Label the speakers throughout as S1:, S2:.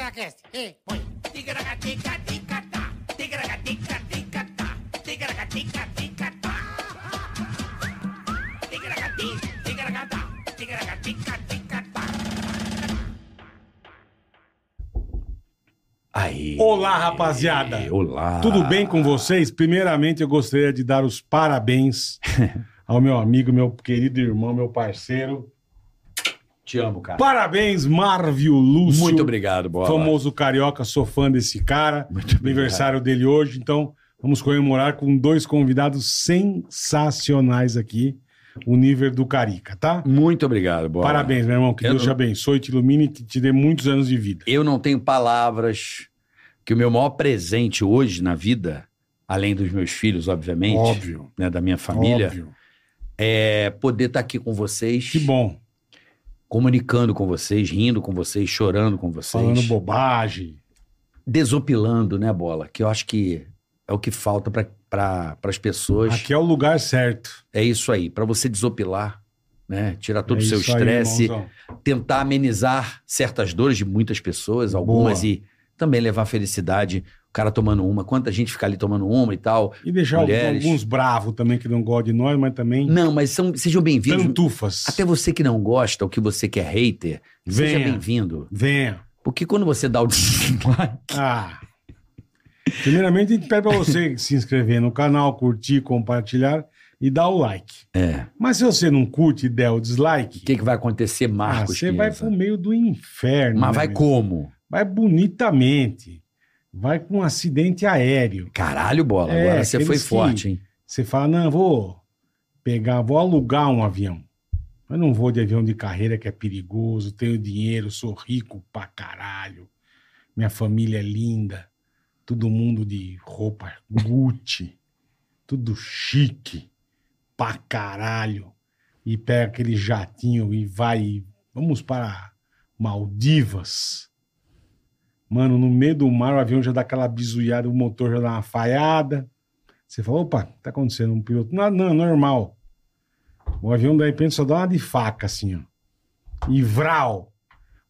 S1: Ticaracast. E põe.
S2: Ticaracaticaticatá, ticaracaticaticatá, ticaracaticaticatá. Ticaracati, ticaracatá, ticaracaticaticatá.
S3: Aí.
S4: Olá, rapaziada.
S3: Olá.
S4: Tudo bem com vocês? Primeiramente, eu gostaria de dar os parabéns ao meu amigo, meu querido irmão, meu parceiro.
S3: Te amo, cara.
S4: Parabéns, Marvio Lúcio.
S3: Muito obrigado, Bola.
S4: Famoso carioca, sou fã desse cara.
S3: Muito obrigado.
S4: Aniversário dele hoje, então vamos comemorar com dois convidados sensacionais aqui, o nível do Carica, tá?
S3: Muito obrigado, Bola.
S4: Parabéns, meu irmão. Que
S3: Eu
S4: Deus
S3: não-
S4: te abençoe, te ilumine e que te dê muitos anos de vida.
S3: Eu não tenho palavras que o meu maior presente hoje na vida, além dos meus filhos, obviamente,
S4: Óbvio.
S3: né, da minha família,
S4: Óbvio.
S3: é poder estar aqui com vocês,
S4: Que bom.
S3: comunicando com vocês, rindo com vocês, chorando com vocês,
S4: Falando bobagem.
S3: desopilando, né, Bola? Que eu acho que é o que falta para as pessoas.
S4: Aqui é o lugar certo.
S3: É isso aí, para você desopilar, né? Tirar todo
S4: É
S3: o seu
S4: isso aí,
S3: estresse,
S4: irmãozão.
S3: tentar amenizar certas dores de muitas pessoas, algumas,
S4: Boa.
S3: e também levar felicidade. O cara tomando uma, quanta gente fica ali tomando uma e tal.
S4: E deixar
S3: Mulheres.
S4: alguns bravos também que não gostam de nós, mas também
S3: Não, mas são- sejam bem-vindos.
S4: tantufas.
S3: Até você que não gosta, ou que você que é hater, seja
S4: Venha.
S3: bem-vindo.
S4: Venha.
S3: Porque quando você dá o dislike,
S4: Ah. Primeiramente, a gente pede pra você se inscrever no canal, curtir, compartilhar e dar o like.
S3: é,
S4: Mas se você não curte e der o dislike,
S3: o que, que vai acontecer,
S4: ah,
S3: Marcos?
S4: você vai
S3: Chiesa?
S4: pro meio do inferno.
S3: Mas
S4: né,
S3: vai
S4: meu?
S3: como?
S4: Vai bonitamente. Vai com um acidente aéreo.
S3: Caralho, bola.
S4: É,
S3: agora você foi
S4: aqueles que-
S3: forte, hein?
S4: Você fala, não, vou pegar, vou alugar um avião. Eu não vou de avião de carreira que é perigoso, tenho dinheiro, sou rico pra caralho. Minha família é linda, todo mundo de roupa Gucci, tudo chique pra caralho. E pega aquele jatinho e vai, e vamos para Maldivas. Mano, no meio do mar o avião já dá aquela bizuiada, o motor já dá uma falhada. Você fala, opa, tá acontecendo um piloto. Não, não, é normal. O avião da repente só dá uma de faca, assim, ó. E vral.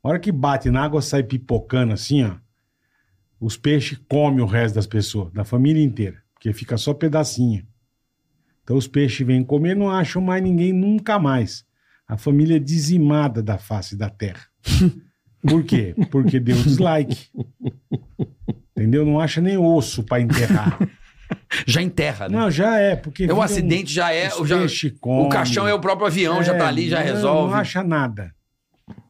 S4: A hora que bate na água, sai pipocando assim, ó. Os peixes comem o resto das pessoas, da família inteira. Porque fica só pedacinho. Então os peixes vêm comer, não acham mais ninguém nunca mais. A família é dizimada da face da terra. Por quê? Porque deu dislike. Entendeu? Não acha nem osso pra enterrar.
S3: Já enterra, né?
S4: Não, já é, porque.
S3: É
S4: vira
S3: o
S4: um-
S3: acidente, já é.
S4: os
S3: já-
S4: peixe come.
S3: o caixão é o próprio avião, já
S4: É,
S3: tá ali, já
S4: não,
S3: resolve.
S4: Não acha nada.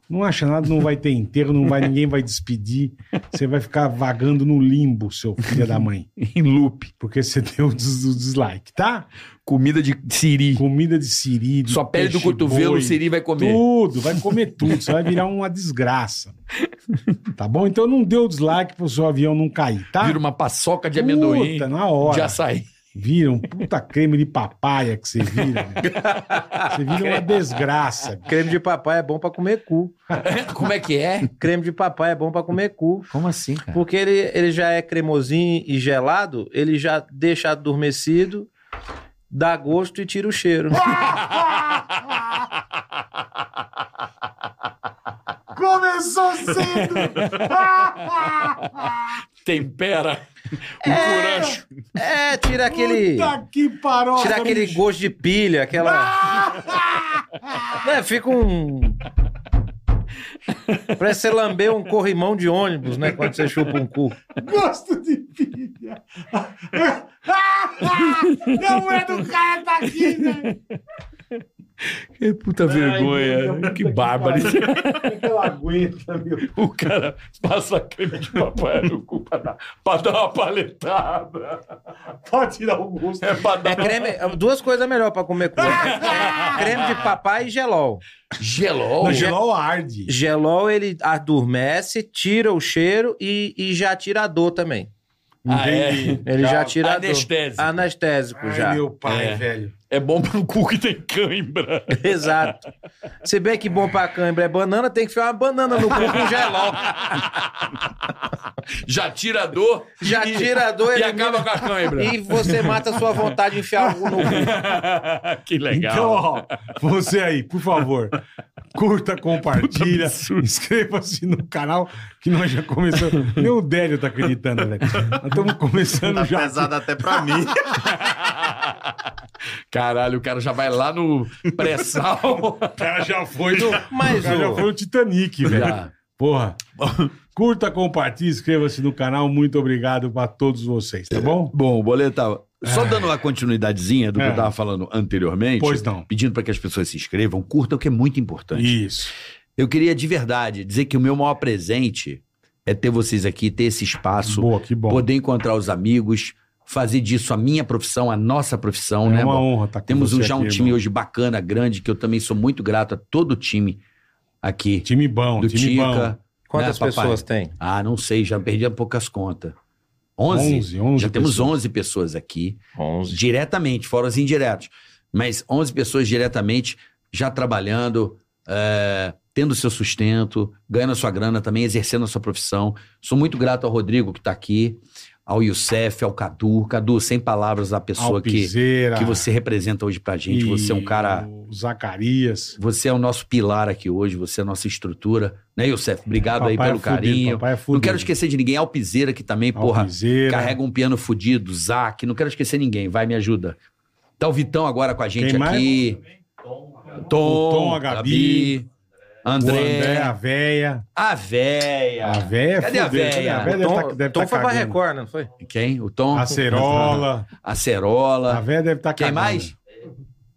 S4: Não acha nada, não vai ter enterro, não vai, ninguém vai despedir. Você vai ficar vagando no limbo, seu filho da mãe.
S3: Em loop.
S4: Porque você deu o des- o dislike, tá?
S3: Comida de siri.
S4: Comida de siri. de
S3: Só pele do
S4: peixe
S3: cotovelo,
S4: boi,
S3: o siri vai comer.
S4: Tudo, vai comer tudo. Você vai virar uma desgraça. Tá bom? Então não dê o dislike pro seu avião não cair, tá?
S3: Vira uma paçoca de amendoim,
S4: Puta, na hora.
S3: de açaí.
S4: Vira um puta creme de papaya que você vira. meu. Você vira uma desgraça.
S5: Creme de papai é bom pra comer cu.
S3: Como é que é?
S5: Creme de papai é bom pra comer cu.
S3: Como assim, cara?
S5: Porque ele, ele já é cremosinho e gelado, ele já deixa adormecido, dá gosto e tira o cheiro.
S1: Começou cedo!
S3: Tempera o curancho.
S5: É, tira aquele.
S4: Puta que parola.
S5: Tira aquele
S4: bicho.
S5: gosto de pilha, aquela. né, fica um. Parece você lamber um corrimão de ônibus, né? Quando você chupa um cu.
S1: Gosto de filha! Não é do cara tá aqui, né?
S3: Que puta vergonha. É, que bárbaro.
S4: Eu aguento, meu.
S3: o cara passa creme de papai no cu pra dar, pra dar uma paletada.
S4: Pode tirar o gosto.
S3: É pra
S5: É
S3: dar
S5: creme. Duas coisas melhor pra comer cu: É creme de papai e gelol.
S3: gelol.
S4: O gelol arde.
S5: Gelol, ele adormece, tira o cheiro e, e já tira a dor também.
S3: Ah, é. Ah.
S4: Entendi.
S5: Ele já tira a dor.
S3: Anestésico.
S5: Anestésico
S4: Ai,
S5: já.
S4: meu pai,
S3: É.
S4: velho.
S3: É bom pro cu que tem cãibra.
S5: Exato. Se bem que bom pra cãibra é banana, tem que enfiar uma banana no cu com gelol.
S3: Já tira a dor.
S5: Já
S3: e-
S5: tira a dor
S3: e
S5: elimina.
S3: acaba com a cãibra.
S5: E você mata a sua vontade um de enfiar algo no cu.
S3: Ah, que legal.
S4: Então, ó, você aí, por favor, Curta, compartilha,
S3: absurdo.
S4: inscreva-se no canal que nós já começamos. Nem o Délio tá acreditando, velho. Nós estamos começando
S6: Tá
S4: já.
S6: pesado até pra mim. né,
S3: Caralho, o cara já vai lá no pré-sal.
S4: O cara já foi no, o
S5: Mas
S4: cara já
S5: o-
S4: foi no Titanic, velho.
S3: Já.
S4: Porra. Curta, compartilha, inscreva-se no canal. Muito obrigado pra todos vocês, tá bom?
S3: Bom, Boleta, só dando uma continuidadezinha do que
S4: É.
S3: eu tava falando anteriormente.
S4: Pois não.
S3: Pedindo para que as pessoas se inscrevam, curtam, que é muito importante.
S4: Isso.
S3: Eu queria de verdade dizer que o meu maior presente é ter vocês aqui, ter esse espaço,
S4: Boa, que bom.
S3: poder encontrar os amigos, fazer disso a minha profissão, a nossa
S4: é
S3: profissão,
S4: uma
S3: né? Bola?
S4: honra estar com
S3: Temos um-
S4: você
S3: já um
S4: aqui,
S3: time
S4: irmão.
S3: hoje bacana, grande, que eu também sou muito grato a todo o time aqui
S4: Time bom,
S3: do
S4: time bom.
S3: Tica.
S5: Quantas
S3: Né, papai?
S5: pessoas tem?
S3: Ah, não sei, já perdi poucas contas. 11?
S4: 11, 11
S3: já temos
S4: pessoas.
S3: 11 pessoas aqui,
S5: 11.
S3: diretamente, fora os indiretos. Mas 11 pessoas diretamente já trabalhando, é, tendo seu sustento, ganhando a sua grana também, exercendo a sua profissão. Sou muito grato ao Rodrigo que está aqui, ao Youssef, ao Cadu. Cadu, sem palavras, a pessoa que,
S4: Alpizeira,
S3: que você representa hoje pra gente. Você é um cara...
S4: e o Zacarias.
S3: Você é o nosso pilar aqui hoje, você é a nossa estrutura. Né, Youssef? Obrigado aí
S4: Papai
S3: pelo
S4: é fudido,
S3: carinho.
S4: papai é
S3: Não
S4: fudido.
S3: quero esquecer de ninguém. Alpizeira que também, porra,
S4: Alpizeira,
S3: carrega um piano fudido. Zac, não quero esquecer ninguém. Vai, me ajuda. Tá o Vitão agora com a gente
S4: Quem mais?
S3: aqui. Tom,
S4: Tom, a
S3: a
S4: Gabi,
S3: Gabi,
S4: o
S3: André,
S4: André, a véia.
S3: a
S4: A
S3: véia.
S4: véia é
S3: Cadê a
S4: fudida,
S3: véia?
S4: né? A
S5: O
S4: véia deve
S5: Tom,
S4: tá- deve
S5: Tom
S4: tá
S5: foi pra
S4: cagando.
S5: Record, não foi?
S3: Quem? O Tom?
S4: Acerola.
S3: A
S4: A
S3: Cerola.
S4: véia deve estar tá
S3: Quem
S4: cagando.
S3: mais?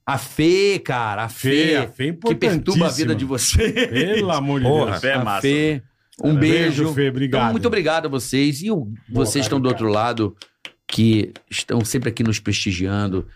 S3: A Fê, cara. A Fê.
S4: Feia, feia
S3: que perturba a vida de
S4: você.
S3: vocês.
S4: é Pelo amor de
S5: Porra.
S4: Deus.
S6: Fé é
S3: a
S6: massa.
S3: Fê. Um beijo.
S4: né? Fê, obrigado.
S3: Então, muito obrigado a vocês. E o- vocês estão do
S4: cara.
S3: outro lado, que estão sempre aqui nos prestigiando,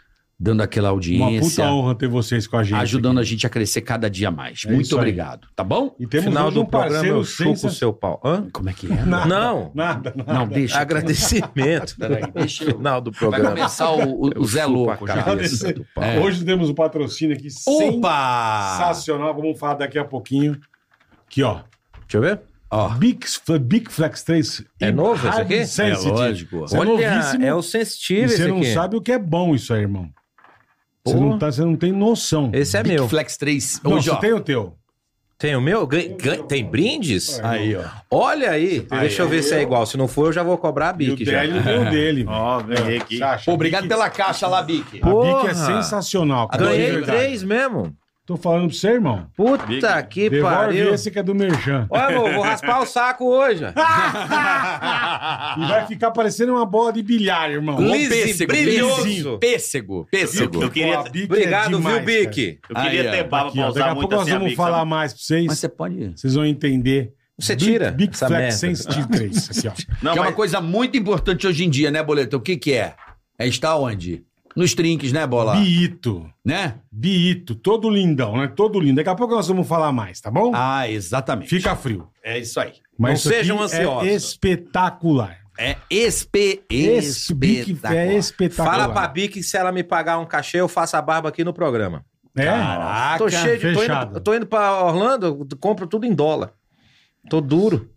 S3: dando aquela
S4: Uma
S3: audiência,
S4: puta honra ter vocês com a gente.
S3: ajudando
S4: aqui.
S3: a gente a crescer cada dia mais.
S4: É isso
S3: muito
S4: aí.
S3: obrigado, tá bom?
S4: E
S5: No
S4: temos
S5: final
S4: hoje um
S5: do programa
S4: parceiro
S5: eu chupo o
S4: sensa- Ah, tá.
S5: seu pau. Hã?
S3: Como é que é?
S4: Nada,
S5: Não.
S4: Nada, nada.
S3: Não, deixa.
S5: Agradecimento.
S3: Peraí, deixa
S5: No
S3: eu...
S5: final do
S3: Vai
S5: programa.
S3: começar o, o- o
S5: Eu
S3: Zé
S5: chupo
S3: Louco
S5: a
S3: já.
S5: cabeça
S4: Isso.
S5: do pau.
S3: É.
S4: Hoje temos um patrocínio aqui
S3: Opa!
S4: sensacional. Vamos falar daqui a pouquinho. Aqui, ó.
S5: Deixa eu ver.
S3: Ó,
S4: Big, Big Flex 3.
S5: É novo esse
S4: Hard
S5: aqui?
S3: é
S4: Sensitive.
S3: lógico.
S4: Isso é novíssimo.
S5: é o
S4: E
S5: sensitivo esse
S4: você não
S5: aqui.
S4: sabe o que é bom isso aí, irmão. Você
S5: Pô.
S4: não, tá, você não tem noção.
S5: Esse é
S3: Big
S5: meu.
S3: Flex 3.
S4: Não,
S3: Hoje,
S4: você
S3: ó.
S4: tem o teu.
S5: Tem o meu? Gan- gan- Tem brindes?
S3: Aí, ó.
S5: Olha aí. Deixa eu ver se é igual. Se não for, eu já vou cobrar a
S4: E o
S5: bique já.
S4: Délio tem o dele. velho.
S6: Ó, ganhei aqui.
S4: Você acha?
S3: Pô, obrigado
S4: Bic-
S3: pela caixa lá, Bic.
S4: A Bic é
S5: Porra!
S4: sensacional. cara, de
S5: Ganhei
S4: verdade.
S5: três mesmo.
S4: Tô falando pra você, irmão.
S5: Puta
S6: Bique.
S5: que
S4: Devolve
S5: pariu.
S4: esse que é do Merchan.
S5: Olha, amor, vou raspar o saco hoje. ó. Ah.
S4: E vai ficar parecendo uma bola de bilhar, irmão.
S3: Ô,
S5: Lise,
S3: pêssego,
S5: brilhoso.
S3: pêssego, pêssego.
S6: Eu queria,
S4: Pô, a Bic é
S5: Obrigado,
S4: demais,
S5: viu, Bic?
S6: eu queria
S3: Aí,
S6: ter
S3: ó.
S6: baba
S4: Aqui,
S6: pra
S4: ó, daqui
S6: usar
S4: a
S6: muito
S4: pouco nós
S6: assim,
S4: vamos
S6: amigo.
S4: falar mais pra vocês.
S3: Mas você pode.
S4: Vocês vão entender.
S5: Você
S4: Bic-
S5: tira
S4: Bic
S5: essa
S4: Flex
S5: merda.
S4: Sensitive 3. Aqui, assim, ó.
S6: Não,
S3: que é
S6: mas
S3: uma coisa muito importante hoje em dia, né, Boleto? O que que é? É estar onde? Nos trinques, né, Bola?
S4: Biito.
S3: Né?
S4: Biito. Todo lindão, né? Todo lindo. Daqui a pouco nós vamos falar mais, tá bom?
S3: Ah, exatamente.
S4: Fica frio.
S3: É isso aí.
S4: Mas
S5: Não
S4: isso aqui
S5: sejam ansiosos.
S4: É espetacular.
S3: É espe...
S4: Esse Bic é
S3: espetacular.
S4: espetacular.
S5: Fala pra Bic que se ela me pagar um cachê, eu faço a barba aqui no programa.
S4: É?
S3: Caraca.
S5: tô cheio de. Tô
S4: fechado.
S5: indo, tô indo pra Orlando, eu compro tudo em dólar. Tô duro.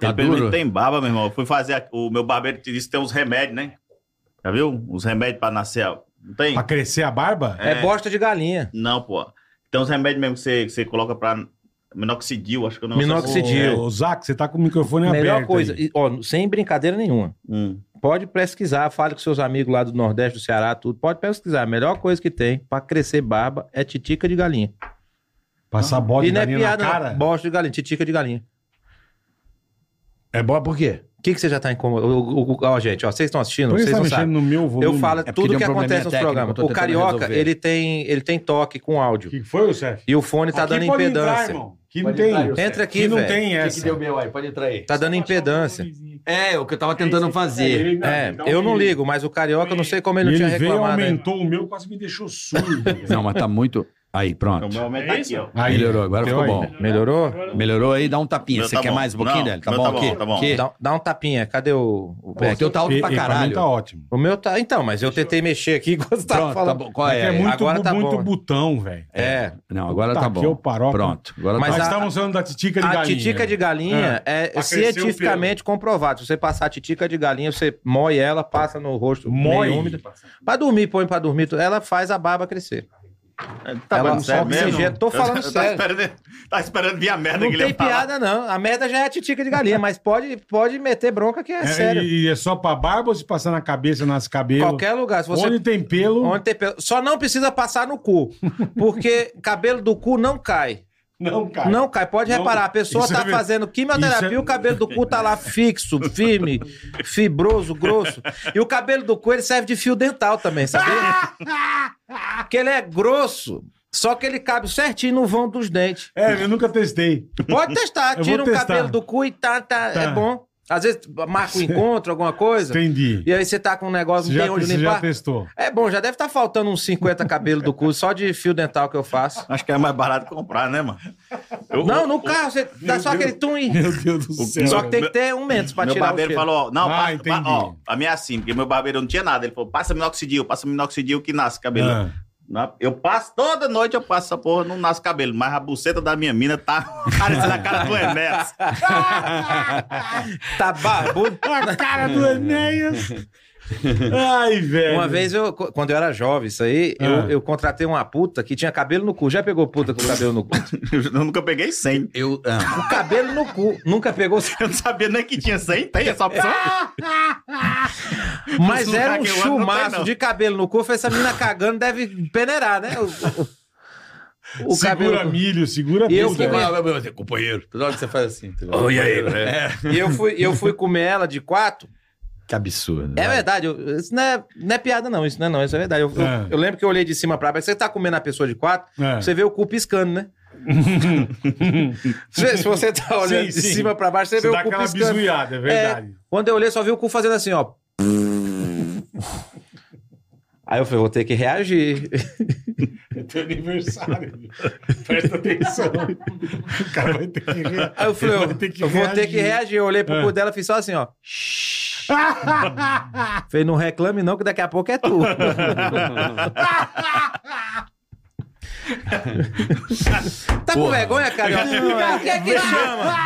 S3: Tá
S6: Ele pelo menos
S3: duro?
S6: tem baba, meu irmão. Eu fui fazer. a- O meu barbeiro te disse que tem uns remédios, né? Já viu? Uns remédios pra nascer. ó. Não tem?
S4: Pra crescer a barba?
S5: É,
S6: É.
S5: bosta de galinha.
S6: Não, pô. Tem uns remédios mesmo que você, que você coloca pra. Minoxidil, acho que é eu não
S5: Minoxidil.
S4: Ô, Zac, você tá com o microfone
S5: Melhor
S4: aberto.
S5: coisa.
S4: aí.
S5: e, ó, sem brincadeira nenhuma.
S6: Hum.
S5: Pode pesquisar, fale com seus amigos lá do Nordeste, do Ceará, tudo. Pode pesquisar. A melhor coisa que tem pra crescer barba é titica de galinha.
S4: Passar bola
S5: e
S4: de
S5: não é
S4: galinha na
S5: piada,
S4: cara.
S5: não. Bosta de galinha, titica de galinha.
S3: É bom por quê?
S5: O que, que você já tá incomodado? Ô, ô, ó, gente, ó, vocês estão assistindo,
S4: Por que
S5: vocês
S4: você tá
S5: não
S4: mexendo
S5: sabem.
S4: no meu volume? É
S5: Eu falo
S3: porque
S5: tudo
S3: tem um
S5: que acontece
S3: probleminha
S5: nos
S3: técnico,
S5: programas.
S3: eu tô
S5: O
S3: tentando
S5: carioca,
S3: resolver.
S5: ele tem, ele tem toque com
S4: O
S5: áudio.
S4: que foi, ô, Sérgio?
S5: E o fone tá dando
S4: pode entrar,
S5: impedância.
S4: irmão. Que não
S3: Pode entrar,
S4: tem.
S3: eu-
S5: Entra
S4: Que
S5: aqui,
S4: não
S5: velho.
S4: tem
S3: O que, que
S4: essa.
S3: deu meu aí? Pode entrar aí.
S5: Tá dando impedância.
S3: É, o que eu tava tentando
S4: É,
S3: fazer.
S4: ele-
S5: É,
S4: ele um dá um
S5: eu não
S4: jeito.
S5: ligo, mas o carioca, eu não sei como ele não
S4: Ele
S5: tinha
S4: veio,
S5: reclamado. né? ainda.
S4: aumentou o meu, quase me deixou surdo.
S3: Não, mas tá muito. Aí,
S6: O
S3: pronto.
S6: meu aumento tá aqui, ó.
S4: Aí,
S3: Melhorou, agora
S4: deu
S3: ficou bom.
S5: Melhorou?
S3: Melhorou aí, dá um tapinha.
S6: Meu
S3: Você
S6: tá
S3: quer
S6: bom.
S3: mais um pouquinho,
S6: Não,
S3: Délio? Tá
S6: meu
S3: bom
S6: tá bom,
S3: aqui?
S6: tá bom.
S3: Aqui?
S5: Dá, dá um tapinha. Cadê o. O,
S3: Pô, o teu tá alto
S4: E-
S3: pra
S4: equipamento
S3: caralho.
S4: tá ótimo.
S5: o meu tá. Então, mas eu tentei mexer aqui enquanto você tava
S3: Pronto, tá
S5: falando.
S3: bom. Qual
S4: É, que
S3: é?
S4: é muito,
S5: agora tá
S4: muito
S5: bom.
S4: botão, velho.
S5: É.
S3: Não, agora
S4: Puta,
S3: tá
S4: que é o
S3: bom.
S4: paroca.
S3: Pronto, agora
S5: Mas
S4: Mas
S5: a-
S3: tá
S4: estávamos falando da titica de
S5: A
S4: galinha.
S5: titica de galinha é,
S4: Pra crescer
S5: cientificamente comprovado. Se você passar a titica de galinha, você moe ela, passa no rosto meio
S4: Mói.
S5: úmido. Pra dormir, põe pra dormir. Ela faz a barba crescer.
S6: Tá
S5: Ela
S6: falando sério mesmo?
S5: oxigena. Tô falando
S6: Eu- eu
S5: sério.
S6: Tá esperando, tá esperando vir a merda
S5: Não
S6: que ele
S5: tem
S6: ia falar.
S5: piada, não. A merda já é a titica de galinha, mas pode, pode meter bronca que é, sério.
S4: E, e é só pra barba ou se passar na cabeça, nas cabelos?
S5: Qualquer lugar. Se você
S4: Onde tem pelo.
S5: Onde tem pelo. Só não precisa passar no cu. Porque cabelo do cu não cai.
S4: Não, cara.
S5: Não cai. Pode
S4: Não.
S5: reparar, a pessoa
S4: Isso
S5: tá
S4: é ver-
S5: fazendo quimioterapia
S4: Isso é-
S5: e o cabelo do cu tá lá fixo, firme, fibroso, grosso. E o cabelo do cu ele serve de fio dental também, sabe? Porque ele é grosso. Só que ele cabe certinho no vão dos dentes.
S4: É, eu nunca testei.
S5: Pode testar,
S4: Eu
S5: tira um
S4: vou testar.
S5: cabelo do cu e tá, tá,
S4: Tá.
S5: é bom. Às vezes marca um encontro, alguma coisa,
S4: Entendi.
S5: e aí você tá com um negócio,
S4: Você
S5: não tem
S4: já,
S5: onde
S4: você já
S5: limpar.
S4: testou.
S5: É bom, já deve estar faltando uns 50 cabelos do cu só de fio dental que eu faço.
S6: Acho que é mais barato comprar, né, mano? Eu-
S5: não,
S6: o-
S5: no carro, você dá só aquele tum e...
S4: Meu Deus do céu.
S3: é
S5: Só que tem que
S6: Meu-
S5: ter um menos pra
S6: meu
S5: tirar o
S6: barbeiro
S5: cheiro.
S6: falou, ó, não,
S4: Ah,
S6: passa,
S4: entendi.
S6: pa- ó, a minha é assim, porque meu barbeiro não tinha nada. Ele falou, passa minoxidil, passa minoxidil que nasce cabelo.
S4: Ah.
S6: Na- Eu passo, toda noite eu passo essa porra, não nasce cabelo, mas a buceta da minha mina tá parecendo a cara do Enéas.
S5: Tá barbudo.
S4: A cara do Enéas. Ai, velho.
S5: Uma vez, eu, quando eu era jovem, isso aí,
S4: Ah.
S5: eu, eu contratei uma puta que tinha cabelo no cu. Já pegou puta com cabelo no cu?
S6: Eu nunca peguei 100.
S3: Eu. ah,
S5: O cabelo no cu. Nunca pegou.
S6: Eu não sabia nem que tinha 100, tem essa opção?
S5: Mas
S6: Isso não
S5: era
S6: tá
S5: um
S6: que eu ando, não tem,
S5: chumaço
S6: não.
S5: de cabelo no cu. Foi essa menina cagando, deve peneirar, né? O, o, o
S4: segura
S5: cabelo.
S4: milho, segura
S5: E eu
S4: tudo.
S5: que-
S4: né?
S3: mas- mas- mas- companheiro. Toda hora que você faz assim. entendeu?
S5: E eu fui, eu fui comer ela de quatro.
S3: Que absurdo.
S5: É verdade, eu- isso não é, não é piada, não. Isso não é, não, isso é verdade. Eu, eu-
S4: É.
S5: eu lembro que eu olhei de cima pra baixo. Você tá comendo a pessoa de quatro,
S4: É.
S5: você vê o cu piscando, né? se, se você tá olhando
S4: Sim,
S5: de
S4: sim.
S5: cima pra baixo, você,
S4: Você
S5: vê
S4: dá
S5: o cu
S4: aquela
S5: piscando.
S4: bizuiada, é verdade.
S5: Quando eu olhei, só vi o cu fazendo assim, ó. Aí eu falei, vou ter que reagir.
S4: É teu aniversário. viu? Presta atenção. O cara vai ter que rea-
S5: Aí eu falei,
S4: Ele
S5: eu,
S4: vai ter que
S5: eu vou ter que reagir. Eu olhei pro
S4: É.
S5: cu dela e fiz só assim, ó. falei, não reclame não, que daqui a pouco é tu. tá com
S3: Porra.
S5: vergonha, cara? O que é que chama?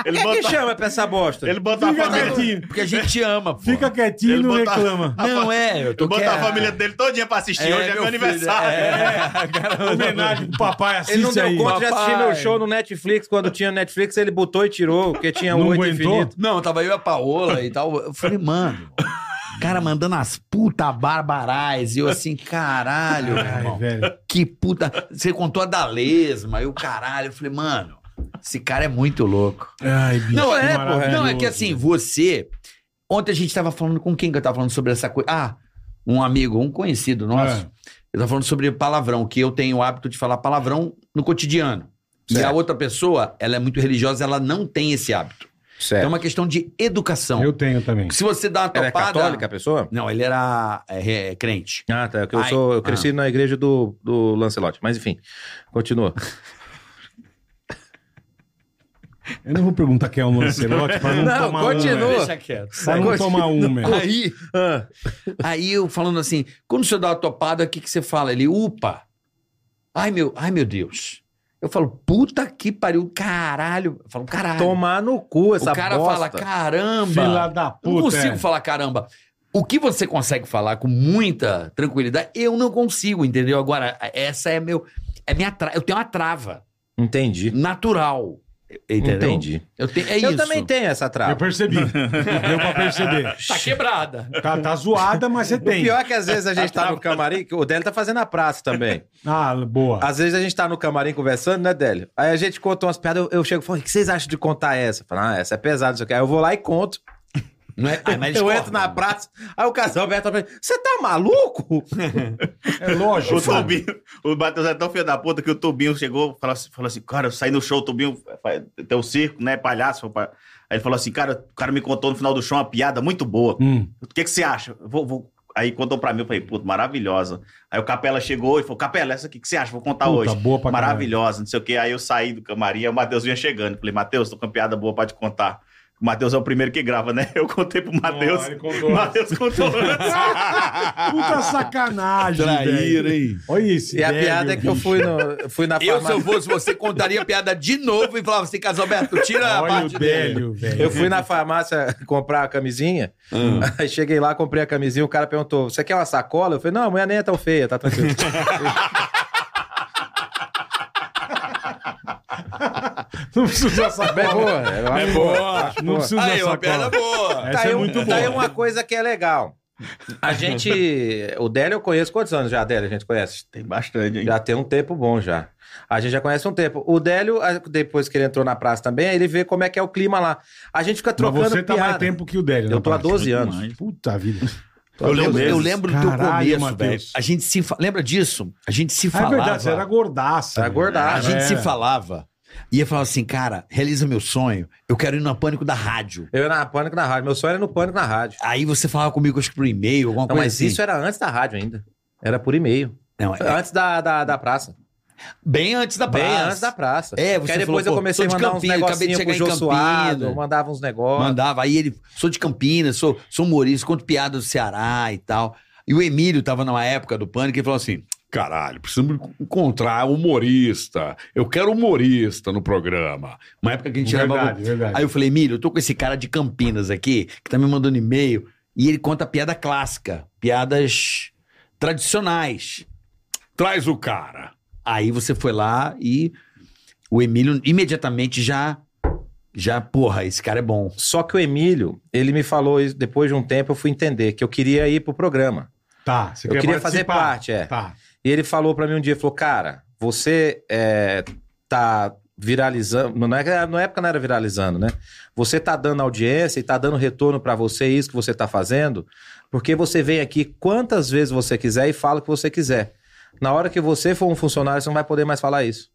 S5: O que é que
S6: bota-
S5: chama pra essa bosta?
S6: Ele botou a
S4: Fica
S6: família,
S4: quietinho.
S3: Porque a gente te ama, pô.
S4: Fica quietinho e
S6: Ele
S4: não
S6: botar-
S4: reclama.
S3: Não, é. Eu tô
S6: ele botou a
S3: quer-
S6: família dele todinha pra assistir, hoje é meu
S3: filho,
S6: aniversário.
S3: é, cara,
S4: Homenagem pro papai, assiste
S5: Ele não deu
S4: aí.
S5: conta de assistir
S3: papai.
S5: meu show no Netflix. Quando tinha Netflix, ele botou e tirou, porque tinha
S4: Não
S5: o oito
S4: aguentou?
S5: infinito.
S3: Não, tava eu e a Paola e tal. Eu falei, mano, o cara mandando as puta barbarais. E eu assim, caralho, meu
S4: Ai,
S3: irmão.
S4: velho.
S3: Que puta. Você contou a da lesma e o caralho. Eu falei, mano, esse cara é muito louco.
S4: Ai, bicho.
S3: Não, é,
S4: maravilhoso.
S3: porra. Não, é que assim, você. Ontem a gente tava falando com quem que eu tava falando sobre essa coisa. Ah, um amigo, um conhecido nosso.
S4: É.
S3: Eu tava falando sobre palavrão, que eu tenho o hábito de falar palavrão no cotidiano. E a outra pessoa, ela é muito religiosa, ela não tem esse hábito. É
S5: Certo.
S3: uma questão de educação.
S4: Eu tenho também.
S3: Se você dá uma
S5: Ela Então, é
S3: topada.
S5: católica, a pessoa?
S3: Não, ele era é, é, crente.
S5: Ah, tá. que Eu,
S3: Ai.
S5: sou, eu cresci na igreja do, do Lancelote. Mas enfim, continua.
S4: Eu não vou perguntar quem é o Lancelote pra não,
S5: Não,
S4: tomar
S5: continua.
S4: um.
S5: Deixa
S3: quieto.
S4: Pra não tomar um, velho.
S3: Aí,
S5: Ah,
S3: aí eu falando assim, quando o senhor dá uma topada, o que, que você fala? Ele, upa. Ai meu, ai, meu Deus. Eu falo, puta que pariu, caralho. Eu falo, caralho.
S5: tomar no cu essa
S3: o cara
S5: bosta.
S3: fala, caramba.
S4: Filha da
S3: Eu não
S4: puta.
S3: consigo
S4: é.
S3: falar caramba. O que você consegue falar com muita tranquilidade, eu não consigo, entendeu? Agora, essa é meu. É minha tra... Eu tenho uma trava
S5: Entendi.
S3: natural. Entendeu?
S5: Entendi.
S3: Eu, tenho... é
S5: eu
S3: isso.
S5: também tenho essa
S4: Eu
S5: trava.
S4: percebi. Deu pra perceber.
S3: Tá quebrada.
S4: Tá, tá zoada, mas você
S5: O
S4: tem.
S5: pior é que às vezes a gente tá no camarim, que o Délio tá fazendo a praça também.
S4: Ah, boa.
S5: Às vezes a gente tá no camarim conversando, né, Délio? Aí a gente conta umas piadas, eu, eu chego e falo, o que vocês acham de contar essa? Fala, ah, essa é pesada, não sei o que. Aí eu vou lá e conto.
S3: Não é... Ah, mas
S5: eu
S3: corta,
S5: entro na
S3: né?
S5: praça, aí o casal Alberto fala, você tá maluco? Ah,
S4: É lógico.
S6: O Tubinho, o Matheus é tão filho da puta que o Tubinho chegou e falou, assim, falou assim: Cara, eu saí no show, o Tubinho fa- tem um circo, né? Palhaço. pa- Aí ele falou assim: Cara, o cara me contou no final do show uma piada muito boa.
S4: Hum.
S6: O que, que você acha? Eu Vou, vou- Aí contou pra mim, eu falei: Puta, maravilhosa. Aí o Capela chegou e falou: Capela, essa aqui que você acha? Vou contar
S4: Puta,
S6: hoje.
S4: boa pra caralho.
S6: Maravilhosa, não sei o quê. Aí eu saí do camarim, aí o Matheus vinha chegando. Eu Falei: Matheus, tô com uma piada boa pra te contar. O Matheus é o primeiro que grava, né? Eu contei pro Matheus.
S4: ele
S6: O
S4: contou.
S6: Matheus contou antes.
S4: Puta sacanagem,
S3: Traíra,
S4: velho.
S3: hein?
S4: Olha esse
S5: E a
S4: velho,
S5: piada é que eu
S4: bicho.
S5: fui, no, fui na
S3: Eu, se eu
S5: farmácia.
S3: fosse você, contaria a piada de novo e falava assim, Casalberto, tira a
S4: Olha o
S3: parte dele.
S4: velho, velho.
S5: Eu fui na farmácia comprar a camisinha. Aí cheguei lá, comprei a camisinha. O cara perguntou: Você quer uma sacola? Eu falei: Não, a mulher nem é tão feia, tá tranquilo.
S4: Não precisa
S5: É
S4: saber.
S5: boa. eu acho
S7: É boa.
S4: Não precisa
S7: Aí, uma
S4: sacola.
S7: perna boa.
S4: Essa
S5: tá
S4: é
S5: aí, um-
S4: muito
S5: tá aí
S4: boa.
S5: uma coisa que é legal. A gente. O Délio eu conheço quantos anos já, Délio? A gente conhece?
S6: Tem bastante, hein?
S5: Já tem um tempo bom já. A gente já conhece um tempo. O Délio, a- depois que ele entrou na praça também, aí ele vê como é que é o clima lá. A gente fica
S4: Mas
S5: trocando
S4: você tá
S5: piada.
S4: mais tempo que o Délio.
S5: Eu
S4: na
S5: tô há
S3: tá
S4: parte.
S5: 12 anos.
S6: Muito mais.
S4: Puta vida.
S3: Eu lembro,
S6: meses.
S3: eu lembro do teu
S4: Caralho,
S3: começo, velho.
S4: Matheus.
S3: A gente se fa- lembra disso? A gente se
S4: Ah, é
S3: falava.
S4: verdade, você era gordaça.
S5: Era
S4: né?
S5: gordaça.
S3: A gente
S4: É.
S3: se falava. E eu falava assim, cara, realiza meu sonho. Eu quero ir no pânico da rádio.
S5: Eu era na Pânico na rádio. Meu sonho era no Pânico na rádio.
S3: Aí você falava comigo, acho que por e-mail, alguma
S5: Não,
S3: coisa
S5: mas
S3: assim.
S4: é
S5: isso era antes da rádio ainda. Era por e-mail.
S3: Não,
S5: Foi
S3: é-
S4: Ah,
S5: Antes da, da, da praça.
S3: Bem antes da praça.
S5: Bem antes da praça.
S3: É, você
S5: Porque aí depois
S3: falou,
S5: eu
S3: pô,
S5: comecei a
S3: sou de
S5: mandar uns
S3: Campinas, acabei de
S5: negocinhos pro
S3: chegar em
S5: Jô Suado, eu
S3: Campinas.
S5: mandava uns negócios.
S3: Mandava. Aí ele, sou de Campinas, sou, sou humorista, conto piada do Ceará e tal. E o Emílio tava numa época do pânico e falou assim:
S7: Caralho, precisamos encontrar humorista. Eu quero humorista no programa.
S3: uma época que a gente levava.
S4: Verdade, verdade.
S3: Aí eu falei, Emílio, eu tô com esse cara de Campinas aqui, que tá me mandando e-mail, e ele conta piada clássica, piadas tradicionais.
S7: Traz o cara.
S3: Aí você foi lá e o Emílio imediatamente já. Já, porra, esse cara é bom.
S5: Só que o Emílio, ele me falou isso depois de um tempo, eu fui entender que eu queria ir pro programa.
S4: Tá, você
S5: eu
S4: quer
S5: queria fazer
S4: participar?
S5: parte, é.
S4: Tá.
S5: E ele falou pra mim um dia, falou, cara, você é, tá viralizando, não é, que- na época não era viralizando, né? Você tá dando audiência e tá dando retorno pra você isso que você tá fazendo, porque você vem aqui quantas vezes você quiser e fala o que você quiser. Na hora que você for um funcionário, você não vai poder mais falar isso.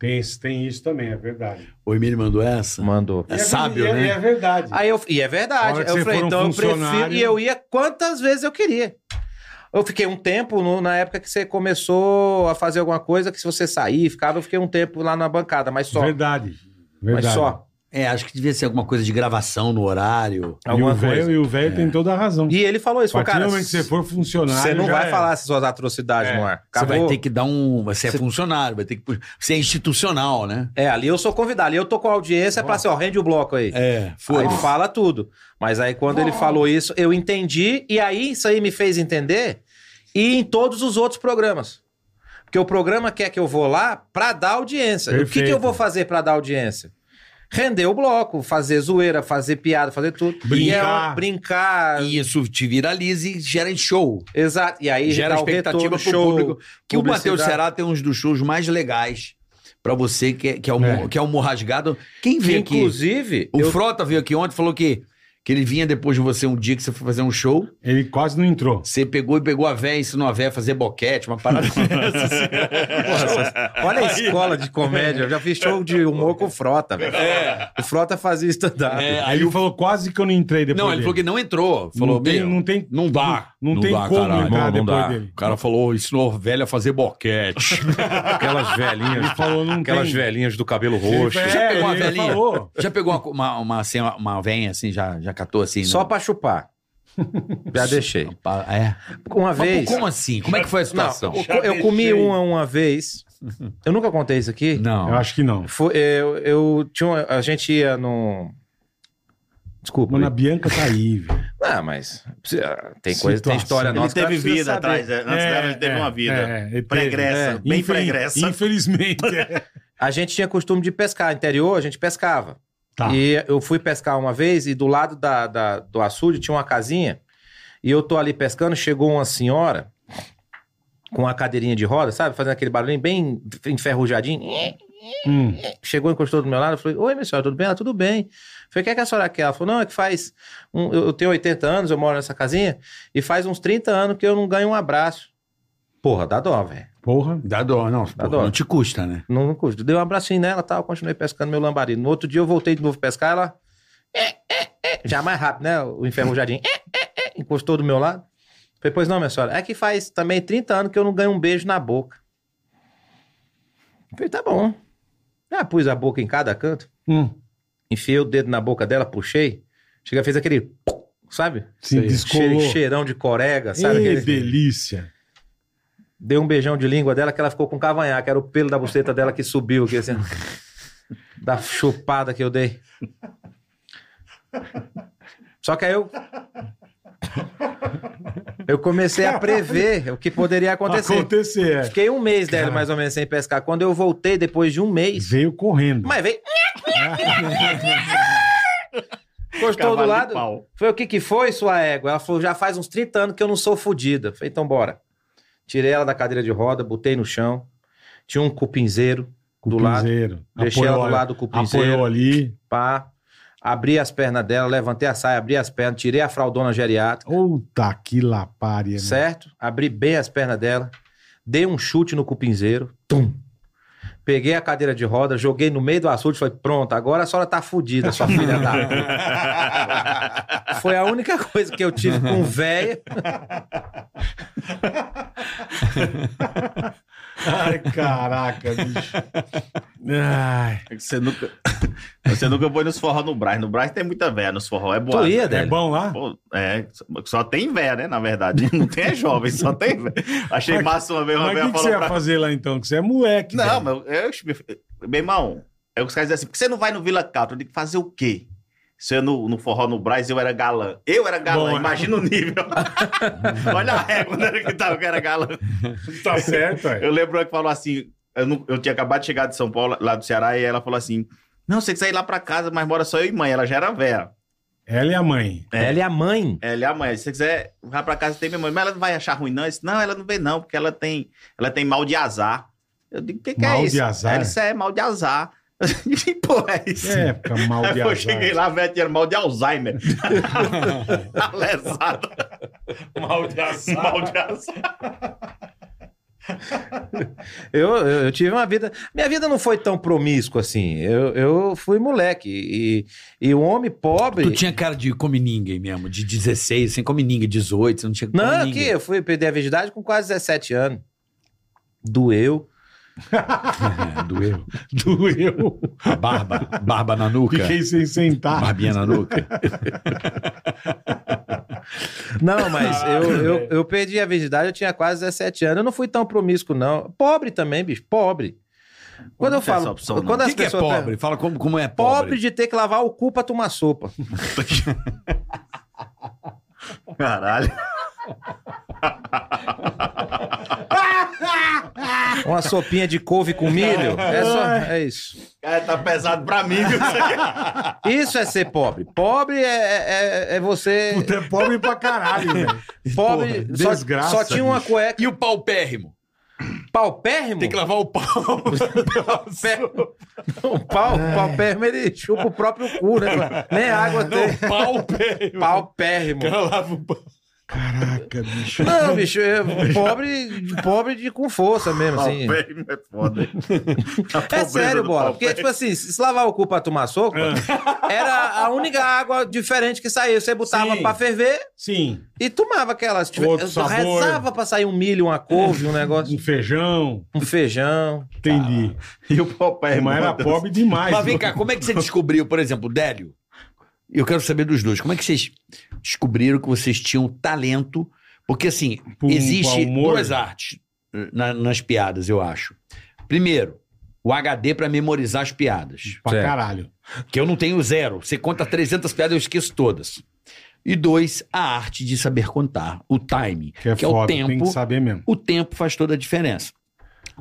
S4: Tem, isso- tem isso também, é verdade.
S3: O Emílio mandou essa?
S5: Mandou.
S3: É
S4: E
S3: sábio,
S4: e é,
S3: né?
S4: E é verdade.
S5: Aí eu, e é
S4: Na hora
S5: verdade.
S4: que
S5: Eu
S4: você
S5: falei,
S4: for um
S5: então eu prefiro.
S4: funcionário-
S5: E eu ia quantas vezes eu queria. Eu fiquei um tempo no- na época que você começou a fazer alguma coisa que se você sair e ficava, eu fiquei um tempo lá na bancada, mas só.
S4: Verdade.
S5: Mas
S4: verdade.
S5: só.
S3: É, acho que devia ser alguma coisa de gravação no horário.
S4: E
S5: Alguma
S4: o velho,
S5: coisa.
S4: e o velho tem toda a razão.
S5: E ele falou isso,
S4: a partir
S5: falou, cara.
S4: do momento que você for funcionário.
S5: você não
S4: já
S5: vai
S4: é.
S5: falar essas suas atrocidades
S4: É.
S5: no ar.
S3: Você vai
S5: Acabou.
S3: ter que dar um. Você é
S5: Você-
S3: funcionário, vai ter que. pu- Você é institucional, né?
S5: É, ali eu sou convidado. Ali eu tô com a audiência pra ser, ó, rende o bloco aí.
S3: É,
S5: Foi. Aí fala tudo. Mas aí quando ele falou isso, eu entendi, e aí isso aí me fez entender, e em todos os outros programas. Porque o programa quer que eu vou lá pra dar audiência. E O que que,
S4: Perfeito.
S5: eu vou fazer pra dar audiência? Render o bloco, fazer zoeira, fazer piada, fazer tudo. E é
S4: Brincar.
S5: uma- brincar.
S3: E isso te viraliza e gera em show.
S5: Exato. E aí
S3: gera
S5: dá o
S3: expectativa
S5: retorno,
S3: pro
S5: show.
S3: público. Que o
S5: publicidade.
S3: Matheus Ceará tem uns dos shows mais legais pra você, que é, que é, o,
S4: É.
S3: que é o Morrasgado. Quem
S5: Que,
S3: veio aqui?
S5: Inclusive,
S3: O
S5: eu-
S3: Frota veio aqui ontem e falou que, que ele vinha depois de você um dia que você foi fazer um show.
S4: Ele quase não entrou.
S3: Você pegou e pegou a véia, ensinou a véia a fazer boquete, uma parada dessas.
S5: Porra, olha a escola de comédia. Eu já fiz show de humor com o Frota, velho. O Frota fazia stand-up.
S3: É,
S4: Aí ele falou quase que eu não entrei depois.
S3: Não, ele
S4: dele.
S3: falou que não entrou. Falou,
S4: não tem,
S3: "Meu,
S4: não tem
S7: Não dá.
S4: Não tem
S7: dá,
S4: como
S7: caralho.
S4: entrar
S7: Não, não
S4: depois
S7: dá.
S4: dele.
S7: O cara falou, ensinou velha a fazer boquete.
S5: Aquelas velhinhas.
S4: Ele falou, não
S5: Aquelas
S4: tem.
S5: velhinhas do cabelo
S4: Ele
S5: roxo.
S4: falou,
S3: Já
S4: é,
S3: pegou uma
S4: ele
S3: velhinha?
S4: falou.
S3: Já pegou uma, uma, uma, assim, uma, uma venha assim, já, já catou assim?
S5: Só
S3: né?
S5: pra chupar. Já deixei.
S3: Pa- É.
S5: Uma
S3: Mas, pô,
S5: vez.
S3: como assim? Como é que foi a
S5: Não,
S3: situação?
S5: eu- eu comi uma uma vez. Eu nunca contei isso aqui.
S4: Eu acho que não.
S5: Foi- é, eu, eu tinha uma- a gente ia no. Desculpa.
S4: Mano, a Bianca tá aí, velho.
S5: Ah, mas precisa- tem coisa, tem
S4: Situação.
S5: história
S6: Ele
S5: nossa. que
S6: teve
S5: precisa
S6: vida
S5: saber.
S6: atrás, é. antes dela ele teve uma vida.
S4: é, ele teve.
S6: Pregressa, bem
S4: Infel-
S6: pregressa.
S4: Infelizmente. é.
S5: A gente tinha costume de pescar. Interior, a gente pescava.
S4: Tá.
S5: E eu fui pescar uma vez e do lado da, da- do açude tinha uma casinha. E eu tô ali pescando, chegou uma senhora com a cadeirinha de roda, sabe? Fazendo aquele barulhinho bem enferrujadinho.
S4: Hum.
S5: Chegou, encostou do meu lado, eu falei, oi, minha senhora, tudo bem? Ela, tudo bem. Eu falei, o que é que a senhora quer? Ela falou, não, é que faz... um- eu eu tenho 80 anos, eu moro nessa casinha, e faz uns 30 anos que eu não ganho um abraço. Porra, dá dó, velho.
S4: Porra.
S3: Dá dó, não. pô,
S5: dó.
S3: Não te custa, né?
S5: Não, não custa. Dei um abracinho nela tal, continuei pescando meu lambari. No outro dia eu voltei de novo pescar, ela. "É, é, é", Já mais rápido, né? O enferrujadinho. "É, é, é", Encostou do meu lado. Falei, pois não, minha senhora. É que faz também 30 anos que eu não ganho um beijo na boca. Falei, tá bom. Já pus a boca em cada canto,
S4: Hum.
S5: enfiei o dedo na boca dela, puxei. Chega, fez aquele. Sabe?
S4: Se descolou.
S5: Che- Cheirão de corega, sabe?
S4: Ê,
S5: Aquele-
S4: delícia.
S5: Deu um beijão de língua dela que ela ficou com cavanhaque. Era o pelo da buceta dela que subiu aqui, assim. da chupada que eu dei. Só que aí eu. Eu comecei a prever o que poderia acontecer.
S4: Acontecer. é.
S5: Fiquei um mês dela,
S4: Caralho.
S5: mais ou menos, sem pescar. Quando eu voltei, depois de um mês.
S4: Veio correndo.
S5: Mas veio. Encostou do
S6: Cavalo de
S5: lado.
S6: pau.
S5: Foi o que que foi, sua égua? Ela falou, já faz uns 30 anos que eu não sou fodida. Falei, então bora. Tirei ela da cadeira de roda, botei no chão. Tinha um cupinzeiro. do lado.
S4: Cupinzeiro.
S5: Deixei ela do
S4: Apoiou-
S5: lado do
S4: Apoiou
S5: cupinzeiro.
S4: ali.
S5: Pá. Abri as pernas dela, levantei a saia, abri as pernas, tirei a fraldona geriátrica,
S4: Puta que lapária. né?
S5: certo? Abri bem as pernas dela, dei um chute no cupinzeiro, tum. Peguei a cadeira de roda, joguei no meio do açude, falei, pronto, agora a senhora tá fudida, sua filha da puta. Foi a única coisa que eu tive com véia.
S4: Ai, caraca, bicho. Ai,
S6: É que Você nunca, você nunca foi nos forró no Brás. No Brás tem muita véia nos forró. É boa.
S5: Tu ia,
S4: é
S5: Délio?
S4: bom lá?
S6: Pô, é, só tem véia, né? Na verdade, não tem é jovem, só tem véia. Achei
S4: Mas-
S6: massa uma vez, uma
S4: Mas o
S6: véia
S4: que, que você
S6: falou
S4: ia
S6: pra
S4: fazer lá então? Que você é moleque.
S6: Não,
S4: velho.
S6: mas eu, eu, meu irmão, é os caras dizem assim, por que você não vai no Vila Catra? Eu digo, fazer o quê? Se eu no, no forró no Brás, eu era galã. Eu era galã,
S4: Bom, é.
S6: imagina o nível. Olha a régua né, que tava, que era galã.
S4: tá certo, é.
S6: Eu lembro que falou assim, eu, não- eu tinha acabado de chegar de São Paulo, lá do Ceará, e ela falou assim, não, você que sair lá pra casa, mas mora só eu e mãe, ela já era véia.
S4: Ela e a mãe.
S5: Ela é a mãe.
S6: Ela e a mãe, se você quiser, vá pra casa, tem minha mãe. Mas ela não vai achar ruim, não. Eu disse, não, ela não vem, não, porque ela tem, ela tem mal de azar. Eu digo, o que, que é
S4: Mal de
S6: isso?
S4: azar?
S6: Ela disse, é, mal de azar. Eu digo, Que porra é isso?
S4: É, época mal
S6: Aí
S4: de
S6: eu
S4: azar.
S6: cheguei lá, velho, tinha mal de Alzheimer. Tá lesado.
S7: Mal de azar.
S6: Mal de azar.
S5: Eu, eu, eu tive uma vida. Minha vida não foi tão promíscua assim. Eu, eu fui moleque. E, e o homem pobre.
S3: Tu tinha cara de come ninguém mesmo, de 16, sem come ninguém, 18, você não tinha come
S5: Não, aqui,
S3: ninguém.
S5: eu fui perder a virgindade com quase 17 anos. Doeu.
S3: É, doeu.
S4: Doeu.
S3: A barba, barba na nuca.
S4: Fiquei sem sentar.
S3: Barbinha na nuca.
S5: Não, mas eu, eu,
S4: velho.
S5: eu perdi a virgindade, eu tinha quase 17 anos. Eu não fui tão promíscuo, não. Pobre também, bicho, pobre. Quando eu
S6: tem
S5: falo.
S6: essa opção, não.
S5: quando
S3: O
S5: as
S3: que, que é
S5: pessoas
S3: pobre? Fala como, como é
S5: Pobre.
S3: pobre.
S5: de ter que lavar o cu pra tomar sopa.
S6: Caralho.
S5: Uma sopinha de couve com milho. É, só, é isso.
S6: Cara, tá pesado pra mim, viu?
S5: Isso é ser pobre. Pobre é, é, é você.
S4: Tu é pobre pra caralho, velho.
S5: pobre.
S4: porra,
S5: só,
S4: desgraça,
S5: só tinha uma cueca.
S7: E o paupérrimo?
S5: Paupérrimo?
S7: Tem que lavar o pau.
S5: Pé- O pau, pau pérrimo, ele chupa o próprio cu, né? mano? Nem água tem.
S7: Não, paupérrimo.
S5: Pau pérrimo.
S7: Cara, lava o pau.
S4: Caraca, bicho.
S5: Não, bicho, é pobre, pobre de, com força mesmo, assim.
S6: Palpérrimo é foda. Tá
S5: É sério, bola. Porque, tipo assim, se se lavar o cu pra tomar soco, era a única água diferente que saía. Você botava
S4: Sim.
S5: pra ferver
S4: Sim,
S5: e tomava aquela. Se tiver-
S4: Outro
S5: eu só
S4: sabor.
S5: rezava pra sair um milho, uma couve, um negócio,
S4: um feijão.
S5: um feijão.
S4: Entendi.
S6: E o
S5: Ah, é
S6: Popé,
S4: Mas era pobre demais.
S3: Mas vem
S4: mano.
S3: cá, como é que você descobriu, por exemplo, Délio? Eu quero saber dos dois. Como é que vocês descobriram que vocês tinham talento? Porque, assim,
S4: Pro-
S3: existe
S4: pro humor.
S3: duas artes eh, na- nas piadas, eu acho. Primeiro, o HD pra memorizar as piadas.
S4: Pra
S5: Certo.
S4: caralho.
S3: Que eu não tenho zero. Você conta 300 piadas, eu esqueço todas. E dois, a arte de saber contar. O time,
S4: Que é
S3: o
S4: foda, tem
S3: tempo.
S4: que saber mesmo.
S3: O tempo faz toda a diferença.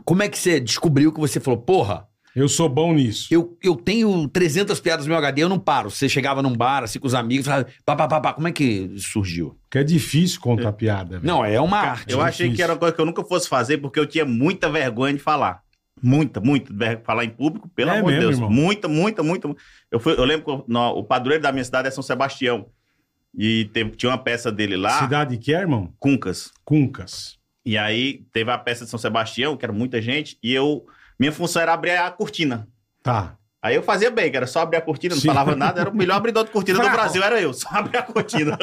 S3: Como é que você descobriu que você falou, porra,
S4: Eu sou bom nisso.
S3: eu, eu tenho 300 piadas no meu HD, eu não paro. Você chegava num bar, assim, com os amigos, falava, pá, pá, pá, pá, como é que surgiu?
S4: Que é difícil contar piada. velho.
S3: Não, é uma arte.
S6: Eu achei
S4: Difícil.
S6: que era uma coisa que eu nunca fosse fazer, porque eu tinha muita vergonha de falar. Muita, muita. ver- Falar em público, pelo
S4: É
S6: amor de
S4: mesmo,
S6: Deus.
S4: irmão?
S6: Muita, muita, muita. Eu, fui, eu lembro que o- no- o padroeiro da minha cidade é São Sebastião. E teve- tinha uma peça dele lá,
S4: Cidade que é, irmão?
S6: Cuncas.
S4: Cuncas.
S6: E aí teve a peça de São Sebastião, que era muita gente, e eu. Minha função era abrir a cortina.
S4: Tá.
S6: Aí eu fazia bem, que era só abrir a cortina, não
S4: Sim.
S6: falava nada, era o melhor abridor de cortina do
S4: Bravo.
S6: Brasil, era eu, só abrir a cortina.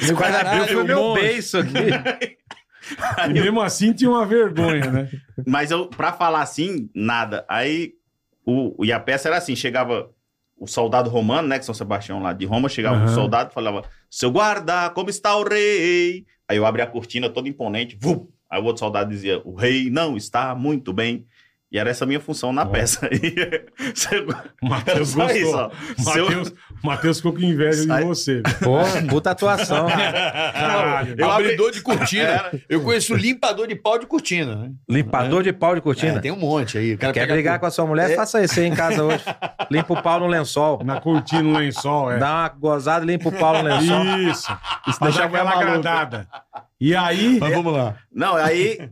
S5: Esse quase
S3: Caralho,
S5: abriu um foi meu
S4: monstro.
S5: beijo aqui.
S4: E mesmo assim tinha uma vergonha, né?
S6: Mas eu, pra falar assim, nada. Aí, o, e a peça era assim, chegava o soldado romano, né, que São Sebastião lá de Roma, chegava um
S4: Aham.
S6: soldado e falava, seu guarda, como está o rei? Aí eu abria a cortina, todo imponente, vum! Aí o outro soldado dizia, o rei não está muito bem. E E era essa a minha função na peça. E- Era
S4: Matheus
S6: só isso,
S4: gostou.
S6: ó.
S4: Matheus, Matheus ficou com inveja de
S6: Sai.
S4: você.
S5: Porra, puta atuação.
S4: Caralho.
S6: Eu abri-
S3: Abridor de cortina.
S6: Era.
S3: Eu conheço limpador de pau de cortina, né?
S5: Limpador de pau de cortina.
S3: É, tem um monte aí. O cara
S5: Quer
S3: pega
S5: brigar com a sua mulher? Faça isso aí em casa hoje. Limpa o pau no lençol.
S4: Na cortina, no lençol, é.
S5: Dá uma gozada, e limpa o pau
S6: um
S5: no lençol.
S4: Isso. Isso
S5: deixar
S4: deixar
S5: a mulher
S4: aquela
S5: maluca.
S4: agradada. E aí.
S7: Mas vamos lá.
S6: Não, aí.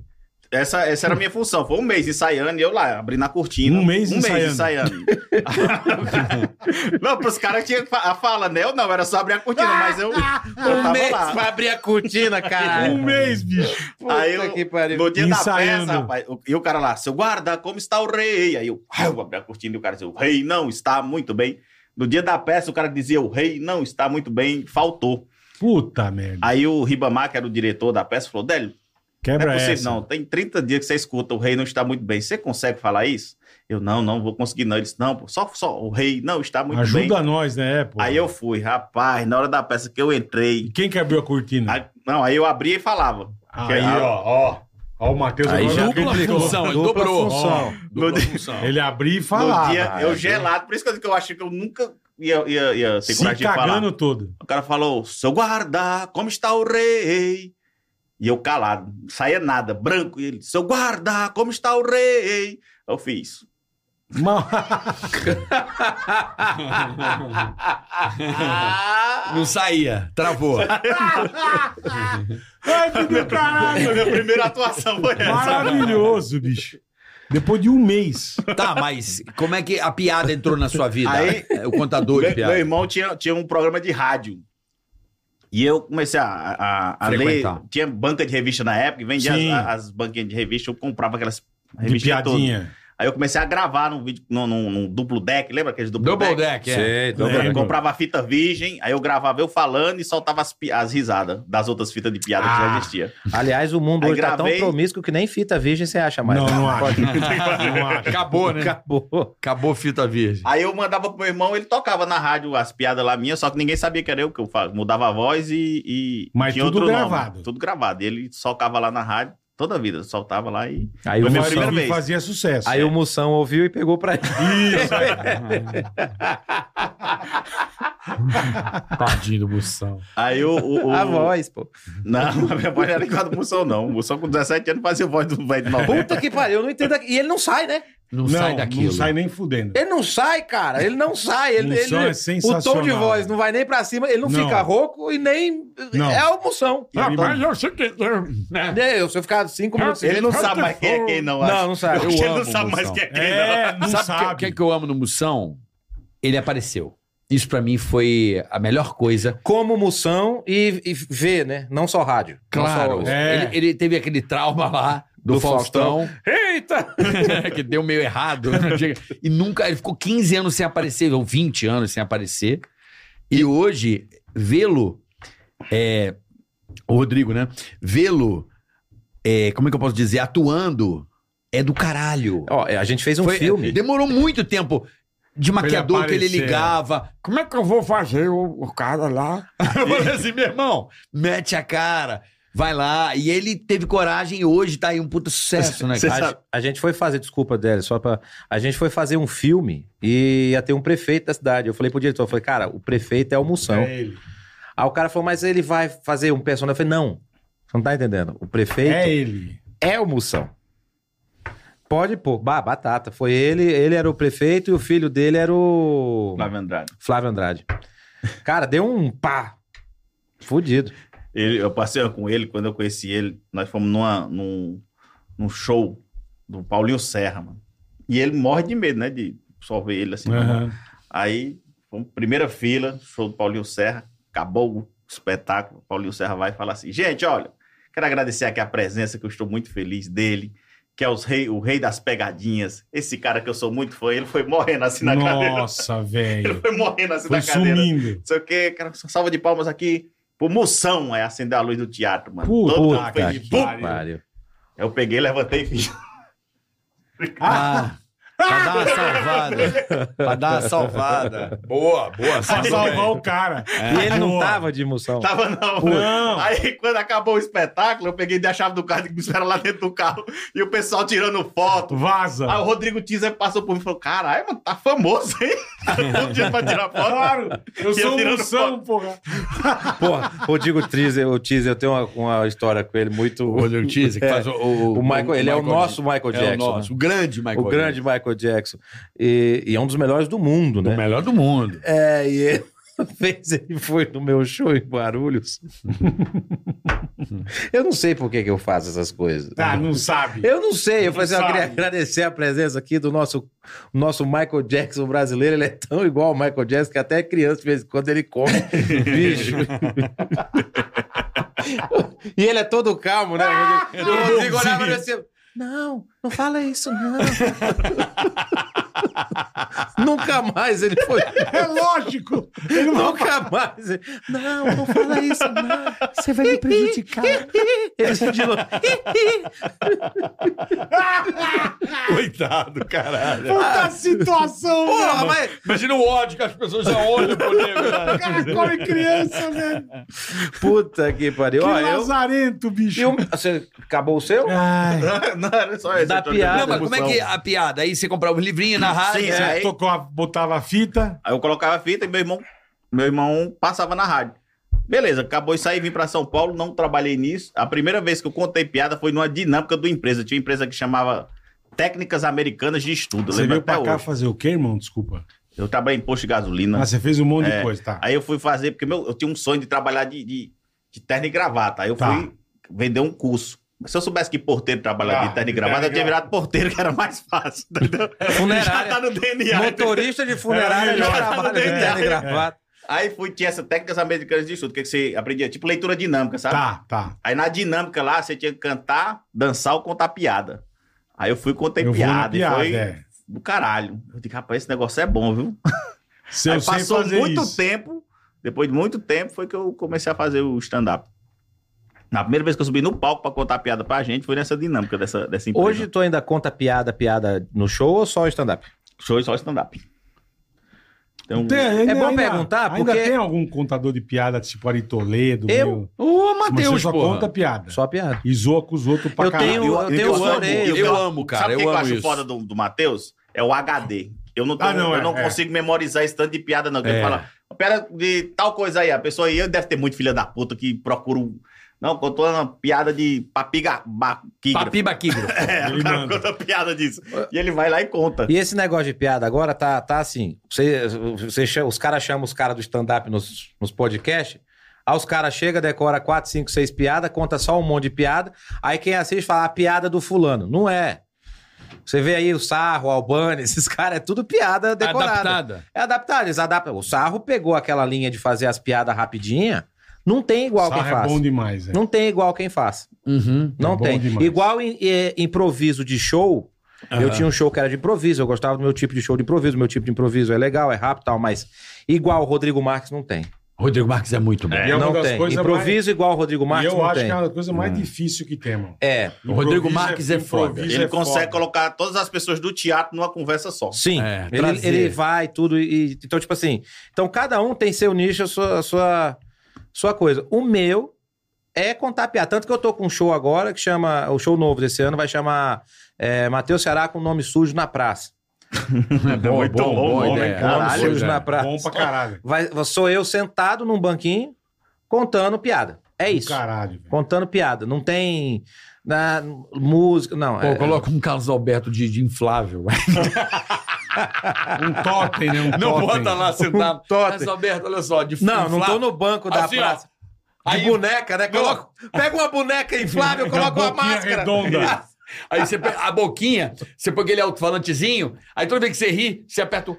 S6: Essa, essa era a minha função. Foi um mês ensaiando e eu lá, abrindo a cortina.
S4: Um mês
S6: um mês ensaiando. não, pros caras tinha fa- a fala, né? Eu não, era só abrir a cortina, mas eu, eu
S5: um
S6: tava lá.
S5: abrir a cortina,
S6: É.
S4: Um mês, bicho.
S6: Aí eu,
S5: que pariu.
S6: no dia
S4: Ensaiando.
S6: da peça, rapaz, o- e o cara lá, seu guarda, como está o rei? Aí eu, ah, eu abri a cortina e o cara dizia, o rei não está muito bem. No dia da peça, o cara dizia, o rei não está muito bem, faltou.
S4: Puta merda.
S6: Aí o Ribamar, que era o diretor da peça, falou, Délio, Não
S4: Quebra
S6: é possível,
S4: essa.
S6: não. Tem 30 dias que você escuta, o rei não está muito bem. Você consegue falar isso? Eu, não, não vou conseguir, não. Ele disse, não, pô, só, só o rei não está muito
S4: Ajuda
S6: bem.
S4: nós, né, pô?
S6: Aí eu fui, rapaz, na hora da peça que eu
S4: E
S6: entrei.
S4: Quem que abriu a cortina?
S6: aí- não, aí eu abria e falava.
S4: Ah,
S6: que é
S4: aí,
S6: aí,
S4: ó, ó. Ó, o Matheus
S3: Aí já
S4: acreditou.
S3: dupla função, ele
S5: Dupla
S3: dobrou.
S5: função.
S6: No
S3: Dupla
S6: dia-
S3: função.
S4: Ele abriu e
S6: No
S4: falava. é.
S6: dia, eu
S4: Aí,
S6: gelado. Por isso que eu, que eu achei que eu nunca ia, ia, ia ter
S4: Se
S6: coragem de falar.
S4: cagando todo.
S6: O cara falou, seu guarda, como está o rei? E eu calado, não saía nada, branco. E ele, seu guarda, como está o rei? Eu fiz.
S4: Mal-
S3: Não saía, travou.
S4: Ai, que do caralho.
S6: Foi minha primeira atuação foi essa.
S4: Maravilhoso, bicho. Depois de um mês.
S3: Tá, mas como é que a piada entrou na sua vida?
S6: Aí-
S3: É, O contador de
S6: Meu, meu
S3: piada.
S6: irmão tinha, tinha um programa de rádio. E eu comecei a, a, a ler.
S3: Frequentar.
S6: Tinha banca de revista na época, e vendia
S4: Sim.
S6: as, as banquinhas de revista, eu comprava aquelas
S4: De
S6: revistas todas.
S4: piadinha.
S6: Aí eu comecei a gravar num vídeo, num, num- num duplo deck, lembra aqueles duplo
S3: Double
S6: deck?
S3: deck, é.
S5: Sei,
S6: Eu
S5: dobrou.
S4: Lembro.
S6: comprava a fita virgem, aí eu gravava eu falando e soltava as, pi- as risadas das outras fitas de piada que
S4: Ah.
S6: já existia.
S5: Aliás, o mundo
S6: Aí
S5: hoje tá tão
S6: gravei.
S5: promíscuo que nem fita virgem você acha mais.
S4: não, não acho.
S5: Pode-
S4: não acho.
S3: Acabou, né?
S5: Acabou.
S3: Acabou fita virgem.
S6: Aí eu mandava pro meu irmão, ele tocava na rádio as piadas lá minhas, só que ninguém sabia que era eu que eu fa- mudava a voz e. e
S4: Mas
S6: tinha
S4: tudo
S6: outro nome.
S4: gravado.
S6: Tudo gravado. E ele soltava lá na rádio, toda a vida, soltava lá e.
S5: Aí
S6: Foi
S5: o,
S6: minha
S5: Moção,
S6: primeira
S4: Mas
S6: vez.
S4: fazia sucesso.
S5: aí o Moção ouviu e pegou pra ele.
S4: Isso.
S8: Tadinho do Bução.
S6: Aí o. o- o-
S5: A voz, pô.
S6: Não, a minha voz não era igual a do Mussão, não. O Mussão com 17 anos fazia voz do velho de 90.
S5: Puta que pariu, eu não entendo. aqui. E ele não sai, né?
S3: Não,
S4: Não,
S3: sai daquilo.
S4: não sai nem fudendo.
S5: Ele não sai, cara. Ele não sai. Ele,
S4: Moção
S5: ele-
S4: é
S5: o tom de
S4: sensacional.
S5: voz não vai nem pra cima, ele não,
S4: Não.
S5: fica rouco e nem.
S4: Não.
S5: É a moção.
S4: Ah, mas
S8: eu sei que. Né?
S5: Eu, se eu ficar cinco minutos.
S6: Ele É. não sabe mais quem é quem, não. acho.
S5: Não, não sabe.
S6: Eu
S5: Eu
S6: acho que ele
S5: amo
S6: não sabe mais
S8: Mussão.
S6: quem é quem, não.
S4: É, não
S3: sabe,
S4: sabe.
S3: o que- o que, que eu amo no Moção? Ele apareceu. Isso pra mim foi a melhor coisa.
S5: Como moção e, e vê, né? Não só rádio. Não só ouve.
S4: É.
S3: Ele, ele teve aquele trauma lá do,
S5: Do
S3: Faustão,
S5: Faustão. Eita!
S3: que deu meio errado. né? e nunca. Ele ficou 15 anos sem aparecer, ou 20 anos sem aparecer. E hoje, vê-lo. é, o Rodrigo, né? Vê-lo. é, como é que eu posso dizer? Atuando é do caralho.
S5: Ó, a gente fez um
S3: Foi- eh,
S5: filme.
S3: Demorou muito tempo. De maquiador que ele
S4: aparecer,
S3: ligava.
S8: Como é que eu vou fazer o, o cara lá?
S3: Eu falei
S4: É
S3: assim, meu irmão, mete a cara, vai lá. E ele teve coragem e hoje tá aí um puta sucesso, né,
S6: Cê
S3: cara?
S6: sabe-
S5: A, a gente foi fazer, desculpa, Délio, só pra. A gente foi fazer um filme e ia ter um prefeito da cidade. Eu falei pro diretor, eu falei, cara, o prefeito é o Moção.
S4: É ele.
S5: Aí o cara falou, mas ele vai fazer um personagem. Eu falei, não, você não tá entendendo. O prefeito
S4: É ele.
S5: é o Moção. Pode pôr. Bah, batata. Foi ele, ele era o prefeito e o filho dele era o
S6: Flávio Andrade.
S5: Flávio Andrade. Cara, deu um pá. Fudido.
S6: Ele- eu passei com ele, quando eu conheci ele, nós fomos numa, num, num show do Paulinho Serra, mano. E ele morre de medo, né? De só ver ele assim.
S4: Aham.
S6: Aí, fomos primeira fila, show do Paulinho Serra, acabou o espetáculo. Paulinho Serra vai falar assim: gente, olha, quero agradecer aqui a presença, que eu estou muito feliz dele, que é os rei, o rei das pegadinhas. Esse cara que eu sou muito fã, ele foi morrendo assim na cadeira.
S4: Nossa,
S6: Ele
S4: velho.
S6: foi morrendo assim
S4: Foi
S6: na cadeira.
S4: sumindo.
S6: Não sei o quê, cara, só salva de palmas aqui. Por moção é acender a luz do teatro, mano.
S4: Puta
S6: Todo mundo fez
S4: que
S6: pum.
S4: pariu.
S6: Eu peguei, levantei e fiz.
S3: Ah, Pra dar uma salvada. pra dar uma salvada.
S7: Boa, boa.
S4: Pra salvar o cara.
S5: E ele não
S4: Boa.
S5: tava de emoção.
S3: Tá.
S6: Tava não.
S4: Não.
S6: Aí quando acabou o espetáculo, eu peguei e dei a chave do carro e me esperaram lá dentro do carro. E o pessoal tirando foto.
S4: Vaza.
S6: Aí o Rodrigo Teaser passou por mim e falou: caralho, mano, tá famoso, hein? Todo dia pra tirar foto.
S4: Claro, eu
S6: Ia
S4: sou um
S6: tirando
S4: moção, porra.
S5: Porra, Rodrigo Teaser, o Teaser, eu tenho uma, uma história com ele muito.
S3: O Rodrigo Tizzi, que
S5: É.
S3: faz o, o,
S5: O Michael, ele é o nosso Michael
S3: Jackson. É o
S5: Jackson.
S3: nosso. O grande Michael
S5: né? O grande Michael Jackson. E, e é um dos melhores do mundo,
S7: O
S5: né?
S7: melhor do mundo.
S5: É, e ele fez, ele foi no meu show em Guarulhos. eu não sei por que, que eu faço essas coisas.
S4: Tá, não sabe.
S5: Eu Ah, não sei, eu falei assim, eu
S4: Sabe.
S5: queria agradecer a presença aqui do nosso, nosso Michael Jackson brasileiro. Ele é tão igual ao Michael Jackson que até criança, de vez em quando, ele come bicho. e ele é todo calmo, né?
S4: Ah,
S5: o Rodrigo olhava e assim, não, não fala isso, não. Nunca mais ele foi.
S4: É lógico. Ele não
S5: Nunca mais. ele- Não, não fala isso, não. Você vai me prejudicar. Ele de novo.
S7: Coitado, caralho.
S4: Ah,
S1: Puta situação, velho.
S5: Porra, mas
S7: Imagina o ódio que as pessoas já olham pro nego.
S1: O cara come criança, velho.
S5: Puta que pariu.
S4: né? Que
S5: Ó, eu,
S4: lazarento, bicho.
S5: eu- você acabou o seu?
S4: Ai,
S6: Não, era só esse.
S5: Da
S6: eu tô
S5: piada.
S6: ligado.
S3: Não, mas como é que é a piada? Aí você comprava o livrinho na rádio.
S6: Sim,
S3: né?
S6: sim.
S4: você tocou a- botava a fita.
S6: Aí eu colocava a fita e meu irmão, meu irmão passava na rádio. Beleza, acabou isso aí, vim pra São Paulo, não trabalhei nisso. A primeira vez que eu contei piada foi numa dinâmica do empresa. Tinha uma empresa que chamava Técnicas Americanas de Estudo. Eu
S4: Você
S6: lembro
S4: veio
S6: até
S4: pra cá
S6: hoje.
S4: fazer o quê, irmão? Desculpa.
S6: Eu trabalhei em posto de gasolina.
S4: Ah, você fez um monte de
S6: É.
S4: coisa, tá.
S6: Aí eu fui fazer, porque meu, eu tinha um sonho de trabalhar de, de, de terno e gravata. Aí eu
S4: Tá.
S6: fui vender um curso. Se eu soubesse que porteiro trabalhava
S4: Ah,
S6: de terno e
S4: de
S6: gravata,
S4: terno
S6: eu
S4: e
S6: tinha virado porteiro, que era mais fácil. Entendeu? Já tá
S5: Funerária.
S6: no DNA.
S5: Motorista de funerária
S4: É,
S5: já
S4: já
S5: trabalha
S6: tá
S5: de terno e
S6: dentro.
S5: gravata.
S6: Aí fui, tinha essas técnicas americanas de estudo, que, que você aprendia, tipo leitura dinâmica, sabe?
S4: Tá, tá.
S6: Aí na dinâmica lá, você tinha que cantar, dançar ou contar piada. Aí eu fui e contei
S4: Eu vou na
S6: piada,
S4: piada,
S6: e foi
S4: é.
S6: do caralho. Eu digo, rapaz, esse negócio é bom, viu?
S4: Se eu
S6: Aí
S4: sei
S6: passou
S4: fazer
S6: muito
S4: isso.
S6: tempo, depois de muito tempo, foi que eu comecei a fazer o stand-up. Na primeira vez que eu subi no palco pra contar piada pra gente, foi nessa dinâmica dessa, dessa
S4: É.
S6: empresa.
S5: Hoje tu ainda conta piada, piada no show ou só stand-up?
S6: show e só stand-up. Então,
S4: Tem- ainda-
S5: É bom
S4: ainda-
S5: perguntar,
S4: Ainda
S5: porque-
S4: tem algum contador de piada, tipo Ari Toledo?
S5: Eu?
S4: meu?
S7: Ô,
S4: Mas você
S7: Matheus,
S4: só
S7: porra.
S4: conta piada.
S5: Só piada.
S4: E zoa com os outros pra
S5: Eu
S4: caralho.
S5: tenho, eu tenho
S6: eu
S5: os
S6: amo,
S5: orelhos.
S6: um é. eu
S7: Eu
S6: amo,
S7: amo, cara.
S6: sabe o que
S7: eu
S6: eu
S7: amo
S6: acho
S7: isso.
S6: foda do, do Matheus? É o HD. Eu não, tô-
S4: Ah, não,
S6: eu
S4: é,
S6: não
S4: é.
S6: consigo memorizar isso tanto de piada, não. Que
S4: É.
S6: Ele fala, "Uma piada de tal coisa aí. A pessoa aí deve ter muito filha da puta que procura um... Não, contou uma piada de papiga... Baquigra.
S3: Papiba Kigro.
S6: É,
S4: Ele
S6: o cara
S4: manda.
S6: conta piada disso. E ele vai lá e conta.
S5: E esse negócio de piada agora tá, tá assim. Você, você chama- os caras chamam os caras do stand-up nos, nos podcasts. Aí os caras chegam, decora 4, 5, 6 piadas, conta só um monte de piada. Aí quem assiste fala, a piada do fulano. Não é. Você vê aí o Sarro, o Albani, esses caras, é tudo piada decorada.
S3: Adaptada.
S5: É adaptado, eles adaptam. O Sarro pegou aquela linha de fazer as piadas rapidinha. Não tem igual
S4: Sarra
S5: quem
S4: é
S5: faz.
S4: bom demais, é.
S5: Não tem igual quem faz.
S3: Uhum.
S5: Não
S4: bom
S5: tem.
S4: demais.
S5: Igual em, eh, improviso de show. Eu tinha um show que era de improviso, eu gostava do meu tipo de show de improviso. Meu tipo de improviso é legal, é rápido e tal, mas igual o Rodrigo Marques não tem.
S3: Rodrigo Marques é muito bom.
S4: E é uma
S5: não
S4: das
S5: tem.
S4: coisas
S5: Improviso igual o Rodrigo
S4: E
S5: Marques
S4: eu
S5: não
S4: acho
S5: tem.
S4: que é uma coisa mais difícil que tem, mano.
S5: É,
S3: O Rodrigo
S4: Improviso
S3: Marques é foda.
S4: improviso
S6: Ele
S4: é
S6: consegue
S4: foda.
S6: colocar todas as pessoas do teatro numa conversa só.
S5: sim.
S3: É,
S5: ele,
S3: trazer.
S5: ele vai tudo e então tipo assim, então cada um tem seu nicho, a sua a sua sua coisa. O meu é contar piada. Tanto que eu tô com um show agora que chama. O show novo desse ano vai chamar é, Matheus Ceará com nome sujo na praça.
S3: é
S6: Muito bom, bom,
S3: ideia.
S6: hein,
S5: Com
S6: Caralho,
S5: nome sujo
S3: velho.
S5: na praça.
S4: Bom pra caralho.
S5: Vai, sou eu sentado num banquinho contando piada. É
S4: Do
S5: isso.
S4: Caralho, velho.
S5: Contando piada. Não tem na, música. Não.
S3: Pô,
S5: é-
S3: coloca um Carlos Alberto de, de inflável.
S4: Um totem, né? Um
S7: Não
S4: totem.
S7: bota lá sentado. Carlos
S5: Totem.
S7: Alberto, olha só. De
S5: Não, não tô
S7: inflável.
S5: no banco da
S7: Assim, ó.
S5: praça. De
S7: Aí-
S5: boneca, né? Coloca, pega uma boneca inflável, coloca uma
S4: boquinha
S5: máscara.
S4: redonda.
S7: Aí você pega a boquinha, você põe aquele alto-falantezinho, aí toda vez que você ri, você aperta o.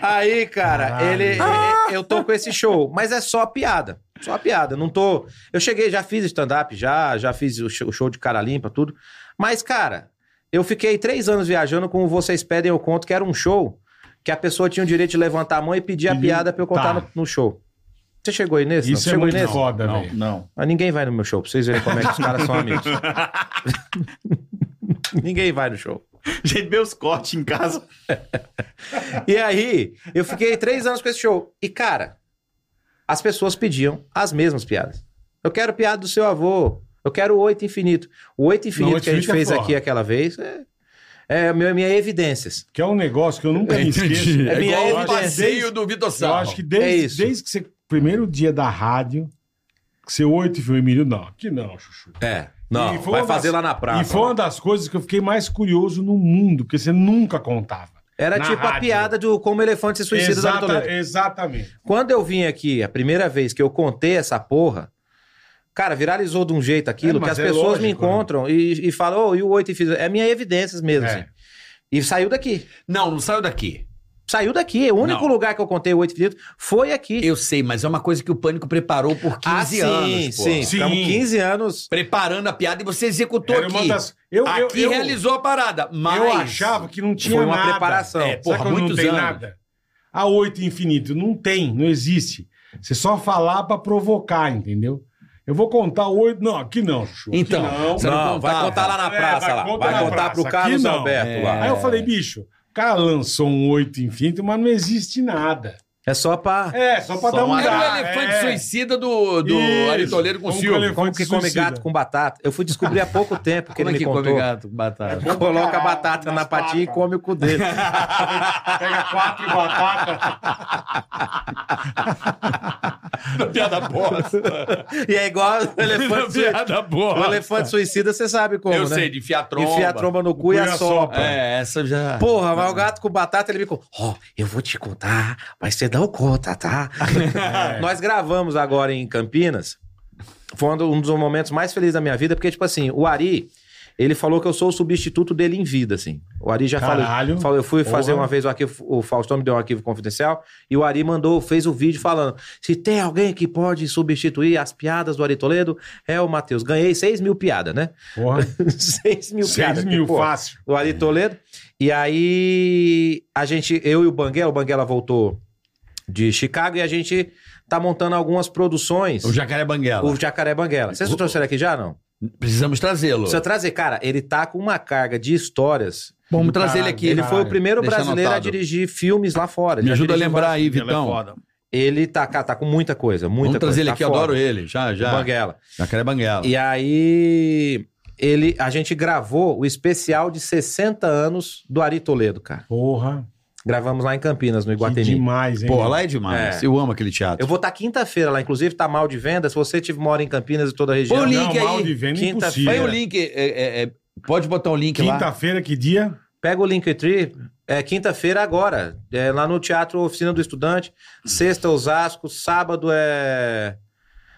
S5: Aí, cara,
S4: Caralho.
S5: ele, eu tô com esse show, mas é só piada. Só piada. Não tô. Eu cheguei, já fiz stand-up, já, já fiz o show, o show de cara limpa, tudo. Mas, cara, eu fiquei três anos viajando com o Vocês Pedem Eu Conto, que era um show que a pessoa tinha o direito de levantar a mão e pedir a
S4: Pediu-
S5: piada pra eu
S4: Tá.
S5: contar no, no show. Você chegou aí nesse?
S4: Isso é
S5: Chegou aí
S4: muito
S5: nesse?
S4: foda,
S6: Não,
S4: velho.
S6: não.
S5: Ah, ninguém vai no meu show, pra vocês verem como é que os caras são amigos. ninguém vai no show.
S6: Gente, meus cortes em casa.
S5: E aí, eu fiquei três anos com esse show. E, cara, as pessoas pediam as mesmas piadas. Eu quero piada do seu avô. Eu quero o oito infinito. O oito infinito
S4: oito
S5: que a gente
S4: infinito é
S5: fez
S4: foda.
S5: aqui aquela vez é, é meu, minha evidências.
S4: Que é um negócio que eu nunca me esqueço.
S5: É minha
S7: igual o
S5: evidência.
S7: passeio do Vitor
S4: Eu
S7: Sarro.
S4: acho que desde,
S5: É isso.
S4: desde que você. Primeiro dia da rádio, que você oito e foi Emílio, não, que não, Chuchu.
S5: É.
S4: E
S5: Não,
S4: foi
S5: vai
S4: uma
S5: fazer
S4: das-
S5: lá na praça.
S4: e foi uma das coisas que eu fiquei mais curioso no mundo, porque você nunca contava.
S5: Era
S4: na
S5: tipo a
S4: rádio.
S5: piada do Como Elefante se Suicida da
S4: Exata-
S5: Toledo.
S4: Exatamente.
S5: Quando eu vim aqui, a primeira vez que eu contei essa porra, cara, viralizou de um jeito aquilo
S4: É,
S5: que
S4: mas
S5: as
S4: é
S5: pessoas me
S4: lógico, né?
S5: encontram e, e falam, "Ô, e o oito infinito? É minha evidências mesmo,
S4: É.
S5: assim. E saiu daqui.
S3: Não, não saiu daqui.
S5: Saiu daqui. O único
S3: Não.
S5: lugar que eu contei o oito infinito foi aqui. Ah,
S3: Eu sei, mas é uma coisa que o Pânico preparou por 15 anos, pô.
S5: sim.
S4: Sim.
S5: Ficamos 15 anos.
S3: Preparando a piada e você executou
S4: Era uma
S3: aqui.
S4: das. Eu, eu-
S3: aqui
S4: eu,
S3: realizou a parada, mas...
S4: eu achava que não tinha
S5: Foi uma
S4: nada.
S5: preparação.
S4: É, porra,
S3: porra,
S4: Sabe quando não
S3: muitos
S4: tem
S3: anos.
S4: nada? A oito infinito. Não tem, não existe. Você só falar pra provocar, entendeu? Eu vou contar oito. Não, aqui não, Chuchu. aqui
S3: Então,
S4: não.
S3: você não,
S5: Não, vai
S3: contava.
S5: contar lá na
S4: É,
S5: praça,
S4: vai
S5: lá.
S4: contar
S5: vai
S4: na
S5: contar
S4: praça.
S5: pro
S4: Aqui
S5: Carlos
S4: não.
S5: Alberto
S3: É.
S5: lá.
S4: Aí eu falei, bicho, o cara lançou um oito infinito, mas não existe nada.
S5: É só pra.
S4: É, só pra
S6: Só
S4: dar um
S6: um
S3: Era
S4: gás,
S3: o elefante
S4: é.
S3: suicida do, do
S4: Isso.
S3: Ari Toledo com o
S4: Como
S3: Silvio.
S4: elefante
S5: Como que come
S4: suicida.
S5: gato com batata? Eu fui descobrir há pouco tempo que
S3: Como
S5: ele
S3: é que
S5: me contou.
S3: come gato com batata?
S4: É bom pra
S5: Coloca a
S4: caralho,
S5: batata na
S4: nas
S5: patinha e
S4: patas.
S5: come o cu dele.
S4: Pega quatro batatas.
S7: piada bosta.
S5: E é igual o elefante, sui-
S7: piada
S5: o
S7: bosta.
S5: elefante suicida, você sabe como,
S7: Eu
S5: né?
S7: sei, de enfiar tromba.
S5: Enfia a tromba no cu e assopra.
S3: É, essa já...
S5: Porra, mas o gato com batata, ele me conta. Ó, eu vou te contar, mas você não conta, tá?
S4: É.
S5: Nós gravamos agora em Campinas. Foi um do- um dos momentos mais felizes da minha vida, porque, tipo assim, o Ari, ele falou que eu sou o substituto dele em vida, assim. O Ari já falou.
S4: Caralho.
S5: Falou, eu fui fazer
S4: Porra.
S5: uma vez o arquivo, o Faustão me deu um arquivo confidencial e o Ari mandou, fez o vídeo falando: se tem alguém que pode substituir as piadas do Ari Toledo, é o Matheus. Ganhei 6 mil piadas, né?
S4: Porra,
S5: 6 mil piadas. tipo,
S4: seis mil,
S5: que, pô,
S4: fácil.
S5: O Ari Toledo. E aí, a gente, eu e o Banguela, o Banguela voltou de Chicago e a gente tá montando algumas produções.
S3: O jacaré banguela.
S5: O Jacaré Banguela. Vocês
S3: O-
S5: trouxeram aqui já, não?
S3: Precisamos trazê-lo.
S5: Precisa trazer, cara, ele tá com uma carga de histórias.
S3: Vamos
S4: Do
S3: trazer ele
S4: caralho,
S3: aqui.
S5: ele foi o
S4: caralho.
S5: primeiro
S3: Deixa
S5: brasileiro a
S3: anotado.
S5: dirigir filmes lá fora.
S3: Me
S5: Já
S3: ajuda a
S5: dirigiu
S3: lembrar aí,
S6: Ela é
S3: Vitão.
S6: foda.
S5: Ele tá, cara, tá com muita coisa, muita
S3: Vamos trazer
S5: coisa.
S3: ele
S5: tá
S3: aqui, eu
S5: foda.
S3: adoro ele. Já,
S5: O
S3: já.
S5: Banguela.
S3: Jacaré Banguela.
S5: E aí, ele, a gente gravou o especial de 60 anos do Ari Toledo, cara.
S4: Porra,
S5: Gravamos lá em Campinas, no
S4: que
S5: Iguatemi.
S4: demais, hein?
S3: Pô, lá é demais.
S5: É.
S3: Eu amo aquele
S5: Eu
S3: teatro.
S5: vou estar quinta-feira lá, inclusive tá mal de venda. Se você tiver- mora em Campinas e toda a região.
S3: Põe o
S4: Não,
S3: link
S4: mal
S3: aí.
S4: de venda é
S5: Quinta-feira.
S3: Põe o
S4: impossível.
S3: link. é, é, é, pode botar o link lá.
S4: Quinta-feira, que dia?
S5: Pega o Linktree, é quinta-feira agora, é lá no Teatro Oficina do Estudante, sexta é Osasco, sábado é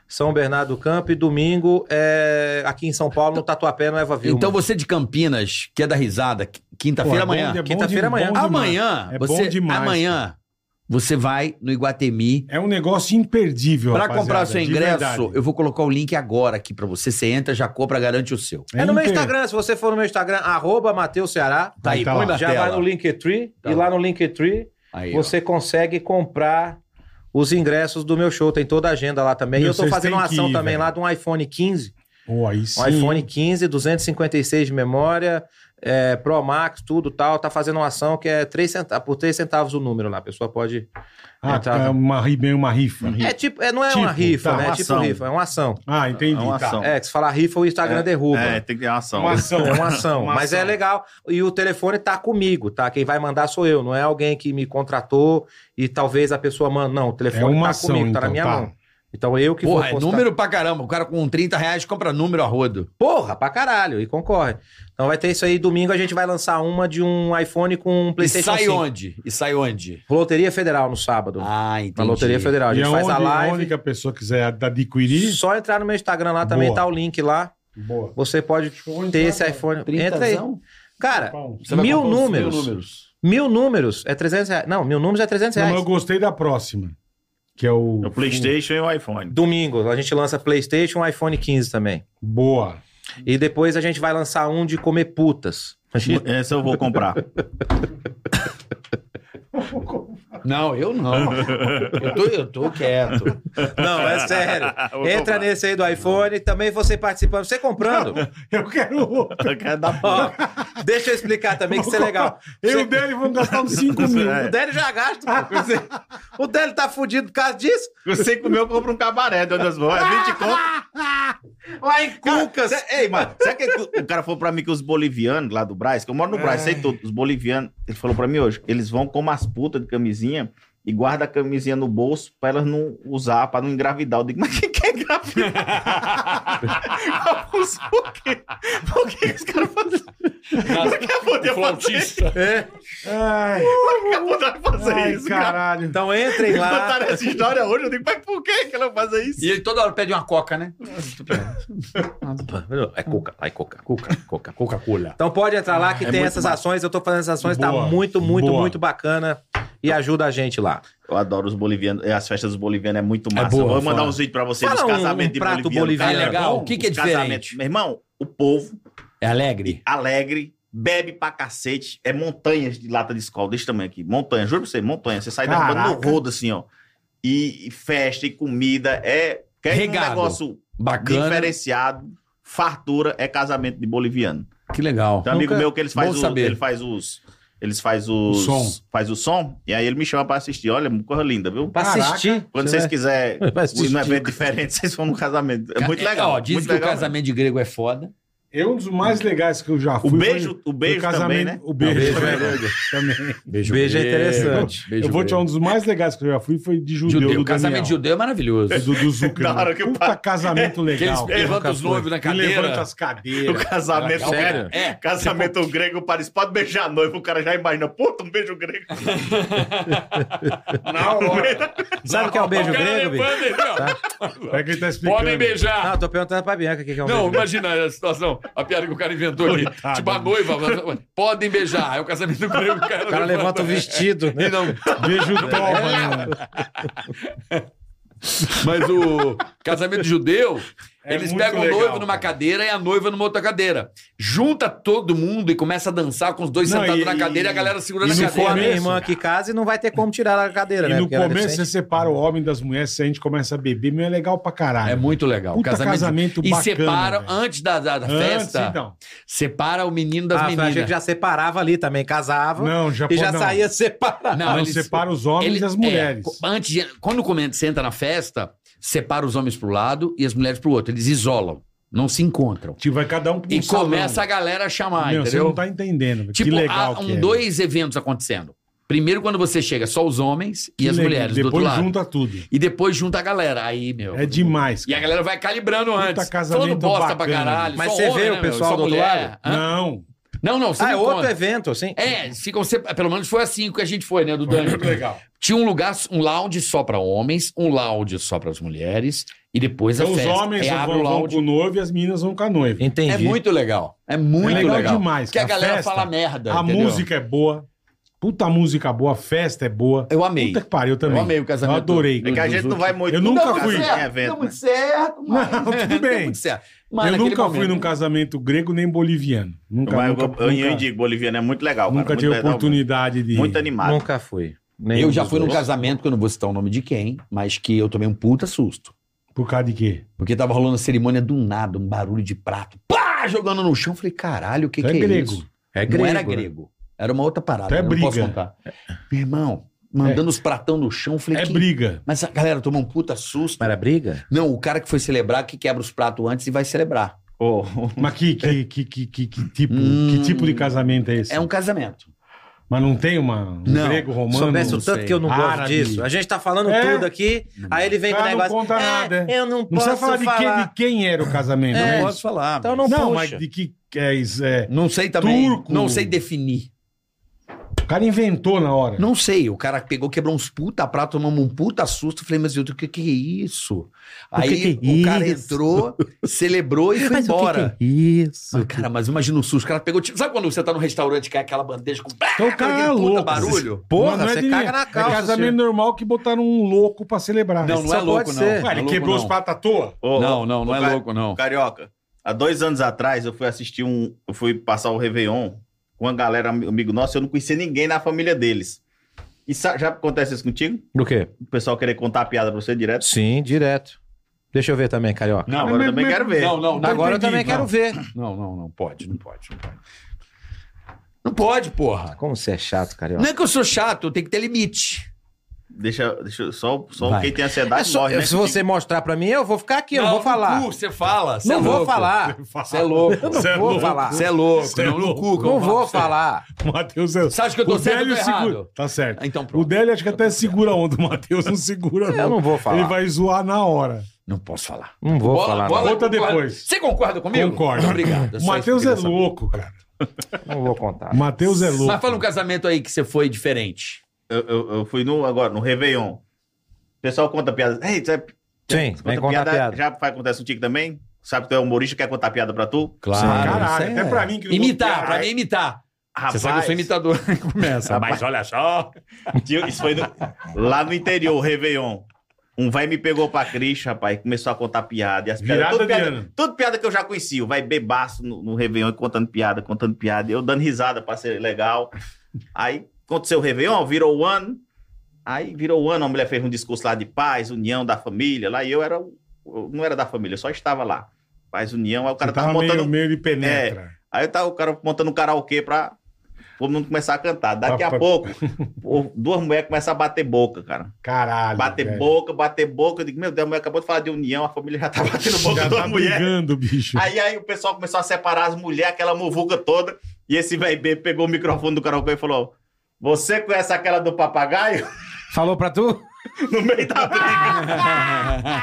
S5: São Bernardo do Campo e domingo é aqui em São Paulo, no Tatuapé, no Eva Vilma.
S3: Então você de Campinas, que é da risada, qu-
S4: Pô, é
S3: quinta-feira
S4: bom
S3: amanhã.
S4: de- é bom
S5: Quinta-feira
S4: de-
S5: amanhã.
S4: bom demais.
S3: Amanhã,
S4: É bom
S3: você,
S4: demais,
S3: amanhã, você vai no Iguatemi.
S4: É um negócio imperdível,
S3: Pra
S4: rapaziada,
S3: comprar seu
S4: de
S3: ingresso,
S4: verdade.
S3: eu vou colocar o link agora aqui pra você. Você entra, já compra, garante o seu.
S5: É no meu
S4: imper-
S5: Instagram, se você for no meu Instagram, arroba Matheus Ceará,
S3: Tá aí,
S4: tá
S3: põe
S4: lá.
S3: na
S5: já
S3: tela.
S5: vai no Linktree
S3: Tá
S5: e lá no Linktree
S3: Aí, ó.
S5: você consegue comprar os ingressos do meu show, tem toda a agenda lá também.
S4: Meu,
S5: e eu tô
S4: vocês
S5: fazendo uma
S4: têm que
S5: ação
S4: ir,
S5: também
S4: velho.
S5: lá de um iPhone 15,
S4: Pô, aí sim.
S5: Um iPhone 15, 256 de memória, é, Pro Max, tudo tal. Tá fazendo uma ação que é 3 centavos, por 3 centavos o número lá. A pessoa pode.
S4: Ah,
S5: Entrava.
S4: tá, uma, ri- meio uma rifa.
S5: É tipo, é, não é
S4: Tipo,
S5: uma rifa,
S4: tá,
S5: né?
S6: uma
S5: é tipo
S6: ação.
S5: rifa, é uma ação.
S4: Ah, entendi.
S6: É uma
S4: tá.
S6: ação.
S5: É, que se falar rifa, o Instagram derruba.
S6: É,
S5: É.
S6: tem que ter uma ação.
S4: Uma ação.
S5: uma ação,
S4: Uma
S5: mas é
S4: ação.
S5: legal. E o telefone tá comigo, tá? Quem vai mandar sou eu, não é alguém que me contratou e talvez a pessoa manda. Não, o
S4: É
S5: telefone
S4: uma
S5: tá
S4: ação,
S5: comigo,
S4: então,
S5: tá na minha
S4: tá.
S5: mão. Então eu que vou
S3: Porra, é
S5: postar.
S3: número pra caramba. O cara com 30 reais compra número a rodo.
S5: Porra, pra caralho, e concorre. Então vai ter isso aí. Domingo a gente vai lançar uma de um iPhone com um
S3: E
S5: PlayStation
S3: sai
S5: 5.
S3: onde? E sai onde?
S5: Loteria Federal no sábado.
S3: Ah,
S5: na
S3: entendi.
S5: Loteria Federal. A
S4: E
S5: gente faz
S4: aonde,
S5: a
S4: aonde que
S5: live.
S4: a pessoa quiser adquirir...
S5: Só entrar no meu Instagram lá também,
S4: Boa.
S5: tá o link lá.
S4: Boa.
S5: Você pode
S4: Show, então,
S5: ter esse
S4: cara.
S5: iPhone. Entra aí.
S3: Trintazão?
S5: Cara,
S4: Não,
S3: Você vai
S5: mil
S3: comprar os
S5: números.
S3: Mil números.
S5: mil números é 300 reais. Não, mil números é 300 reais.
S4: eu gostei da próxima. Que é o...
S6: O Playstation e o iPhone.
S5: Domingo, a gente lança Playstation e iPhone 15 também.
S4: Boa.
S5: E depois a gente vai lançar um de comer putas.
S6: Esse eu vou comprar.
S9: Não, eu não. Eu tô, eu tô quieto.
S5: Não, é sério.
S6: Vou
S5: Entra
S6: comprar.
S5: nesse aí do iPhone, também você participando, você comprando.
S4: Eu quero outro.
S6: Eu quero dar pra-
S5: Ó, deixa eu explicar também que isso é legal.
S4: Eu e
S5: Você-
S4: o Délio vamos gastar uns
S6: É.
S4: 5 mil.
S5: O Délio já gasta. pô. Você- O Délio tá fudido por causa disso.
S6: Você comeu, compra um cabaré de onde as vão. É 20 conto.
S5: Lá em Cucas.
S6: Cê- ei, mano, será que o cara falou pra mim que os bolivianos lá do Brás, que eu moro no Brás,
S4: É.
S6: sei tudo, os bolivianos, ele falou pra mim hoje, eles vão como as putas de camisinha e guarda a camisinha no bolso pra elas não usar, pra não engravidar. Eu digo, mas quem quer engravidar? Por quê? Por que esse cara fazem Por que a puta ia fazer isso?
S3: Flautista.
S5: É.
S4: Ai,
S6: Por que a puta vai fazer
S4: ai,
S6: é isso, cara?
S4: caralho.
S5: Então entrem lá.
S6: Contaram essa história hoje, eu digo, mas por que que ela vai fazer isso?
S9: E ele toda hora pede uma coca, né?
S5: É Cuca, lá em Cuca. Cuca, Cuca.
S3: Coca-Cola.
S5: Então pode entrar lá que
S6: É
S5: tem
S6: muito
S5: essas
S6: massa.
S5: ações. Eu tô fazendo essas ações, tá
S4: Boa,
S5: muito, muito,
S4: boa.
S5: muito bacana. E ajuda a gente lá.
S6: Eu adoro os bolivianos. É, As festas dos bolivianos é muito massa.
S4: boa,
S6: Eu Vou mandar
S4: fala.
S6: uns vídeos pra vocês
S5: Fala
S6: dos
S5: um-
S6: casamentos
S5: um
S6: de
S5: prato
S6: boliviano.
S5: boliviano.
S6: Cara,
S9: É legal.
S6: bom.
S9: O que que é
S6: Os casamentos.
S9: diferente?
S6: Meu irmão, o povo
S9: É alegre?
S6: alegre, bebe pra cacete. É montanhas de lata de escola desse tamanho aqui. Montanha, juro pra você, montanha. Você sai
S4: Caraca.
S6: derrubando no rodo assim, ó. E, e festa e comida. É quer ir num
S9: Regado.
S6: negócio
S9: Bacana.
S6: diferenciado. Fartura é casamento de boliviano.
S9: Que legal.
S6: Tem um amigo
S5: Nunca-
S6: meu que eles
S9: Bom
S6: faz, o,
S9: saber.
S6: ele faz os. Eles faz os.
S4: O som.
S6: Faz o som. E aí ele me chama pra assistir. Olha, coisa linda, viu?
S5: Pra
S4: Caraca.
S5: assistir.
S6: Quando
S5: você
S6: vocês quiserem
S5: vai- vai assistir.
S6: um evento diferente, vocês vão no casamento. É muito
S9: Ca-
S6: legal.
S9: ó, dizem
S6: muito
S9: que
S6: legal
S3: né?
S9: o casamento de grego é foda.
S4: É um dos mais legais que eu já
S6: mesmo.
S4: fui.
S6: O
S4: foi-
S6: beijo, o beijo
S4: foi
S6: também,
S4: casamento-
S6: né?
S4: O beijo,
S5: beijo é
S4: também. também.
S9: Beijo,
S5: Beijo é interessante.
S9: Beijo
S4: eu vou te falar, um dos mais legais que eu já fui foi de
S3: um
S4: judeu,
S9: Judeu.
S4: do
S9: O casamento
S4: Daniel.
S9: de judeu é maravilhoso.
S4: Do, do Zucca.
S6: Da hora que o
S4: Puta
S6: pai-
S4: casamento legal.
S9: Que eles levantam os noivos na cadeira.
S4: Levanta as
S6: O
S4: cadeiras.
S6: casamento
S9: Sério? É.
S6: Casamento grego, Paris pode beijar a noiva, o cara já imagina, puta, um beijo grego.
S3: Na hora. Tá
S5: Sabe o que é o beijo
S3: O cara
S5: grego, bicho?
S3: levanta, ele, ó.
S9: Tá
S4: É que ele tá explicando.
S3: Podem
S5: Não,
S3: beijar.
S5: eu tô perguntando pra Bianca o que que é um
S3: Não,
S5: beijo.
S3: imagina a situação, a piada que o cara inventou ali.
S4: Coitado.
S3: Tipo,
S9: né?
S3: a noiva, podem beijar. Aí o casamento grego, o cara,
S5: O cara levanta o
S9: um
S5: vestido, né?
S3: E não,
S4: Beijo
S5: é
S4: toma, né?
S3: Mas o casamento judeu,
S4: É
S3: eles
S4: muito
S3: pegam
S4: legal,
S3: o noivo numa
S4: cara.
S3: cadeira e a noiva numa outra cadeira. Junta todo mundo e começa a dançar com os dois
S4: Não,
S3: sentados
S4: e-
S3: na cadeira e a galera segurando
S4: e
S3: a
S4: no
S5: Se for a minha
S3: cadeira.
S4: começo-
S5: irmã aqui em casa, não vai ter como tirar ela da cadeira,
S4: E
S5: né?
S4: no
S5: Porque ela é
S4: começo você
S5: deficiente.
S4: separa o homem das mulheres, se a gente começa a beber, meu, é legal pra caralho.
S3: É muito legal.
S4: Puta casamento
S3: e
S4: bacana,
S3: separa,
S4: velho.
S3: antes da, da- da
S4: Antes,
S3: festa,
S4: então.
S3: separa o menino das
S5: Ah, a
S3: meninas.
S5: gente já separava ali também, casava
S4: Não, já
S5: e já
S4: não.
S5: saía separado.
S4: Não,
S3: eles-
S4: separa os homens
S3: ele-
S4: e as
S3: é,
S4: mulheres.
S3: co- antes de- quando o comendo senta na festa, separa os homens pro lado e as mulheres pro outro. Eles isolam, não se encontram.
S4: Tipo, vai cada um pro
S3: E
S4: salão.
S3: começa a galera a chamar,
S4: Meu, você
S3: entendeu?
S4: não tá entendendo. velho.
S3: Tipo,
S4: que legal
S3: há um,
S4: que é.
S3: dois eventos acontecendo. Primeiro, quando você chega, só os homens e
S4: Que
S3: as
S4: legal.
S3: mulheres do
S4: Depois
S3: outro lado.
S4: junta tudo.
S3: E depois junta a galera. Aí, meu.
S4: É demais.
S3: E a
S4: cara.
S3: galera vai calibrando
S4: Puta
S3: antes.
S4: casamento
S3: Falando bosta pra
S4: bacana.
S3: caralho.
S5: Mas
S3: só
S5: você vê
S3: né,
S5: o
S3: meu?
S5: pessoal
S3: Só
S5: do outro
S3: mulher. Hã?
S4: Não.
S3: Não, não, você
S5: Ah, é
S3: não
S5: outro
S3: conta.
S5: evento, assim?
S3: É, ficam sempre, pelo menos foi assim que a gente foi, né, do Dani?
S4: Muito legal.
S3: Tinha um lugar, um lounge só pra homens, um lounge só para as mulheres e depois a
S4: Então os
S3: festa.
S4: homens
S3: é, abre o
S4: vão, vão
S3: lounge.
S4: com o noivo e as meninas vão com a noiva.
S5: Entendi.
S3: É muito legal. É muito
S4: É legal
S3: legal.
S4: demais,
S3: Porque a
S4: cara.
S3: galera
S4: Festa,
S3: fala merda,
S4: A
S3: entendeu?
S4: música é boa. Puta música boa, a festa é boa.
S3: Eu amei.
S4: Puta que pariu eu também.
S3: Eu amei o casamento.
S4: Eu adorei.
S6: É que a gente não vai muito.
S4: Eu nunca fui.
S6: em
S3: certo,
S6: evento,
S3: é, deu
S6: né?
S3: muito certo. Mas...
S4: Não, tudo
S3: deu
S4: bem.
S3: muito certo. Mas
S4: Eu
S3: naquele
S4: nunca fui
S3: momento-
S4: num casamento grego nem boliviano. Nunca,
S6: Mas eu-
S4: nunca,
S6: eu, eu
S4: nunca-
S6: indico, boliviano é muito legal.
S4: nunca
S6: cara,
S4: tive
S6: muito legal,
S4: oportunidade de...
S6: Muito animado.
S5: Nunca fui. Nenhum
S3: Eu já
S5: dos
S3: fui um num
S5: dois.
S3: casamento, que eu não vou citar o nome de quem, mas que eu tomei um puta susto.
S4: Por causa de quê?
S3: Porque tava rolando a cerimônia do nada, um barulho de prato, pá, jogando no chão. Eu Falei, caralho, o que,
S4: Isso
S3: que
S4: é
S3: é,
S4: grego.
S3: isso?
S5: É
S3: não era
S5: grego, né?
S3: grego. Era uma outra parada.
S4: Então é
S3: eu não posso
S4: briga.
S3: contar. Meu irmão, mandando os pratão no chão, eu falei,
S4: É
S3: que-
S4: briga.
S3: mas a galera tomou um puta susto.
S5: Mas Era briga?
S3: Não, o cara que foi celebrar, que quebra os pratos antes e vai celebrar.
S6: Oh,
S4: Mas que, que, que, que, que, que tipo,
S3: Hum.
S4: que tipo de casamento é esse?
S3: É um casamento.
S4: Mas não tem uma, um
S3: Não.
S4: grego romano?
S5: Soubesse o
S4: não
S5: tanto
S3: sei.
S5: que eu não gosto
S4: Árabe.
S5: disso. A gente tá falando
S4: É.
S5: tudo aqui, aí ele vem com o
S4: Cara, não
S5: negócio.
S4: conta
S5: "É,
S4: nada, é.
S5: Eu não, posso
S4: precisa falar de, Que, de quem era o casamento, né?
S3: falar.
S5: Então
S3: Então,
S5: não,
S4: Não, mas
S5: puxa.
S4: de que que é isso? É,
S3: não sei também.
S4: Turco.
S3: Não sei definir.
S4: o cara inventou na hora.
S3: Não sei. O cara pegou, quebrou uns puta prato, tomamos um puta susto. Eu Falei, mas Vildo, o que, que é isso? Aí
S5: que é
S3: o cara
S5: isso?
S3: entrou, celebrou e foi
S5: Mas o que
S3: embora.
S5: que é isso?
S3: Mas, cara, mas imagina o susto. O cara pegou. tipo, Sabe quando você tá no restaurante e cai aquela bandeja com.
S4: Então o cara é
S5: Tá
S3: aquele puta
S4: louco.
S3: barulho?
S5: Porra,
S4: Mas não é
S5: você
S4: de-
S5: caga na calça,
S4: É casamento normal que botaram um louco pra celebrar.
S3: Não, não é
S5: Só
S3: louco,
S5: pode
S3: não.
S5: ser.
S3: Não
S4: Ué,
S3: é
S4: ele
S3: louco,
S4: quebrou os
S3: não.
S4: pratos à toa?
S6: oh,
S3: Não, não, não é
S6: Cara-
S3: louco, não.
S6: Carioca, há dois anos atrás eu fui assistir um. Eu fui passar o Réveillon com uma galera, am- amigo nosso, eu não conhecia ninguém na família deles. E sa- já acontece isso contigo?
S5: Do quê?
S6: O pessoal querer contar a piada pra você direto?
S5: Sim, direto. Deixa eu ver também, Carioca.
S6: Não, agora eu também quero ver.
S3: Não, não, não.
S5: Agora eu
S3: entendi,
S5: também
S3: não.
S5: quero ver.
S3: Não, não, não pode, não pode, não pode. Não pode, porra.
S5: Como você é chato, Carioca.
S3: Não é que eu sou chato, tem que ter limite.
S6: Deixa, deixa eu- só, só
S5: Vai.
S6: quem tem
S5: É
S6: ansiedade
S5: só-
S6: morre, né?
S5: Se você mostrar pra mim, eu vou ficar aqui, eu não, vou falar.
S3: No cu, você fala. Você
S5: Não
S3: é
S5: vou
S3: louco.
S5: falar.
S3: Você é louco.
S5: Eu não vou falar.
S3: Você é louco.
S4: Você é
S3: não, no
S4: louco.
S3: cu, que eu
S5: Não vou
S3: falo pra você.
S5: falar.
S4: Matheus é.
S3: Você acha que eu tô
S4: o
S3: certo ou
S4: Délio
S3: tô
S4: segura-
S3: errado?
S4: Tá certo.
S3: Ah, Então
S4: O
S3: pronto.
S4: Délio acho que até segura a onda, o Matheus não segura,
S5: Eu não vou falar.
S4: Ele vai zoar na hora.
S3: Não posso falar.
S5: Não vou
S3: Bola,
S5: falar.
S3: bola,
S4: Conta
S3: concorda-
S4: depois.
S3: Você concorda comigo?
S4: Concordo.
S3: Obrigado. é
S4: O
S3: só
S4: Matheus
S3: isso
S4: é
S3: que eu queria
S4: louco, cara.
S5: Não, não vou contar.
S4: O Matheus é
S5: Tá
S3: saber. Mas
S4: louco.
S3: fala um casamento aí que você foi diferente.
S6: Eu, eu, eu fui no, agora, no Réveillon. O pessoal conta piada. Ei, você
S5: Sim,
S6: conta
S5: vem contar
S6: piada,
S5: piada.
S6: Já faz- acontece contigo também? Sabe que tu é humorista quer contar piada pra tu?
S5: Claro.
S4: Caralho,
S5: isso é-
S4: até pra mim que não
S3: Imitar,
S4: vou-
S3: pra mim imitar.
S6: Rapaz,
S3: Você sabe que eu sou imitador. Começa. Mas olha só.
S6: tio, Isso foi no- lá no interior, o Réveillon. Um vai me pegou pra Cris, rapaz, começou a contar piada. E as piadas,
S4: Virada
S6: tudo,
S4: de
S6: piada
S4: ano.
S6: tudo piada que eu já conhecia. O vai bebaço no, no Réveillon, e contando piada, contando piada. Eu dando risada pra ser legal. Aí aconteceu o Réveillon, virou o ano. Aí virou o ano, a mulher fez um discurso lá de paz, união da família. Lá e eu era. o- Eu não era da família, eu só estava lá. Paz, união. Aí o cara
S5: tá
S4: Você
S6: tava,
S4: tava meio,
S6: montando.
S4: meio de
S5: É.
S4: penetra.
S6: Aí tá o cara montando um karaokê pra todo mundo começar a cantar. Daqui a
S4: Pra- pra-
S6: pouco, o- duas mulheres começam a bater boca, cara.
S4: Caralho.
S6: Bater
S4: velho.
S6: boca, bater boca. Eu digo, meu Deus, a mulher acabou de falar de união, a família já tá batendo boca
S4: Já
S6: da
S4: tá
S6: mulher.
S4: brigando, bicho.
S6: Aí, aí o pessoal começou a separar as mulheres, aquela muvuca toda. E esse velho B pegou o microfone do karaokê e falou: Você conhece aquela do papagaio?
S5: Falou pra tu?
S6: No meio da briga.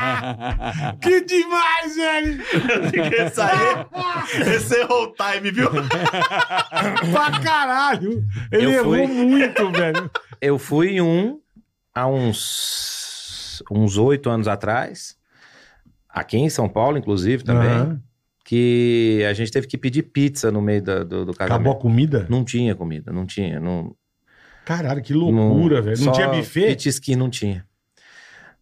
S4: Que demais, velho!
S6: Eu digo, Esse aí, esse é o time, viu?
S4: pra caralho! Ele
S5: Eu
S4: errou
S5: fui.
S4: muito, velho.
S5: Eu fui em um há uns uns oito anos atrás, aqui em São Paulo, inclusive, também,
S4: Aham.
S5: que a gente teve que pedir pizza no meio da- do, do casamento.
S4: Acabou a comida?
S5: Não tinha comida, não tinha. Não,
S4: Caralho, que loucura, velho. Não
S5: só
S4: tinha buffet?
S5: Petisquinho não tinha.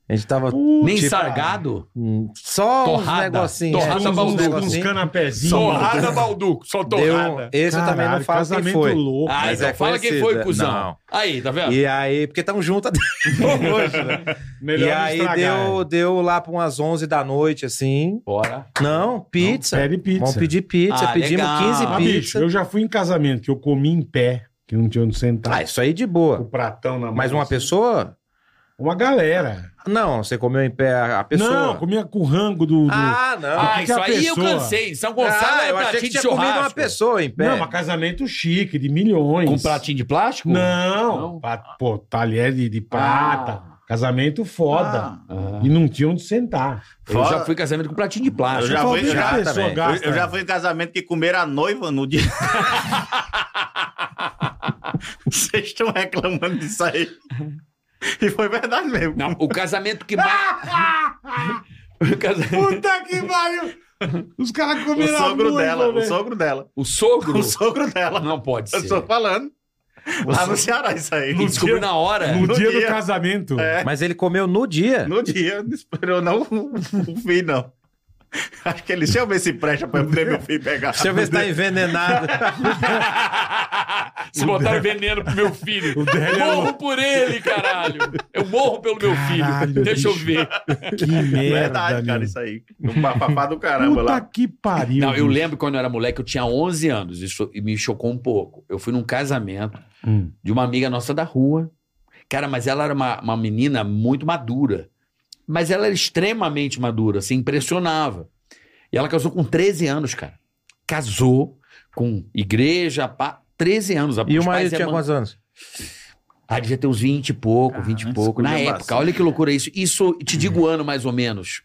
S5: A gente tava
S3: Nem
S5: Tipo,
S3: sargado.
S5: hum, só
S3: Torrada.
S5: uns negocinhos.
S3: Torrada
S5: uns-
S4: Uns,
S5: uns
S3: balduco,
S4: uns, uns
S5: negocinhos.
S4: canapezinhos.
S3: Balduco. Só
S5: Deu, esse eu também não
S4: Caralho,
S5: falo quem
S4: casamento
S5: foi.
S4: louco.
S3: Ah,
S5: Mas
S3: então
S5: é
S3: fala quem
S5: conhecido,
S3: foi,
S5: é.
S3: cuzão.
S5: Não.
S3: Aí, tá vendo?
S5: E aí, porque tamo junto até hoje, né?
S4: Melhor
S5: e
S4: não
S5: aí
S4: estragar,
S5: deu,
S4: é.
S5: deu lá para umas 11 da noite, assim.
S3: Bora.
S5: Não, pizza.
S4: é. Pede pizza.
S5: Vamos pedir pizza.
S3: Ah,
S5: Pedimos
S3: legal.
S4: Ah,
S5: 15
S4: bicho,
S5: pizzas.
S4: eu já fui em casamento que eu comi em pé, que não tinha onde sentar.
S5: Ah, isso aí de
S4: Com
S5: boa.
S4: o pratão na mão. assim.
S5: Mas uma pessoa?
S4: Uma galera.
S5: Não, você comeu em pé a a pessoa.
S4: Não, comia com o rango do... do-
S5: Ah, não.
S3: Ah,
S4: que que
S3: isso
S4: a
S3: aí
S4: pessoa-
S3: eu cansei. São Gonçalo
S5: Ah,
S3: é
S5: eu achei
S3: pratinho
S5: que
S3: de
S5: tinha comido uma
S3: churrasco.
S5: pessoa em pé.
S4: Não, mas casamento chique, de milhões.
S3: Com pratinho de plástico?
S4: Não,
S3: Não?
S4: pa- pô, talher de, de prata. Casamento foda.
S3: Ah.
S4: E não tinha onde sentar.
S3: Eu
S6: Fora-
S3: já fui em casamento com pratinho de
S6: Eu
S3: plástico.
S6: já
S4: Só
S6: fui, eu
S4: vejo
S6: já,
S4: a pessoa
S5: também.
S6: Eu,
S4: gasta.
S6: eu já fui em casamento que comeram a noiva no dia. Vocês estão reclamando disso aí. E foi verdade mesmo.
S3: Não, o casamento que mais. o, casa-
S1: Puta que pariu! Os caras
S6: o
S1: comeram né?
S6: sogro
S1: muito,
S6: dela, o
S1: velho.
S6: sogro dela.
S3: o sogro.
S6: O sogro dela.
S3: Não pode
S6: Eu
S3: ser.
S6: estou falando. Lá no Ceará, isso aí.
S3: É. Não descobriu na hora.
S4: No,
S6: No
S4: dia,
S6: dia.
S4: do casamento.
S5: Mas ele comeu no dia.
S6: No dia, não esperou não o fim, não. Acho que ele, deixa eu ver se presta pra eu poder meu filho pegar.
S5: Deixa eu ver se tá envenenado.
S3: Se botaram veneno pro meu filho.
S4: O Délio é
S3: Morro por ele, caralho. Eu morro pelo meu
S4: Caralho,
S3: filho. Deixa eu
S4: bicho.
S3: ver.
S4: Que merda,
S6: Verdade,
S4: meu.
S6: cara, isso aí. Um papapá do caramba
S4: Puta
S6: lá.
S4: que pariu.
S3: Não, eu
S4: bicho.
S3: lembro quando eu era moleque, eu tinha 11 anos. Isso me chocou um pouco. Eu fui num casamento
S4: Hum.
S3: de uma amiga nossa da rua. Cara, mas ela era uma, uma menina muito madura. Mas ela era extremamente madura, se impressionava. E ela casou com 13 anos, cara. Casou com igreja, pá, 13 anos.
S5: E o
S3: Os pais
S5: marido
S3: e a
S5: tinha
S3: mãe-
S5: quantos anos?
S3: Ah, devia ter uns 20 e pouco, 20 e pouco. Na
S6: esculhambação.
S3: época, olha que loucura isso. Isso, te digo o ano mais ou menos.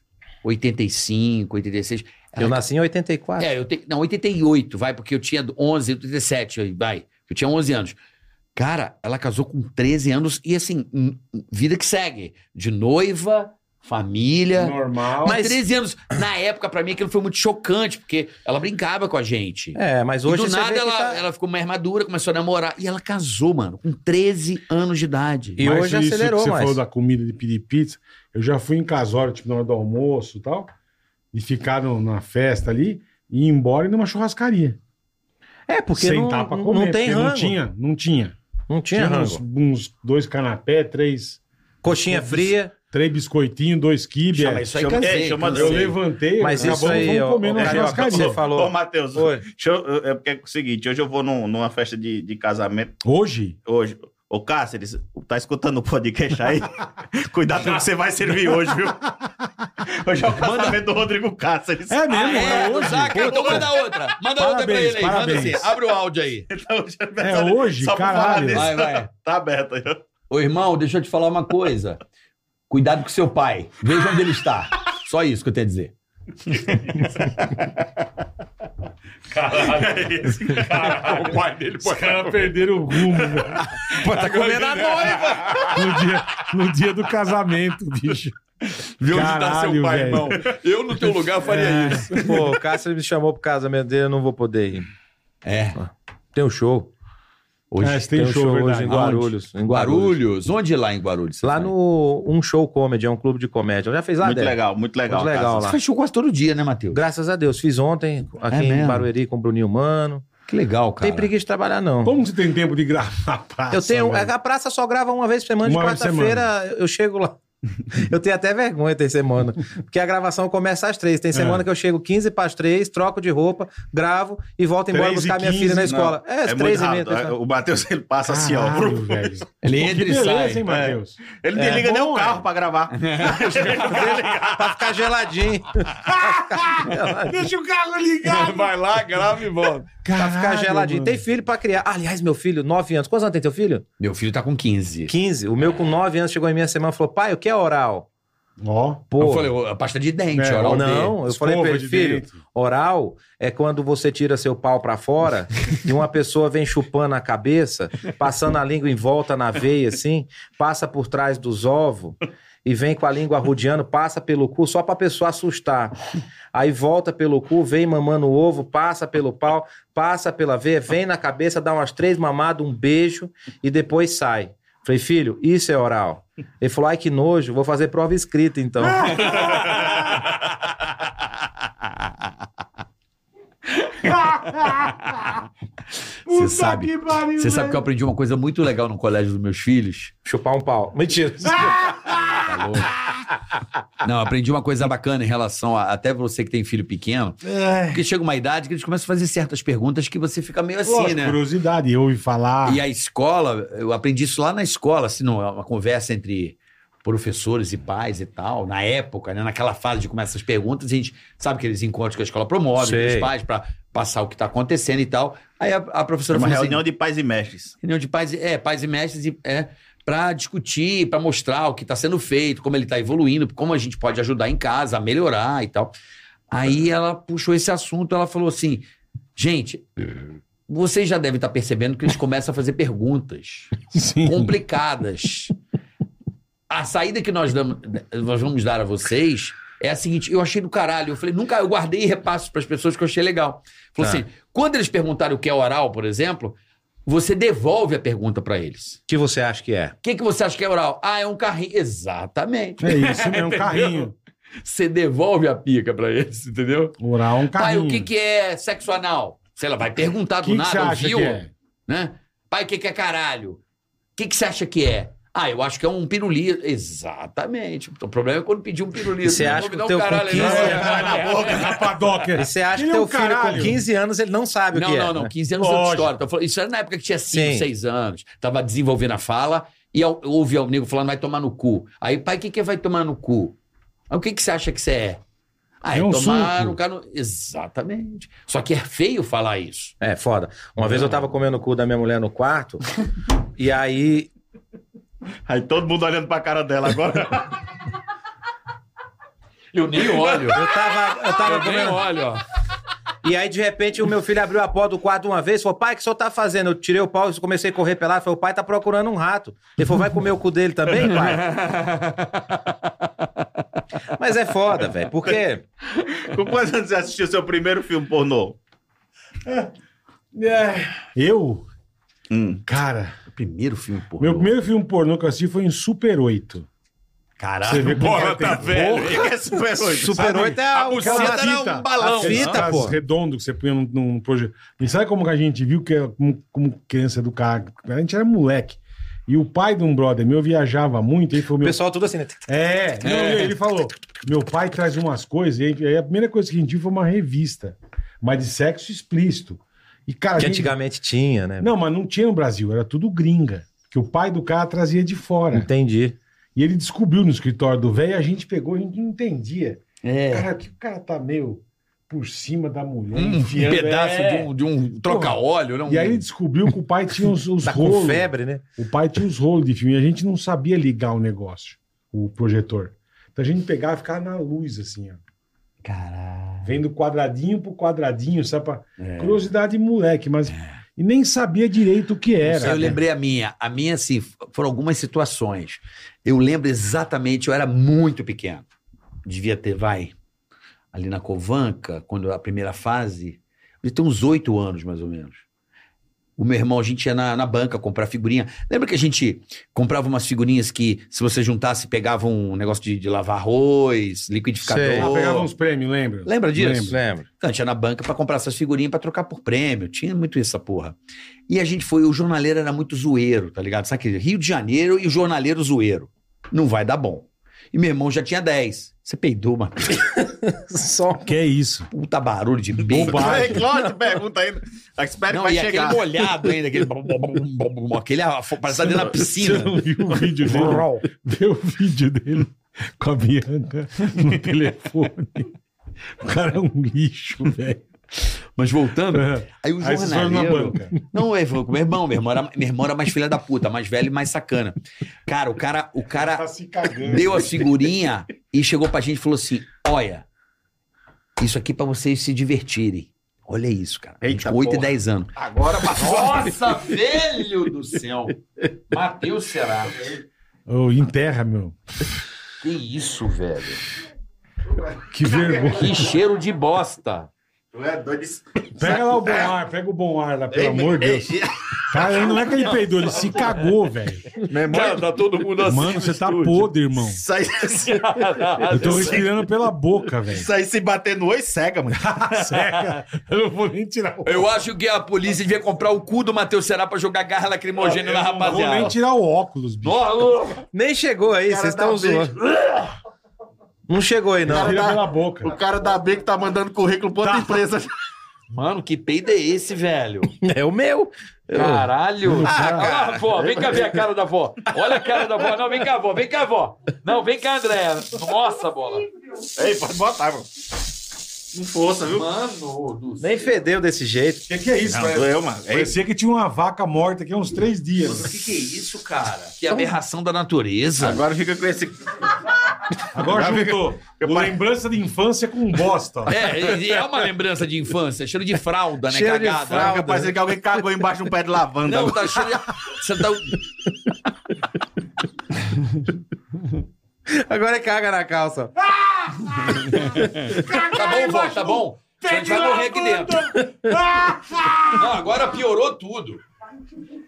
S3: 85, 86.
S5: Eu nasci em 84.
S3: É, eu tenho. Não, 88, vai, porque eu tinha 11, 87, aí, vai. Eu tinha 11 anos. Cara, ela casou com 13 anos e assim, hum, hum, vida que segue. De noiva, família.
S4: Normal.
S3: Mas 13 anos. Na época, pra mim, aquilo foi muito chocante, porque ela brincava com a gente.
S5: É, mas hoje
S3: e do
S5: você
S3: nada
S5: vê que
S3: ela,
S5: tá-
S3: ela ficou mais madura, começou a namorar. E ela casou, mano, com 13 anos de idade.
S5: E hoje
S4: isso
S5: acelerou
S4: que você
S5: mais.
S4: falou da comida de pedir pizza. Eu já fui em casório, tipo, na hora do almoço e tal. E ficaram na festa ali. E ir embora e numa churrascaria.
S5: É, porque não,
S4: Sentar pra comer.
S5: não tem
S4: porque
S5: rango.
S4: Não tinha, não tinha.
S5: Não tinha
S4: uns,
S5: rango.
S4: uns dois canapé, três,
S5: Coxinha fria.
S4: três biscoitinhos, dois quibes.
S3: Chama isso aí,
S6: Chama-
S3: cansei,
S6: é, chama-
S4: Eu
S3: cansei.
S4: levantei,
S5: Mas isso
S4: acabou,
S5: aí,
S4: vamos
S5: ó,
S4: comer
S5: ó,
S4: na
S5: Carioca,
S4: churrascaria.
S5: você falou.
S6: Ô, Matheus,
S5: Oi.
S6: deixa eu- eu- é porque é o seguinte, hoje eu vou num- numa festa de, de casamento,
S4: Hoje?
S6: hoje... Ô, Cáceres, tá escutando o podcast aí? Cuidado com o que você vai servir hoje, viu? Hoje é o casamento do Rodrigo Cáceres.
S4: É
S3: Ah,
S4: mesmo,
S7: É,
S4: é hoje.
S7: Zaca, então manda outra. Manda outra pra
S4: Parabéns,
S7: ele aí. Manda
S4: parabéns.
S7: assim. Abre o áudio aí.
S6: Então, hoje
S4: É hoje,
S6: Só pra falar
S4: caralho.
S6: desse-
S3: Vai, vai.
S6: Tá aberto aí.
S3: Ô, irmão, deixa eu te falar uma coisa. Cuidado com seu pai. Veja onde ele está. Só isso que eu tenho a dizer.
S6: Caralho.
S1: O pai dele
S4: Os caras perderam o rumo, velho.
S5: Pode tá comendo a noiva.
S4: no dia, no dia do casamento, bicho.
S1: Vê onde tá seu
S4: Caralho,
S1: pai,
S4: velho.
S1: irmão. Eu, no teu lugar, faria isso.
S5: Pô, o Cássio me chamou pro casamento dele, eu não vou poder ir.
S3: É.
S5: Tem um show.
S3: Hoje.
S4: É, você tem, show,
S5: hoje
S4: verdade.
S5: em Guarulhos. Em
S3: Guarulhos. Onde lá em Guarulhos? você
S5: Lá
S3: faz?
S5: no Um Show Comedy, é um clube de comédia. Já fez lá,
S6: Muito
S5: Débora?
S6: legal, muito legal.
S5: Muito legal
S6: Cáceres.
S5: lá.
S3: Você faz show quase todo dia, né, Matheus?
S5: Graças a Deus. Fiz ontem aqui
S3: É
S5: em
S3: mesmo?
S5: Barueri com o Bruninho Mano.
S3: Que legal, cara.
S5: Tem preguiça de trabalhar, não.
S4: Como você tem tempo de gravar
S6: Ah,
S4: praça?
S5: eu tenho.
S4: velho?
S5: A praça só grava uma vez por semana,
S4: Uma
S5: de
S4: vez por
S5: quarta-feira eu chego lá. Eu tenho até vergonha ter semana. Porque a gravação começa às três. Tem semana
S4: É.
S5: que eu chego 15 para as três, troco de roupa, gravo e volto embora
S6: Três e
S5: buscar minha
S6: 15,
S5: filha na
S6: não.
S5: escola. É, às
S6: É muito
S5: três e meia.
S6: rápido.
S5: três e meia.
S6: O Matheus, ele passa assim, ó.
S4: Caralho, velho.
S3: Ele
S4: Pô, que
S3: entra e sai.
S4: beleza, hein, Matheus?
S6: Ele não liga nem o
S4: bom,
S6: carro
S4: é.
S6: pra gravar.
S5: Pra ficar geladinho.
S1: Deixa o carro ligado. Vai lá, grava e volta.
S5: pra ficar
S4: Caralho,
S5: geladinho.
S4: mano.
S5: Tem filho pra criar. Aliás, meu filho, 9 anos. Quantos anos tem teu filho?
S3: Meu filho tá com 15.
S5: 15. O meu com 9 anos chegou em minha semana e falou: pai, o que é oral?
S4: Ó,
S5: Pô,
S3: Eu falei, ô, a pasta de dente,
S4: É,
S3: oral
S5: não, eu falei
S4: escova
S5: pra ele,
S4: de
S5: filho,
S4: dente.
S5: oral é quando você tira seu pau pra fora e uma pessoa vem chupando a cabeça, passando a língua em volta na veia, assim, passa por trás dos ovos e vem com a língua arrudeando, passa pelo cu só pra pessoa assustar. Aí volta pelo cu, vem mamando o ovo, passa pelo pau, passa pela veia, vem na cabeça, dá umas três mamadas, um beijo e depois sai. Falei, filho, isso é oral. Ele falou, ai que nojo, vou fazer prova escrita então.
S3: Você
S1: Puta
S3: sabe-
S1: que
S4: Tá
S1: pariu,
S3: Você sabe que
S1: velho.
S3: eu aprendi uma coisa muito legal no colégio dos meus filhos?
S5: Chupar um pau. Mentira.
S3: Tá louco? Não, eu aprendi uma coisa bacana em relação a até você que tem filho pequeno,
S1: É.
S3: porque chega uma idade que eles começam a fazer certas perguntas que você fica meio assim,
S4: Lógico,
S3: né?
S4: curiosidade, eu ouvi
S6: Ah.
S4: falar.
S3: E a escola, eu aprendi isso lá na escola, assim, numa uma conversa entre professores e pais e tal, na época, né, naquela fase de começar as perguntas, a gente sabe aqueles encontros que a escola promove
S5: Sei.
S3: com os pais pra passar o que tá acontecendo e tal. Aí a, a
S6: É
S3: professora
S6: uma
S3: falou assim,
S6: reunião de pais e mestres.
S3: reunião de pais, e- é, pais e mestres e- é, para discutir, para mostrar o que está sendo feito, como ele está evoluindo, como a gente pode ajudar em casa a melhorar e tal. Aí ela puxou esse assunto, ela falou assim: gente, vocês já devem estar percebendo que eles começam a fazer perguntas
S4: Sim.
S3: complicadas. A saída que nós, damos- nós vamos dar a vocês é a seguinte: eu achei do caralho. Eu falei, nunca, eu guardei repassos para as pessoas que eu achei legal. Falou
S5: Tá.
S3: assim: quando eles perguntarem o que é oral, por exemplo, você devolve a pergunta para eles.
S5: O que você acha que é?
S3: O que, que você acha que é oral? Ah, é um carrinho. Exatamente.
S4: É isso, né? Um carrinho.
S3: Você devolve a pica para eles, entendeu?
S4: Orar um
S3: Pai,
S4: carrinho.
S3: o que, que é sexo anal? Sei lá, vai perguntar
S4: O
S3: do
S4: que que você
S3: nada,
S4: acha
S3: viu?
S4: que é?
S3: né? Pai, o que, que é caralho? O que, que você acha que é? Ah, eu acho que é um pirulito. Exatamente. O problema é quando pedir um pirulito.
S5: E você
S3: né?
S5: acha
S3: Vou
S5: que
S3: me
S5: o
S3: dar
S5: teu com
S3: caralho aí,
S5: 15
S3: né?
S5: anos-
S4: Vai é na boca, rapadoca.
S5: E você acha
S4: Ele
S5: que
S4: é
S5: teu
S4: um
S5: filho
S4: caralho.
S5: com 15 anos ele não sabe o
S3: Não,
S5: que
S3: não,
S5: é.
S3: não.
S5: né?
S3: 15 anos é outra
S4: Lógico.
S3: história. Tô falando- isso era na época que tinha 5,
S5: Sim.
S3: 6 anos. Tava desenvolvendo a fala e ao- ouvi o nego falando, vai tomar no cu. Aí, pai, o que, que é vai tomar no cu? Aí, o que, que você acha que você é? Ah, é,
S4: É um
S3: tomar
S4: suco.
S3: no cano. Exatamente. Só que é feio falar isso.
S5: É, foda. Uma vez eu tava comendo o cu da minha mulher no quarto, e aí.
S6: Aí todo mundo olhando pra cara dela agora.
S3: Eu nem olho.
S5: Eu tava, eu tava
S3: Eu nem
S5: comendo.
S3: olho, ó.
S5: E aí, de repente, o meu filho abriu a porta do quarto uma vez, falou: pai, o que o senhor tá fazendo? Eu tirei o pau e comecei a correr pelado. Falei, o pai tá procurando um rato. Ele falou: vai comer o cu dele também, pai? Mas é foda, velho, porque.
S6: Com quantos anos você assistiu seu primeiro filme pornô?
S4: É. Eu?
S6: Hum.
S4: Cara,
S3: Primeiro filme, porra.
S4: meu primeiro filme pornô que eu assisti foi em Super 8. Você vê
S10: Caralho,
S4: como
S10: bola
S4: que tem
S10: tá velho.
S6: O é que é Super 8?
S5: Super 8 é
S10: A
S5: a,
S10: buceta
S5: aquela
S10: era
S5: fita.
S10: um balão.
S5: A fita,
S4: Aquelas
S5: pô.
S4: redondo que você põe num, num projeto. E sabe como que a gente viu que é como, como criança do cara? A gente era moleque. E o pai de um brother meu viajava muito, ele falou,
S5: O
S4: meu
S5: pessoal tudo assim, né?
S4: É, não, e aí ele falou: meu pai traz umas coisas, e aí- aí a primeira coisa que a gente viu foi uma revista, mas de sexo explícito. E, cara,
S5: Que
S4: a gente-
S5: antigamente tinha, né?
S4: Não, mas não tinha no Brasil, era tudo gringa. Que o pai do cara trazia de fora.
S5: Entendi.
S4: E ele descobriu no escritório do velho, a gente pegou, a gente não entendia. Cara, que o cara tá meio por cima da mulher,
S3: É. Um
S4: enfiando-
S3: pedaço
S4: é.
S3: de um, de um troca-óleo, né? Um-
S4: E aí ele descobriu que o pai tinha os, os
S5: Tá
S4: rolos.
S5: com febre, né?
S4: O pai tinha os rolos de filme e a gente não sabia ligar o negócio, o projetor. Então a gente pegava e ficava na luz, assim, ó. Caralho. Vendo quadradinho pro quadradinho, sabe? Pra...
S3: É.
S4: Curiosidade de moleque, mas. E nem sabia direito o que era.
S3: eu
S4: né?
S3: lembrei a minha. A minha, assim, foram algumas situações. Eu lembro exatamente, eu era muito pequeno. Devia ter, vai, ali na Covanca, quando a primeira fase. Eu tinha uns oito anos, mais ou menos. O meu irmão, a gente ia na, na banca comprar figurinha. Lembra que a gente comprava umas figurinhas que, se você juntasse, pegava um negócio de, de lavar arroz, liquidificador.
S5: Sei.
S4: Ah, pegava uns prêmios, lembra?
S3: Lembra disso?
S4: Lembro.
S5: Lembro.
S3: Então, a gente ia na banca pra comprar essas figurinhas pra trocar por prêmio. Tinha muito essa porra. E a gente foi, o jornaleiro era muito zoeiro, tá ligado? Sabe aquele Rio de Janeiro e o jornaleiro zoeiro. Não vai dar bom. E meu irmão já tinha 10. Você peidou, mano.
S5: Só.
S4: Que é isso?
S3: Puta barulho de beijo.
S6: Vai, Cláudio, pergunta ainda. Tá, Espera que
S3: Não,
S6: vai
S3: e aquele
S6: chegar.
S3: molhado ainda, aquele... bom, bom, bom, bom, bom, aquele afo- parece que tá dentro da
S4: Você
S3: piscina.
S4: não viu o vídeo dele? Deu o vídeo dele com a Bianca no telefone. O cara é um lixo, velho.
S3: Mas voltando,
S4: É.
S3: aí o
S4: Aí vocês foram na
S3: jornaleiro...
S4: banca.
S3: Não, ele falou com meu irmão. Meu irmão era, meu irmão era mais filha da puta, mais velho e mais sacana. Cara, o cara... O cara...
S4: Tá se cagando.
S3: deu a figurinha e chegou pra gente e falou assim: Olha, isso aqui pra vocês se divertirem. Olha isso, cara. A gente
S6: Eita
S3: com 8 e
S6: porra.
S3: 10 anos.
S6: Agora passou.
S3: Nossa, velho do céu! Mateus será.
S4: Ô, enterra, meu.
S3: Que isso, velho.
S4: Que vergonha.
S3: Que cheiro de bosta.
S6: Tu é doido.
S4: Pega lá o bom ar, pega o bom ar lá, pelo amor de Deus. Cara, não é que ele peidou, ele se cagou, velho.
S10: Cara, tá todo mundo assim.
S4: Mano,
S10: no
S4: você tá
S10: estúdio.
S4: podre, irmão.
S6: Sai,
S4: Eu tô respirando pela boca, velho.
S6: sai se bater no oi, cega, mano.
S4: Ah, Seca. Eu não vou nem tirar o...
S3: Eu acho que a polícia devia comprar o cu do Matheus Será pra jogar garra lacrimogênea na
S4: Não Tá vou nem
S3: rapaziada.
S4: tirar o óculos, bicho.
S5: Nem chegou aí,
S6: Cara,
S5: vocês
S6: dá
S5: estão
S6: beijo.
S5: zoando. Não chegou aí, não.
S4: Tira
S6: Tá.
S4: pela boca.
S6: O cara da B que tá mandando currículo pra outra empresa.
S3: Mano, que peido é esse, velho?
S5: É o meu.
S3: Caralho!
S4: Ah,
S3: Ah, vó, vem cá ver a cara da vó. Olha a cara da vó. Não, vem cá, vó. Vem cá, vó. Não, vem cá, André. Nossa, bola.
S6: Ei, pode botar, mano. Com força, viu?
S3: Mano do céu.
S5: Nem fedeu desse jeito.
S4: O que, que é isso,
S6: Não,
S4: velho?
S6: doeu, mano. É isso.
S4: Parecia que tinha uma vaca morta aqui há uns três dias.
S3: O que, que é isso, cara? Que aberração da natureza.
S6: Agora fica com esse.
S4: Agora
S6: Já
S4: juntou o lembrança de infância com bosta.
S3: É, e é uma lembrança de infância. Cheiro de fralda, né?
S5: Cheiro de
S3: Cagada.
S5: fralda.
S6: Fica parecendo que alguém cagou embaixo de um pé de lavanda.
S3: Não, tá cheiro de... Você tá...
S5: Agora é caga na calça.
S3: tá bom, vó, tá bom? A gente vai morrer aqui dentro. Não, agora piorou tudo.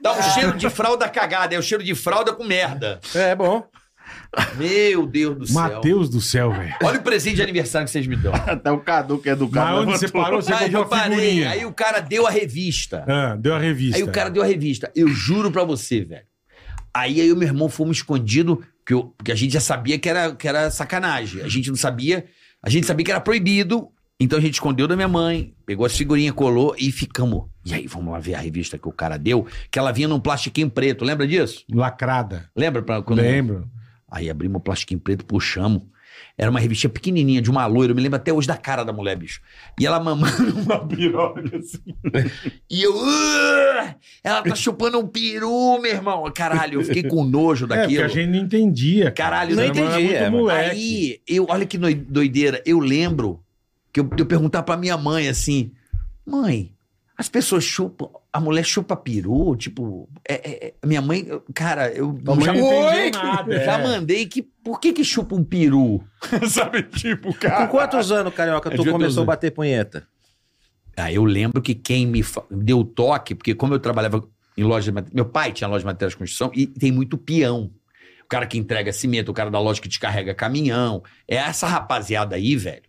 S3: Dá um cheiro de fralda cagada. É o cheiro de fralda com merda.
S5: É bom.
S3: Meu Deus do céu.
S4: Mateus do céu, velho.
S3: Olha o presente de aniversário que vocês me dão.
S6: Até o Cadu que é do
S4: Mas
S6: cara.
S4: onde você parou, você
S3: Mas
S4: comprou
S3: eu
S4: a
S3: parei.
S4: figurinha.
S3: Aí o cara deu a revista.
S4: Ah, deu a revista.
S3: Aí o cara deu a revista. Eu juro pra você, velho. Aí eu e meu irmão fomos escondidos, porque, eu- porque a gente já sabia que era, que era sacanagem. A gente não sabia. A gente sabia que era proibido. Então a gente escondeu da minha mãe, pegou as figurinhas, colou e ficamos. E aí, vamos lá ver a revista que o cara deu, que ela vinha num plastiquinho preto. Lembra disso?
S4: Lacrada.
S3: Lembra? Pra, quando...
S4: Lembro.
S3: Aí abrimos o plastiquinho preto, puxamos. Era uma revistinha pequenininha, de uma loira. Eu me lembro até hoje da cara da mulher, bicho. E ela mamando uma piroca, assim. E eu... "Ah, Ela tá chupando um peru, meu irmão. Caralho, eu fiquei com nojo
S4: É, porque
S3: daquilo.
S4: a gente não entendia. cara.
S3: Caralho,
S5: Não
S3: né?
S5: entendi,
S4: Era muito
S5: é, mas-
S4: moleque.
S3: Aí, eu, olha que noi- doideira. Eu lembro que eu, de eu perguntar pra minha mãe, assim... Mãe, as pessoas chupam... A mulher chupa peru, tipo... é- é- é- minha mãe... eu- Cara, eu...
S4: Tua mãe
S3: já-
S4: não entendeu
S3: Oi?
S4: nada, é.
S3: Já mandei que... Por que que chupa um peru?
S10: Sabe, tipo,
S5: Com
S10: cara.
S5: quantos anos, Carioca, tu
S10: de outros
S5: começou a
S10: anos.
S5: bater punheta?
S3: Ah, eu lembro que quem me fa- deu o toque, porque como eu trabalhava em loja de mate- meu pai tinha loja de materiais de construção e tem muito peão. cara que entrega cimento, o cara da loja que descarrega caminhão. É essa rapaziada aí, velho.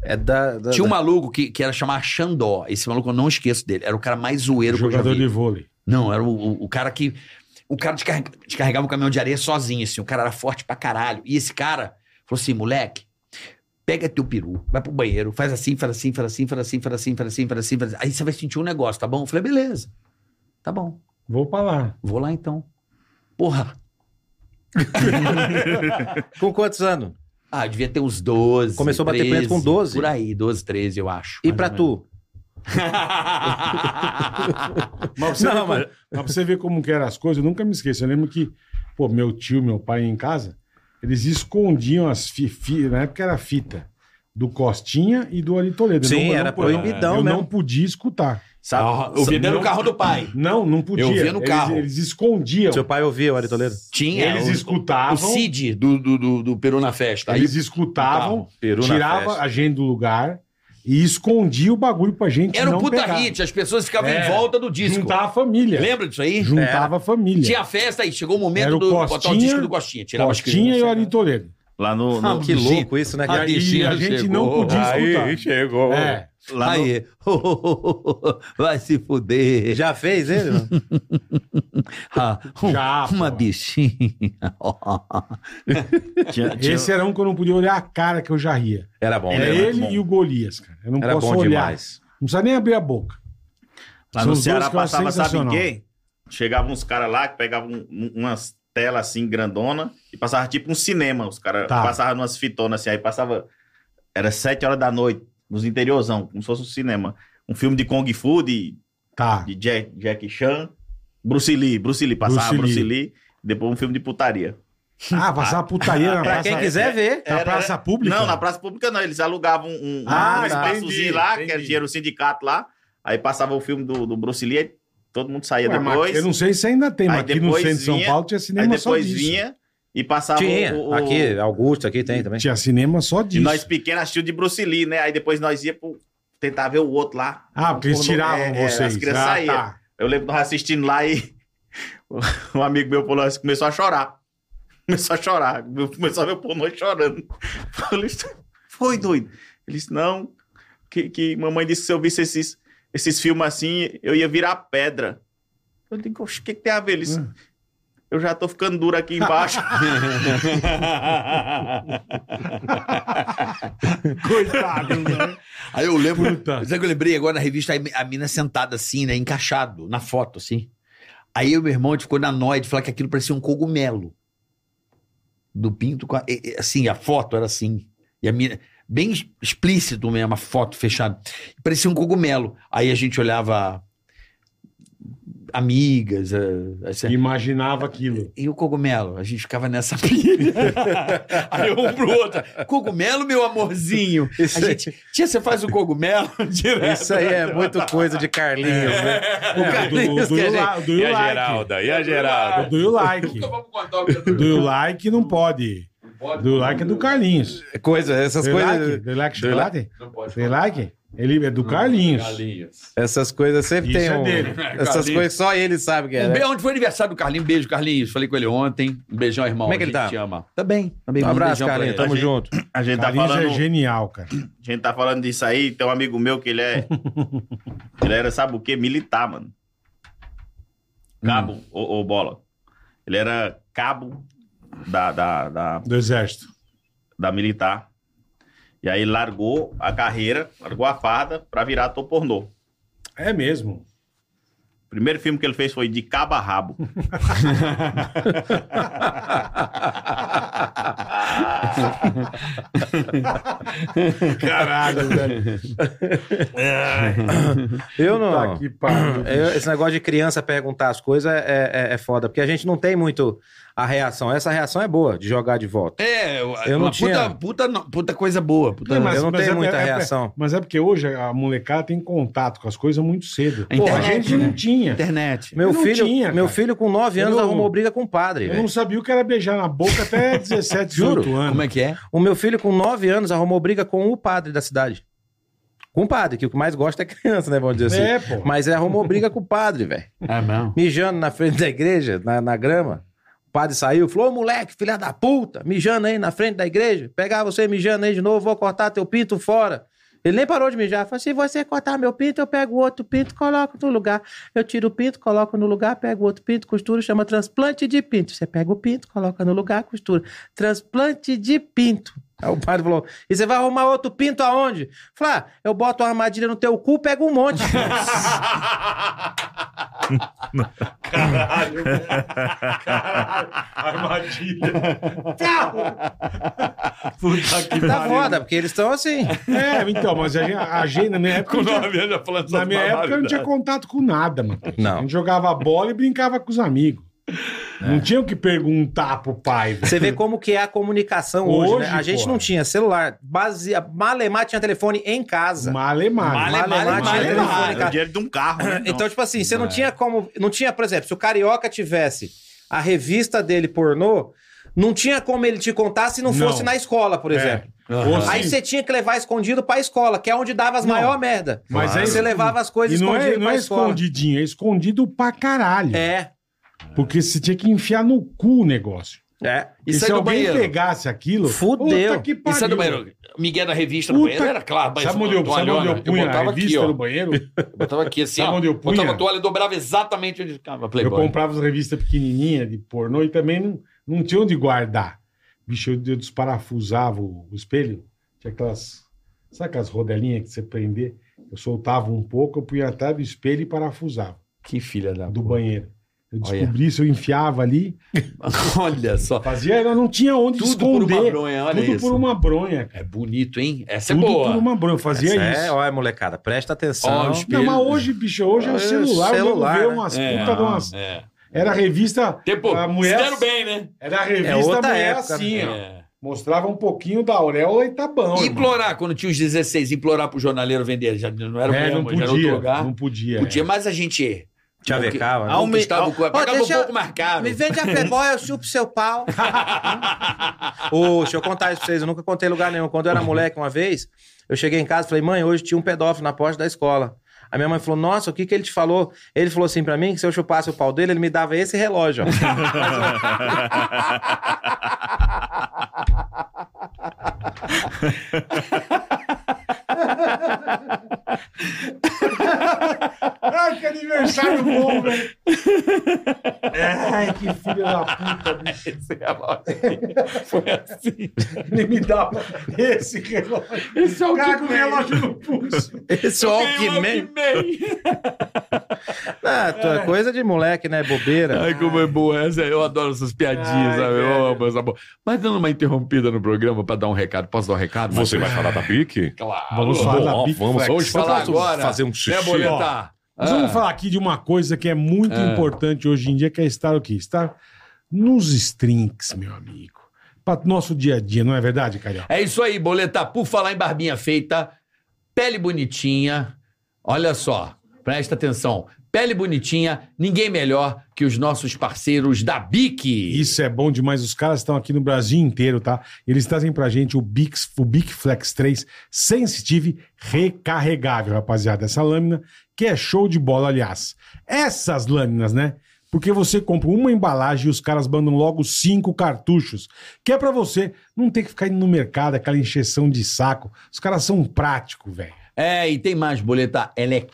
S5: É da. da-
S3: Tinha um
S5: da-
S3: maluco que, que era chamado Xandó. Esse maluco eu não esqueço dele. Era o cara mais zoeiro que eu já
S4: Jogador
S3: vi.
S4: de vôlei.
S3: Não, era o, o- o cara que. O cara descarrega- descarregava um caminhão de areia sozinho, assim. O cara era forte pra caralho. E esse cara falou assim: moleque, pega teu peru, vai pro banheiro, faz assim, faz assim, faz assim, faz assim, faz assim, faz assim, faz assim. Faz assim. Aí você vai sentir um negócio, tá bom? Eu falei: beleza. Tá bom,
S4: Vou pra lá.
S3: vou lá então. Porra.
S5: Com quantos anos?
S3: Ah, eu devia ter uns 12.
S5: Começou a bater punheta com 12?
S3: Por aí, 12, 13, eu acho.
S5: E
S3: mais
S5: pra
S3: ou menos.
S5: tu?
S4: Mas pra você,
S5: Não,
S4: ver, como, mas pra você ver como que eram as coisas, eu nunca me esqueço. Eu lembro que, pô, meu tio, meu pai em casa, eles escondiam as fitas, na época era fita, do Costinha e do Ari Toledo.
S5: Sim,
S4: não,
S5: era
S4: não podia-
S5: proibidão
S4: Eu não
S5: mesmo.
S4: podia escutar.
S6: Sabe?
S3: eu vi dentro do carro do pai.
S4: Não, não podia.
S3: Eu via no
S4: eles,
S3: carro.
S4: Eles escondiam.
S5: Seu pai ouviu, Ari Toledo?
S3: Tinha.
S4: Eles
S3: o-
S4: escutavam.
S3: O Cid do, do, do, do Peru na Festa. Aí
S4: Eles escutavam,
S5: Peru na
S4: tirava
S5: festa.
S4: a gente do lugar e escondia o bagulho pra gente
S3: Era
S4: não
S3: um puta
S4: pegar.
S3: hit, as pessoas ficavam
S4: É,
S3: em volta do disco.
S4: Juntava a família.
S3: Lembra disso aí?
S4: Juntava a família.
S3: Tinha a festa aí, chegou o momento
S4: Era o
S3: do botar o
S4: Costinha,
S3: disco do Costinha. Tirava
S4: Costinha
S3: as
S4: e o
S3: crianças.
S4: Ari Toledo.
S6: Lá no. no-
S5: Que louco isso, né?
S4: E
S5: cara?
S3: Ah,
S4: aí, a
S3: bichinha
S4: gente
S3: chegou.
S4: não podia escutar.
S8: Aí chegou.
S4: É.
S6: lá no-
S3: Aí, vai se fuder.
S5: Já fez ele? mano?
S3: Ah, um-
S4: Já,
S3: uma
S4: pô.
S3: bichinha.
S6: tinha- tinha-
S4: Esse era um que eu não podia olhar a cara que eu já ria.
S5: Era bom,
S4: Era
S6: Ele
S5: né?
S6: era
S4: é ele
S6: bom.
S4: e o Golias, cara. Eu não
S5: Era
S4: posso
S5: bom
S4: olhar.
S5: demais.
S4: Não precisa nem abrir a boca.
S6: Lá
S4: São
S6: no
S4: os dois
S6: Ceará
S4: que eu acho
S6: passava, sabe
S4: sensacional.
S6: quem? Chegavam uns caras lá que pegavam um- um- umas telas assim grandona e passava tipo um cinema. Os caras
S4: Tá.
S6: passavam umas fitonas assim, aí passava. Era sete horas da noite, nos interiorzão, como se fosse um cinema. Um filme de Kung Fu, de,
S4: Tá.
S6: de Jack, Jack Chan, Bruce Lee, Bruce Lee, passava
S4: Bruce
S6: Bruce
S4: Lee.
S6: Lee. depois um filme de putaria.
S4: Ah, passar a putaria na
S5: Pra
S4: praça,
S5: quem quiser ver.
S4: na
S6: Era-
S4: praça pública.
S6: Não, na praça pública não, eles alugavam um, um,
S4: Ah,
S6: um
S4: tá.
S6: espaçozinho
S4: Entendi,
S6: lá, que era
S4: entendi.
S6: dinheiro do sindicato lá, aí passava o filme do, do Bruce Lee, aí todo mundo saía
S4: Ué, mas
S6: depois.
S4: Eu não sei se ainda tem, mas
S6: Aí
S4: aqui no
S6: depois
S4: centro de São
S6: vinha-
S4: Paulo tinha
S6: Aí
S4: cinema só
S6: depois
S4: disso.
S6: vinha e passava
S5: Tinha.
S6: o, o-
S5: Aqui, Augusto, aqui tem também.
S4: Tinha cinema só
S6: E
S4: disso.
S6: nós pequenos assistiu de Bruce Lee, né? Aí depois nós ia pro, tentar ver o outro lá.
S4: Ah, porque eles
S6: Pornô-
S4: tiravam
S6: é, é,
S4: vocês.
S6: as crianças
S4: Ah,
S6: saíam.
S4: tá.
S6: Eu lembro nós assistindo lá e um amigo meu falou assim, começou a chorar. Começou a chorar. Começou a ver o pornô chorando. Falei, foi doido. Ele disse, não, que, que mamãe disse que se eu visse esses, esses filmes assim, eu ia virar pedra. Eu digo, "Oxe, o que, que tem a ver? Ele
S4: Hum.
S6: disse, eu já tô ficando duro aqui embaixo.
S4: Coitado, né?
S3: Aí eu lembro.
S4: Puta.
S3: Sabe o que eu lembrei agora na revista? A mina sentada assim, né? Encaixado, na foto, assim. Aí eu e meu irmão a gente ficou na noia de falar que aquilo parecia um cogumelo. Do pinto. com a- e- e- assim, a foto era assim. E a mina. Bem es- explícito mesmo, a foto fechada. Parecia um cogumelo. Aí a gente olhava. Amigas. eh, assim,
S4: Imaginava aquilo.
S3: e o cogumelo? A gente ficava nessa pilha. Aí um pro outro. Cogumelo, meu amorzinho.
S5: Isso
S3: A
S5: aí.
S3: gente, tia, você faz o cogumelo direto.
S5: Isso aí é muito coisa de Carlinhos, né?
S4: É, o do, do,
S5: que a
S4: you
S5: gente-
S4: like- do
S1: E
S4: you
S1: a
S4: like.
S1: Geralda? E a Geralda?
S4: Do you like.
S1: Nunca vamos contar o que
S4: Do you like não pode.
S1: não pode.
S4: Do you like é do Carlinhos.
S5: Coisa, essas
S4: Do you like?
S5: coisas,
S4: Do you like
S5: Do you
S4: chocolate?
S1: Não pode.
S4: Do you like? Ele é
S3: Hum,
S4: do Carlinhos.
S1: Galinhas.
S5: essas coisas sempre
S4: Isso
S5: tem
S4: é
S5: um,
S4: dele.
S5: essas
S1: Carlinhos.
S5: coisas só ele sabe que é.
S3: Um
S5: né?
S3: be- Onde foi o aniversário do Carlinhos? Beijo, Carlinhos. Falei com ele ontem. Um beijão, irmão.
S5: Como é que
S3: A
S5: ele
S3: gente
S5: tá?
S3: Te ama. Tá bem. Tá bem.
S5: Um
S3: Manda
S5: abraço,
S3: beijão pra
S5: Carlinhos.
S3: ele.
S5: Tamo junto.
S6: A gente tá
S4: Carlinhos
S6: falando...
S4: é genial, cara.
S6: A gente tá falando disso aí, tem um amigo meu que ele é. ele era, sabe o quê? Militar, mano. Cabo, ou bola. Ele era cabo da, da, da,
S4: Do exército.
S6: da militar. E aí largou a carreira, largou a farda pra virar ator pornô.
S4: É mesmo.
S6: O primeiro filme que ele fez foi De Cabo a Rabo.
S4: Caralho, velho.
S5: Eu não.
S4: Tá que pariu.
S5: Eu- esse negócio de criança perguntar as coisas é, é, é foda, porque a gente não tem muito a reação. Essa reação é boa, de jogar de volta.
S3: É,
S5: Eu não
S3: uma
S5: tinha.
S3: puta, puta, no- puta coisa boa. Puta...
S4: mas-
S5: eu não
S4: mas
S5: tenho
S4: é-
S5: muita
S4: é- é-
S5: reação.
S4: Mas é porque hoje a molecada tem contato com as coisas muito cedo.
S3: A
S4: Pô, a
S3: internet,
S4: gente não
S3: né?
S4: tinha.
S3: Internet.
S5: Meu
S4: não
S5: filho,
S4: tinha,
S5: meu
S4: cara.
S5: filho com 9
S4: Eu
S5: anos
S4: não-
S5: arrumou briga com o padre.
S4: Eu
S5: velho.
S4: não sabia o que era beijar na boca até 17, 18 anos.
S3: Como é que é?
S5: O meu filho com 9 anos arrumou briga com o padre da cidade. Com o padre, que o que mais gosta é criança, né? Vamos dizer assim.
S4: É, pô.
S5: Mas ele arrumou briga com o padre, velho.
S3: É, não.
S5: Mijando na frente da igreja, na, na grama. O padre saiu, falou, ô moleque, filha da puta, mijando aí na frente da igreja, pegar você mijando aí de novo, vou cortar teu pinto fora. Ele nem parou de mijar. Falou, assim, se você cortar meu pinto, eu pego outro pinto, coloco no lugar. Eu tiro o pinto, coloco no lugar, pego outro pinto, costuro, chama transplante de pinto. Você pega o pinto, coloca no lugar, costura. Transplante de pinto. Aí o padre falou, e você vai arrumar outro pinto aonde? Falei, ah, eu boto uma armadilha no teu cu, pego um monte.
S6: Caralho, caralho. Armadilha. Puta que
S5: tá
S6: pariu.
S5: foda, porque eles estão assim.
S4: É, então, mas a gente, a gente na minha época.
S6: Com
S4: não tinha-
S6: nove anos já falando
S4: Na
S6: essas
S4: minha época eu não tinha
S6: barbaridades.
S4: contato com nada, Matheus.
S5: Não.
S4: A gente jogava bola e brincava com os amigos.
S3: É.
S4: Não tinha o que perguntar pro pai, velho.
S5: Você vê como que é a comunicação hoje,
S4: Hoje,
S5: né? A gente
S4: porra.
S5: não tinha celular. Base... Malemar tinha telefone em
S3: é.
S4: é
S5: casa.
S4: Malemar.
S5: Malemar tinha
S4: Malemar.
S5: telefone,
S11: É
S5: cara.
S11: o dinheiro de um carro, né?
S5: Então, tipo assim, você não
S4: é.
S5: tinha como. Não tinha, por exemplo, se o Carioca tivesse a revista dele pornô, não tinha como ele te contar se não,
S4: Não.
S5: fosse na escola, por
S4: É.
S5: exemplo.
S4: Ou se-
S5: Aí você tinha que levar escondido pra escola, que é onde dava as
S4: Não.
S5: maior merda.
S4: Mas
S5: aí
S4: é-
S5: você levava as coisas
S4: E não
S5: escondidas
S4: é, não
S5: pra
S4: é
S5: escola.
S4: escondidinho, é escondido pra caralho.
S5: É,
S4: Porque você tinha que enfiar no cu o negócio.
S5: é.
S4: E, se
S3: sai do
S4: alguém
S3: banheiro.
S4: pegasse aquilo.
S5: Fudeu.
S4: Puta que pariu.
S3: E sai do banheiro. Miguel da revista no
S4: Puta-
S3: banheiro era claro, mas
S4: Sabe onde eu, sabe onde eu
S3: eu
S4: punha a
S3: botava aqui,
S4: revista
S3: ó.
S4: no banheiro?
S3: Eu botava aqui assim,
S4: Sabe
S3: ó.
S4: onde eu punha?
S3: Botava a toalha e dobrava exatamente onde ficava
S4: Eu
S3: Playboy.
S4: comprava as revistas pequenininhas de pornô e também não, não tinha onde guardar. Bicho, eu, eu desparafusava o, o espelho. Tinha aquelas. Sabe aquelas rodelinhas que você prender? Eu soltava um pouco, eu punha atrás do espelho e parafusava
S3: Que filha da...
S4: do
S3: puta.
S4: banheiro. Eu
S3: Tá Olha.
S4: descobri isso, eu enfiava ali,
S3: Olha só.
S4: fazia, eu não tinha onde
S3: Tudo
S4: esconder.
S3: por uma bronha, olha
S4: tudo
S3: isso.
S4: por uma bronha,
S3: É
S4: cara.
S3: bonito, hein? Essa
S4: tudo
S3: é boa.
S4: por uma bronha, eu fazia
S5: Essa
S4: isso.
S5: É, olha, molecada,
S3: Ó,
S5: presta atenção.
S3: os-
S4: Não, mas hoje, bicho, hoje é o
S5: É,
S4: celular, celular
S5: celular,
S4: o nego vê
S5: né?
S4: umas
S3: É,
S4: puta de umas...
S3: É.
S4: Era a revista,
S3: Tempo,
S4: A mulher-
S3: se deram bem, né?
S4: era a revista
S5: É outra
S4: mulher
S5: época,
S4: assim, ó.
S3: É.
S4: Mostrava um pouquinho da auréola e tá bom.
S3: E
S4: irmão.
S3: implorar, quando tinha os 16, implorar pro jornaleiro vender. Já não era o
S4: É, não
S3: mesmo, já era outro
S4: podia,
S3: lugar.
S4: não podia. é.
S3: Podia, mas a gente
S5: Te avecava, né?
S3: Não conquistava o corpo.
S5: Ó,
S3: Pagava um
S5: deixa eu-
S3: pouco mais caro.
S5: Me vende a Playboy, eu chupo seu pau. Ô, deixa eu contar isso pra vocês. Eu nunca contei em lugar nenhum. Quando eu era moleque, uma vez, eu cheguei em casa e falei, mãe, hoje tinha um pedófilo na porta da escola. A minha mãe falou, nossa, o que que ele te falou? Ele falou assim pra mim que se eu chupasse o pau dele, ele me dava esse relógio. ó.
S4: Ai, que aniversário bom, velho. Ai, que filho da puta, bicho.
S3: Esse relógio aqui. Foi assim.
S4: Ele me dava esse relógio. Esse é o cara com o relógio no pulso.
S5: Esse
S3: um
S5: Walkman. Ah, tu- é coisa de moleque, né? Bobeira.
S6: Ai, como é boa essa. Eu adoro essas piadinhas,
S4: Ai,
S6: sabe? Eu
S4: velho.
S6: amo essa boa. Mas dando uma interrompida no programa pra dar um recado. Posso dar um recado?
S12: Você vai
S6: Matheus?
S12: falar da Pique?
S3: Claro.
S4: Vamos
S12: Bom,
S4: falar da Big
S12: vamos
S4: Flex.
S12: hoje
S3: Falar
S12: falar
S3: agora.
S12: fazer um xixi.
S3: Né, Boletar?
S4: Mas
S3: Ah.
S4: vamos falar aqui de uma coisa que é muito importante hoje em dia, que é estar o quê? Estar nos drinks, meu amigo. Para nosso dia a dia, não é verdade, Carioca?
S3: É isso aí, Boletar. Por falar em barbinha feita, pele bonitinha. Olha só, presta atenção. Pele bonitinha, ninguém melhor que os nossos parceiros da BIC.
S4: Isso é bom demais. Os caras estão aqui no Brasil inteiro, tá? Eles trazem pra gente o Bix, o Bic Flex 3 Sensitive recarregável, rapaziada. Essa lâmina que é show de bola, aliás. Essas lâminas, né? Porque você compra uma embalagem e os caras mandam logo cinco cartuchos. Que é pra você não ter que ficar indo no mercado, aquela encheção de saco. Os caras são práticos, velho.
S3: É, e tem mais, Boletar. Ela é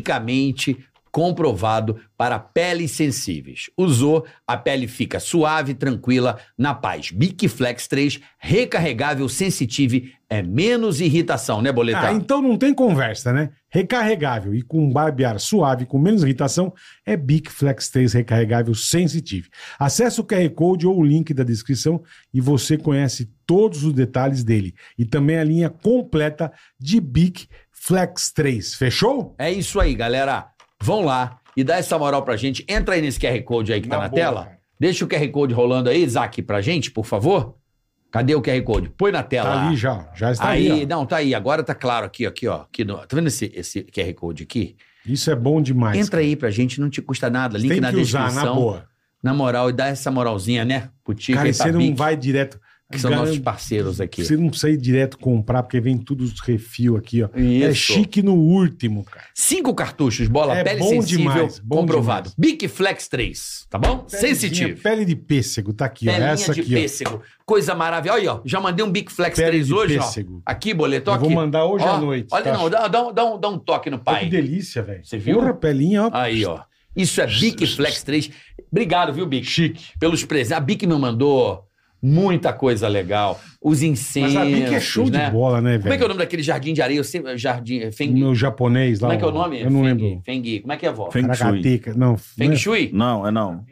S3: clinicamente comprovado para peles sensíveis. Usou, a pele fica suave, tranquila, na paz. Bic Flex 3, recarregável, sensitive, é menos irritação, né,
S4: Ah,
S3: Boletar?
S4: então não tem conversa, né? Recarregável e com um barbear suave, com menos irritação, é Bic Flex 3 recarregável sensitive. Acesse o QR Code ou o link da descrição e você conhece todos os detalhes dele. E também a linha completa de Bic Flex 3. Fechou?
S3: É isso aí, galera. Vão lá e dá essa moral pra gente. Entra aí nesse QR Code aí que tá na
S4: boa,
S3: tela.
S4: cara.
S3: Deixa o QR Code rolando aí, Isaac, pra gente, por favor. Cadê o QR Code? Põe na tela.
S4: Tá ali já, já está
S3: aí,
S4: aí. ó.
S3: não, tá aí. Agora tá claro aqui, ó, aqui, ó. Aqui no- Tá vendo esse, esse QR Code aqui?
S4: Isso é bom demais.
S3: Entra aí pra gente, não te custa nada.
S4: cara.
S3: Link
S4: tem
S3: na
S4: que usar, na
S3: descrição.
S4: boa.
S3: Na moral, e dá essa moralzinha, né? Pro Tico
S4: Cara,
S3: e
S4: e
S3: pra
S4: você não
S3: Bic.
S4: vai direto.
S3: que são
S4: Garan-
S3: nossos parceiros aqui.
S4: Você não precisa ir direto comprar, porque vem tudo os refil aqui, ó. É
S3: Isso.
S4: chique no último, cara.
S3: Cinco cartuchos, bola,
S4: É
S3: pele
S4: bom
S3: sensível,
S4: demais, bom
S3: comprovado. Bic Flex 3, tá bom? Sensitivo.
S4: Pele de pêssego, tá aqui, ó.
S3: Pelinha
S4: Essa
S3: de
S4: aqui, ó.
S3: pêssego. Coisa maravilhosa. Olha aí, ó. Já mandei um Big Flex
S4: Pele
S3: 3
S4: de
S3: hoje,
S4: pêssego.
S3: ó. Aqui, boleto,
S4: Eu
S3: aqui.
S4: vou mandar hoje
S3: Ó,
S4: à noite.
S3: Olha,
S4: tá?
S3: não, dá, dá um- dá um- dá um toque no
S4: Olha Que
S3: pai.
S4: delícia, velho.
S3: Você viu?
S4: Porra, pelinha, ó.
S3: Aí, ó. Isso é Bic Flex 3. Obrigado, viu, Bic? Chique. Pelos presentes. A Bic me mandou muita coisa legal. Os
S4: Mas
S3: incensos,
S4: a Bic é show
S3: né?
S4: de bola, né, velho?
S3: Como é que é o nome daquele jardim de areia? Eu sei, jardim... eh, Feng...
S4: Meu japonês lá.
S3: Como é que é o nome?
S4: Eu não
S3: Feng-
S4: lembro.
S3: Feng... Como é que é a vó?
S6: Feng Shui.
S4: Caracateca. Não.
S3: Feng
S4: né?
S3: Shui?
S6: Não, é não.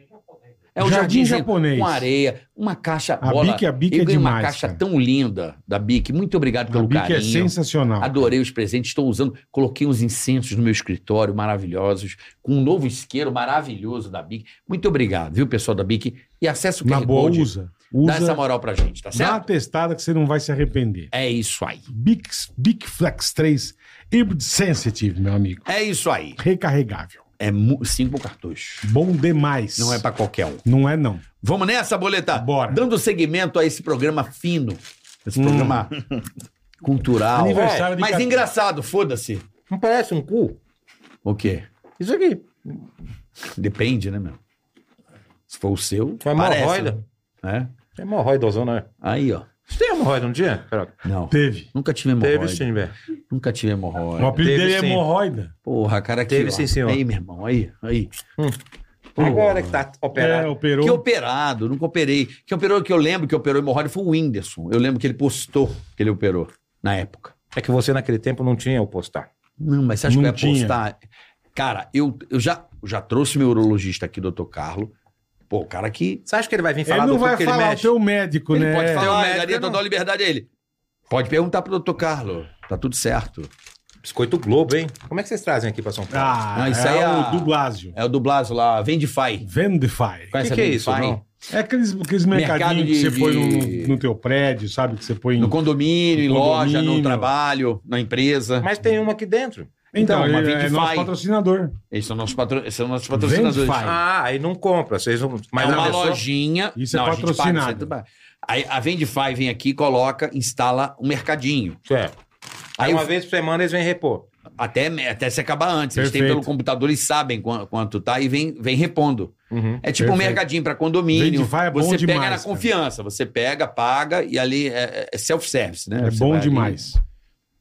S3: É um
S4: Jardim
S3: jardim
S4: japonês.
S3: com areia, uma caixa
S4: A
S3: bola.
S4: Bic- a Bic
S3: Eu
S4: é
S3: ganhei uma
S4: demais,
S3: caixa
S4: cara.
S3: tão linda da Bic. Muito obrigado
S4: A
S3: pelo
S4: Bic
S3: carinho.
S4: é sensacional.
S3: Adorei os presentes, estou usando. Coloquei uns incensos no meu escritório maravilhosos, com um novo isqueiro maravilhoso da Bic. Muito obrigado, viu, pessoal da Bic? E acessa o
S4: Na
S3: QR
S4: boa,
S3: Code.
S4: usa. Usa.
S3: Dá essa moral pra gente, tá
S4: Dá uma
S3: certo?
S4: testada que você não vai se arrepender.
S3: É isso aí.
S4: Big, Big Flex 3 Hybrid Sensitive, meu amigo.
S3: É isso aí.
S4: Recarregável.
S3: É mu- cinco cartuchos.
S4: Bom demais.
S3: Não é pra qualquer um.
S4: Não é, não.
S3: Vamos nessa, boleta?
S4: Bora.
S3: Dando seguimento a esse programa fino, esse
S4: Hum.
S3: programa cultural. É,
S4: Aniversário de
S3: Mas
S4: Catu.
S3: engraçado, foda-se.
S5: Não parece um cu?
S3: O quê?
S5: Isso aqui.
S3: Depende, né, meu? Se for o seu,
S5: Foi
S3: parece,
S5: hemorroida.
S3: né? É.
S5: É hemorroidozão, né?
S3: Aí, ó.
S5: Você tem hemorroida, não tinha? Caraca.
S3: Não.
S4: Teve.
S3: Nunca tive
S5: Teve,
S3: hemorroida.
S5: Steinberg.
S3: Nunca tive
S4: O
S3: hemorroida.
S4: apelido
S5: Teve
S4: dele é
S5: sim.
S4: hemorroida.
S3: Porra, cara, aqui,
S5: Teve
S3: ó.
S5: sim, senhor. Hum.
S3: Aí, meu irmão, aí, aí.
S5: Agora que tá
S4: É,
S5: operado.
S4: operou.
S3: Que operado, nunca operei. Que operou, que eu lembro que operou hemorroida foi o Whindersson. Eu lembro que ele postou que ele operou, na época.
S5: É que você naquele tempo não tinha o postar.
S3: Não, mas você acha
S4: Não
S3: que eu ia
S4: tinha.
S3: postar? Cara, eu, eu já, eu já trouxe meu urologista aqui, doutor Carlo. Pô, o cara que.
S5: Você acha que ele vai vir
S4: Ele
S5: falar
S4: não
S5: do cu
S4: vai
S5: que ele
S4: falar o
S5: mexe?
S4: teu médico,
S3: Ele
S4: né?
S3: pode
S5: Tem um
S3: falar, eu
S5: médico,
S3: daria
S5: não.
S3: total liberdade a ele. Pode perguntar pro doutor Carlo. Tá tudo certo.
S5: Biscoito Globo, hein? Como é que vocês trazem aqui pra São Paulo?
S4: Ah,
S3: Não, isso aí
S4: é,
S3: é a-
S4: o do Blasio.
S3: É o do Blaso lá, Vendify.
S4: Vendify.
S5: que
S3: Conhece a
S5: que é
S3: Vendify?
S5: isso, não?
S4: É aqueles, aqueles
S3: Mercado
S4: mercadinhos que
S3: de-
S4: você põe
S3: de-
S4: no, no teu prédio, sabe? Que você põe em...
S3: No condomínio, em
S4: No
S3: loja, no
S4: condomínio.
S3: trabalho, na
S4: Ah.
S3: empresa.
S5: Mas tem uma aqui dentro.
S3: Então,
S4: Então,
S3: uma
S4: ele é
S3: Vendify.
S4: nosso patrocinador.
S3: Eles são nossos, patro... esses são nossos patrocinadores.
S4: Vendify.
S5: Ah, aí não compra. Vocês não...
S3: É
S5: Mas
S3: uma
S5: a pessoa-
S3: lojinha.
S4: Isso é
S3: a gente
S4: patrocinado.
S3: paga, isso é tudo pago. Aí a Vendify vem aqui, coloca, instala um mercadinho.
S5: É. Aí
S3: Aí
S5: uma
S3: o-
S5: vez por semana eles vêm repor.
S3: Até, até se acabar antes. Eles têm
S4: Perfeito.
S3: pelo computador, eles sabem quan- quanto tá e vem, vem repondo.
S4: Uhum.
S3: É tipo um
S4: Perfeito.
S3: mercadinho para condomínio.
S4: Vendify é bom
S3: você pega
S4: demais,
S3: na
S4: cara.
S3: confiança. Você pega, paga e ali é, é self-service, né?
S4: É
S3: Você
S4: bom
S3: vai ali.
S4: demais.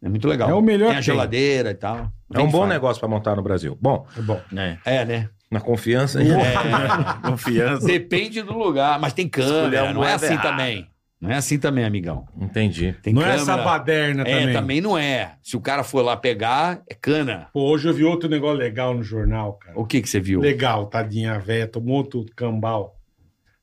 S3: É muito legal.
S4: É o melhor
S3: Tem a
S4: que tem.
S3: geladeira e tal.
S5: É um bom
S3: Vendify.
S5: negócio pra montar no Brasil. Bom,
S4: É bom.
S6: É.
S3: É, né?
S5: na confiança... é.
S3: É,
S4: É.
S6: Confiança.
S3: Depende do lugar, mas tem câmera.
S5: um
S6: Escolher
S3: Não é
S6: uma
S3: assim
S6: errada.
S3: também. Não é assim também, amigão.
S5: Entendi.
S3: Tem
S4: Não é
S3: câmera.
S4: essa baderna
S3: É,
S4: também.
S3: também. não é. Se o cara for lá pegar, é cana.
S4: Pô, hoje eu vi outro negócio legal no jornal, cara.
S3: O que que você viu?
S4: Legal, tadinha a véia, tomou outro cambal.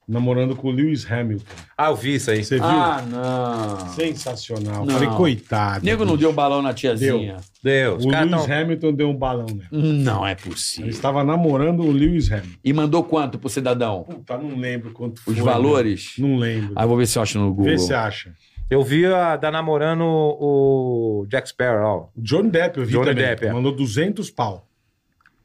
S4: Namorando com o Lewis Hamilton.
S5: Ah, eu vi isso aí.
S4: Você viu?
S3: Ah, não.
S4: Sensacional.
S3: Não.
S4: Falei, coitado.
S3: Nego não deu balão na tiazinha.
S5: Deus,
S4: O
S5: os caras
S4: Lewis
S5: tão...
S4: Hamilton deu um balão nela.
S3: Não é
S4: Ele
S3: possível.
S4: estava namorando o Lewis Hamilton.
S3: E mandou quanto pro cidadão?
S4: Puta, não lembro quanto foi. né?
S3: Os valores?
S4: Não lembro.
S3: Ah, eu vou ver se eu acho no Google.
S4: Vê se acha.
S5: Eu vi a da namorando o Jack Sparrow.
S4: O Johnny Depp eu vi
S5: Johnny
S4: também.
S5: Depp, é.
S4: Mandou 200 pau.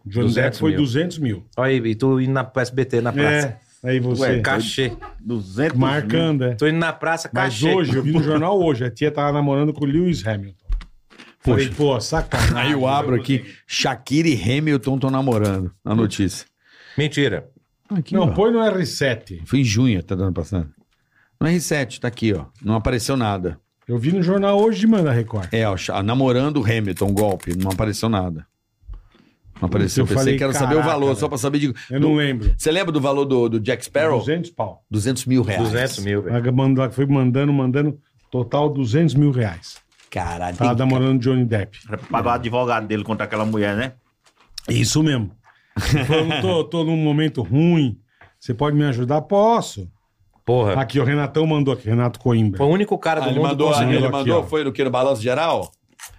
S4: O Johnny
S5: 200
S4: Depp foi
S5: mil.
S4: 200 mil.
S5: Olha aí, e tu indo na pro SBT na praça.
S4: É, aí você.
S5: Ué, cachê.
S6: 200 mil.
S4: marcando, é.
S5: Tô indo na praça,
S4: Mas
S5: cachê.
S4: hoje, eu vi no jornal hoje, a tia tava namorando com o Lewis Hamilton. Falei, pô, sacanagem.
S3: Aí eu abro aqui, Shakira e Hamilton estão namorando. A notícia.
S5: Mentira.
S3: Aqui,
S4: Não,
S3: ó.
S4: põe no R7.
S3: Foi em junho, tá dando passando. No R7, tá aqui, ó. Não apareceu nada.
S4: Eu vi no jornal hoje de manhã da Record.
S3: É, ó, cha- namorando o Hamilton, um golpe. Não apareceu nada. Não apareceu.
S4: eu
S3: Pensei
S4: falei,
S3: que era saber o
S4: caraca,
S3: valor,
S4: velho.
S3: só pra saber de.
S4: Eu não lembro.
S3: Você lembra do valor do, do Jack Sparrow?
S4: 200 pau.
S3: 200 mil
S4: É.
S3: reais.
S5: 200 mil, velho.
S4: Ela mandou- Foi mandando, mandando, total 200 mil reais.
S3: Caralho.
S4: Tava
S3: tem-
S4: namorando o Johnny Depp.
S6: Pagou o advogado dele contra aquela mulher, né?
S4: Isso mesmo. Eu tô, tô num momento ruim. Você pode me ajudar? Posso.
S5: Porra.
S4: Aqui, o Renatão mandou aqui, Renato
S5: Foi
S4: Coimbra.
S5: o único cara
S3: Ah,
S5: do
S3: ele
S5: mundo
S3: mandou,
S4: conseguiu
S3: ele
S4: aqui,
S3: mandou
S4: ó.
S3: foi no que no balanço geral?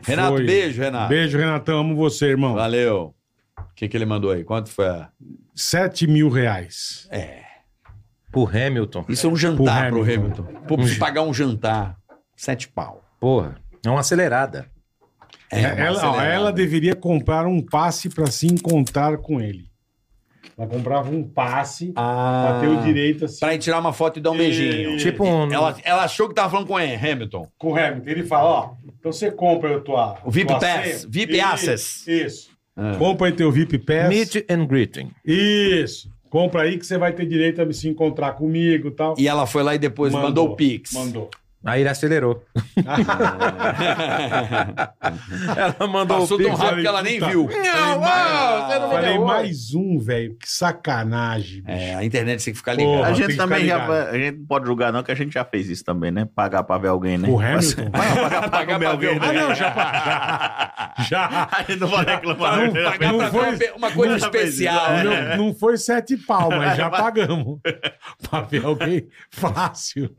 S3: Renato,
S4: Foi.
S3: beijo, Renato.
S4: Beijo, Renatão. Amo você, irmão.
S3: Valeu. O que, que ele mandou aí? Quanto foi? a-
S4: 7 mil reais.
S5: pro Hamilton.
S3: Isso é um jantar pro
S4: Pro Hamilton.
S3: Hamilton. Pô, preciso pagar um jantar. Sete pau.
S5: Porra. É uma acelerada.
S3: É, uma
S4: ela, ó,
S3: acelerada.
S4: ela deveria comprar um passe pra se encontrar com ele. Ela comprava um passe pra
S3: Ah,
S4: ter o direito assim.
S3: pra ir tirar uma foto e dar um beijinho.
S5: Tipo um.
S3: Ela, ela achou que tava falando com o Hamilton.
S4: Com o Hamilton. Ele fala, ó, então você compra a tua...
S3: O VIP
S4: tua
S3: Pass,
S4: senha.
S3: VIP
S4: Isso,
S3: Access.
S4: Isso.
S3: Ah.
S4: Compra aí teu VIP Pass.
S5: Meet and greeting.
S4: Isso. Compra aí que você vai ter direito a se encontrar comigo e tal.
S3: E ela foi lá e depois mandou, o Pix.
S4: Mandou.
S5: Aí ele acelerou. Ela mandou
S3: Passou
S5: o pix.
S3: tão rápido que ela nem viu.
S5: Não, ah, você não
S4: Falei,
S5: entendeu.
S4: mais um, velho. Que sacanagem, bicho.
S3: É, a internet tem que ficar
S4: Porra.
S3: ligada.
S6: a
S4: tem
S6: gente
S4: que ficar
S6: também já.
S4: ligado.
S6: A gente não pode julgar, não, que a gente já fez isso também, né? Pagar pra ver alguém, né?
S4: O Hamilton?
S6: Pagar pra ver alguém, né?
S4: Já.
S6: A gente não vai reclamar.
S4: Não,
S6: né?
S4: pagar pra
S3: Foi
S4: ver
S3: uma coisa
S6: nunca fez isso,
S3: especial.
S6: né?
S3: né?
S4: Não, não foi sete pau, mas já pagamos. pra ver alguém fácil.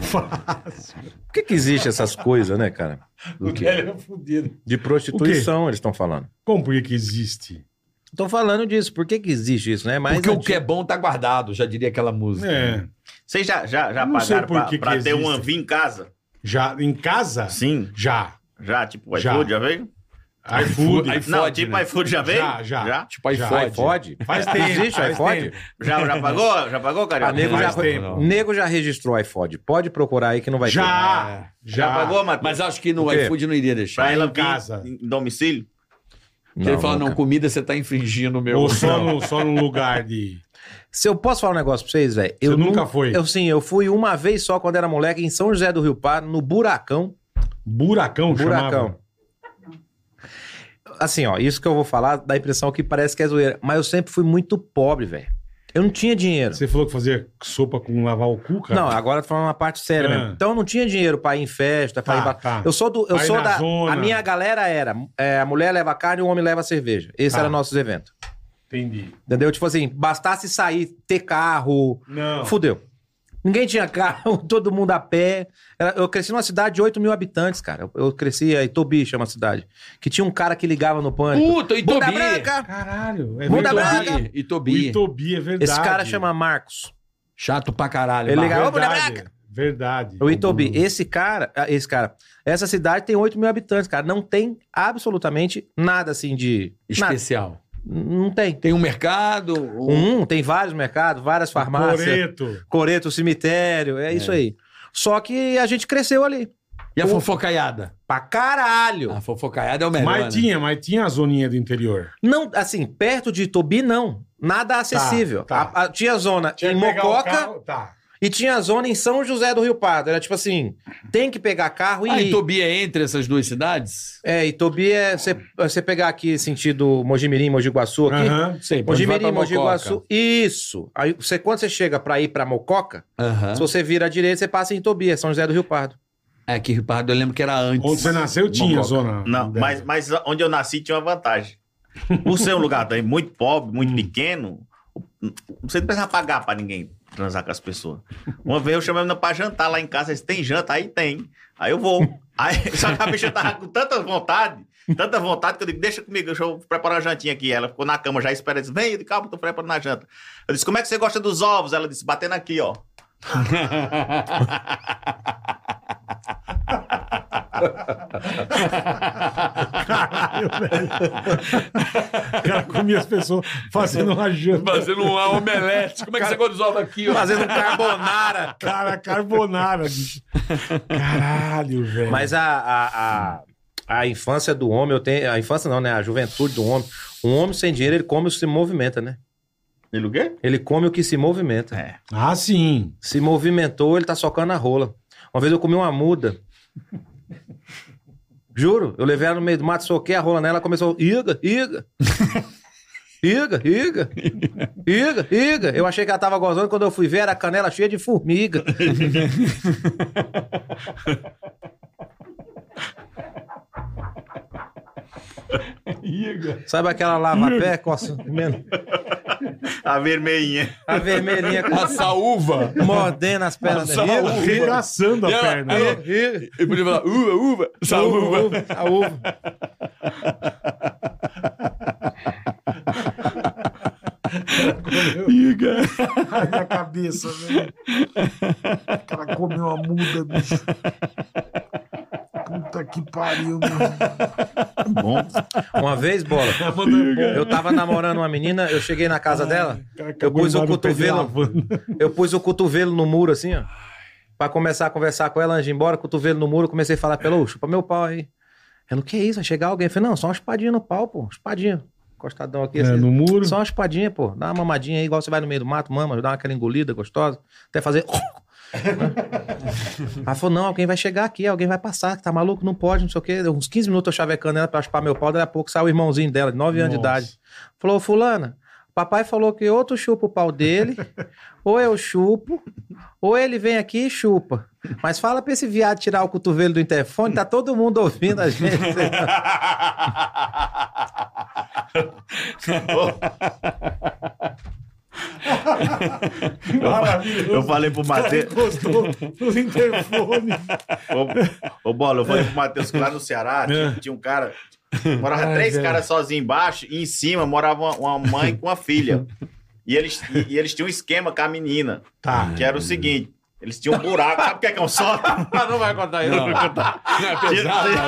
S4: fácil.
S5: Por que, que existe essas coisas, né, cara?
S4: O velho é fudido.
S5: De prostituição, eles estão falando.
S4: Como por que que existe?
S5: Estão falando disso. Por que, que existe isso, né? Mas
S3: Porque o
S5: antigo-
S3: que é bom tá guardado, já diria aquela música.
S4: É,
S6: Vocês já, já, já
S4: Eu não sei
S6: pagaram
S4: por
S6: pra,
S4: que que
S6: pra ter
S4: existe.
S6: um anvi em casa?
S4: já em casa?
S6: Sim.
S4: Já.
S6: Já, tipo,
S4: Já.
S6: iFood já veio?
S4: iFood.
S3: iFood,
S6: não, tipo, iFood já veio?
S4: Já, já.
S6: Já,
S3: Tipo
S4: Já.
S3: iPhone.
S5: iPod?
S4: Faz tempo,
S5: é Existe
S4: faz
S5: iPod?
S6: já, já pagou? Já pagou,
S5: Ah,
S6: Carioca?
S5: nego, já,
S4: Faz tempo.
S5: nego já registrou iPod. Pode procurar aí que não vai ter.
S4: Já. É. Já.
S6: Já pagou, Matheus?
S3: Mas acho que no
S5: O quê?
S3: iFood não iria
S6: Pra
S3: deixar.
S6: ela
S4: em
S6: vir
S4: casa.
S6: em domicílio?
S3: Porque ele fala, não,
S5: nunca.
S3: comida você tá infringindo o meu.
S4: Ou só, no, só num lugar de.
S5: Se eu posso falar um negócio pra vocês, velho? Eu
S4: nunca
S5: nu-
S4: foi?
S5: Eu sim, eu fui uma vez só quando era moleque em São José do Rio Pardo, no Buracão.
S4: Buracão,
S5: Buracão.
S4: chamava.
S5: Assim, ó, isso que eu vou falar dá a impressão que parece que é zoeira. Mas eu sempre fui muito pobre, velho. Eu não tinha dinheiro.
S4: Você falou que fazia sopa com lavar o cu, cara?
S5: Não, agora eu tô falando uma parte séria
S4: Ah.
S5: mesmo. Então eu não tinha dinheiro pra ir em festa, pra
S4: Tá,
S5: ir pra...
S4: tá.
S5: Eu sou do. Eu
S4: Pra ir
S5: sou
S4: na
S5: da.
S4: zona.
S5: A minha galera era: é, a mulher leva carne e o homem leva cerveja. Esse
S4: Tá.
S5: era nossos eventos.
S4: Entendi.
S5: Entendeu? Tipo assim, bastasse sair, ter carro.
S4: Não.
S5: Fudeu. Ninguém tinha carro, todo mundo a pé. Era- Eu cresci numa cidade de 8 mil habitantes, cara. Eu, eu cresci em Itobi, chama a cidade. Que tinha um cara que ligava no pânico.
S3: Puta,
S5: Bunda
S3: Itobi.
S5: branca!
S4: Caralho. É
S5: Bunda
S4: verdade.
S5: branca!
S3: Itobi.
S4: O
S3: Itobi.
S4: Itobi, é verdade.
S5: Esse cara chama Marcos.
S3: Chato pra caralho.
S5: Ele
S3: Barra.
S5: ligava, ô, mulher
S4: Verdade.
S5: branca!
S4: Verdade.
S5: O Itobi. Esse cara, ah, esse cara, essa cidade tem 8 mil habitantes, cara. Não tem absolutamente nada assim de. Nada.
S3: Especial.
S5: Não tem.
S3: Tem um mercado. Um...
S5: Um, tem vários mercados, várias farmácias.
S4: Coreto.
S5: Coreto, cemitério, é, isso aí. Só que a gente cresceu ali.
S3: E a
S5: um-
S3: fofocaiada?
S5: Pra caralho.
S3: A fofocaiada é o melhor.
S4: Mas
S3: né?
S4: tinha, mas tinha a zoninha do interior.
S5: Não, assim, perto de Tobi, não. Nada acessível.
S4: tá.
S5: A- a- tinha zona
S4: Tinha
S5: em
S4: que pegar o
S5: Mococa
S4: carro- Tá.
S5: e tinha zona em São José do Rio Pardo. Era tipo assim, tem que pegar carro e
S3: Ah,
S5: ir.
S3: Itobi é entre essas duas cidades?
S5: É, e Tobi é você- você pegar aqui sentido Mojimirim, Mojiguaçu aqui.
S4: Aham.
S3: Sei,
S5: Mojimirim, Mojiguaçu. Isso. Aí você, quando você chega pra ir pra Mococa,
S3: Aham.
S5: se você vira à direita, você passa em Tobi, é São José do Rio Pardo.
S3: É que Rio Pardo eu lembro que era antes.
S4: Onde você nasceu tinha
S3: Mococa.
S4: zona.
S6: Não, mas, mas onde eu nasci tinha uma vantagem. Por ser um lugar também muito pobre, muito pequeno, você não precisa pagar pra ninguém transar com as pessoas. Uma vez eu chamei a menina pra jantar lá em casa, eles tem janta, aí tem. Aí eu vou. Aí, só que a bicha tava com tanta vontade, tanta vontade, que eu digo, deixa comigo, deixa eu preparar a jantinha aqui. Ela ficou na cama já esperando, disse, vem, eu digo, calma, tô preparando a janta. Eu disse, como é que você gosta dos ovos? Ela disse, batendo aqui, ó.
S4: Caralho, velho. O cara comia as pessoas fazendo uma janta.
S3: Fazendo um omelete. Como é que você gosta dos ovos aqui, ó?
S5: Fazendo um carbonara.
S4: Cara, carbonara, bicho. Caralho, velho.
S5: Mas a, a, a, a infância do homem, eu tenho. A infância não, né? A juventude do homem. Um homem sem dinheiro, ele come o que se movimenta, né?
S6: Ele o quê?
S5: Ele come o que se movimenta.
S6: É.
S4: Ah, sim.
S5: Se movimentou, ele tá socando a rola. Uma vez eu comi uma muda. Juro, eu levei ela no meio do mato, soquei a rola nela, ela começou. Iga, iga. Iga, iga. Iga, iga. Eu achei que ela tava gozando, quando eu fui ver, era a canela cheia de formiga. Sabe aquela lava-pé coçando, comendo?
S6: A vermelhinha.
S5: A vermelhinha com-
S3: Essa uva.
S5: mordendo as pernas
S3: Nossa,
S5: dela.
S3: uva.
S4: Regaçando a
S3: E ela-
S4: perna.
S5: é.
S3: ela- Eu podia falar, uva, uva. Essa uva.
S5: uva, a uva.
S4: Ai, minha cabeça, velho. O cara comeu a muda, bicho. Puta que pariu, mano.
S6: Tá Bom,
S5: Uma vez, bola, eu tava namorando uma menina, eu cheguei na casa dela, eu pus o cotovelo, eu pus o cotovelo no muro assim, ó. Pra começar a conversar com ela antes de ir embora, cotovelo no muro, comecei a falar pra ela, ô, chupa meu pau aí. Ela, o que é isso? Vai chegar alguém? Eu falei, não, só uma espadinha no pau, pô, espadinha. Encostadão aqui, assim.
S4: É, no muro.
S5: Só uma espadinha, pô. Dá uma mamadinha aí, igual você vai no meio do mato, mama, dá aquela engolida gostosa. Até fazer. Ela falou: não, alguém vai chegar aqui, alguém vai passar, que tá maluco, não pode, não sei o quê. Deu uns 15 minutos eu chavecando ela pra chupar meu pau, daí a pouco saiu o irmãozinho dela, de 9 anos de
S4: Nossa.
S5: idade. Falou: Fulana, papai falou que ou tu chupa o pau dele, ou eu chupo, ou ele vem aqui e chupa. Mas fala pra esse viado tirar o cotovelo do interfone, tá todo mundo ouvindo a gente.
S6: eu falei pro Matheus.
S4: Gostou do interfone.
S6: Ô, ô, Bola, eu falei pro Matheus que lá no Ceará tinha, tinha um cara. Morava
S4: Ai,
S6: três
S4: velho.
S6: caras sozinhos embaixo e em cima morava uma, uma mãe com uma filha. E eles, e, e eles tinham um esquema com a menina.
S4: Tá.
S6: Que era o seguinte: eles tinham um buraco. Sabe o que é que é um sótão?
S13: Ah, não vai contar isso. Não.
S6: É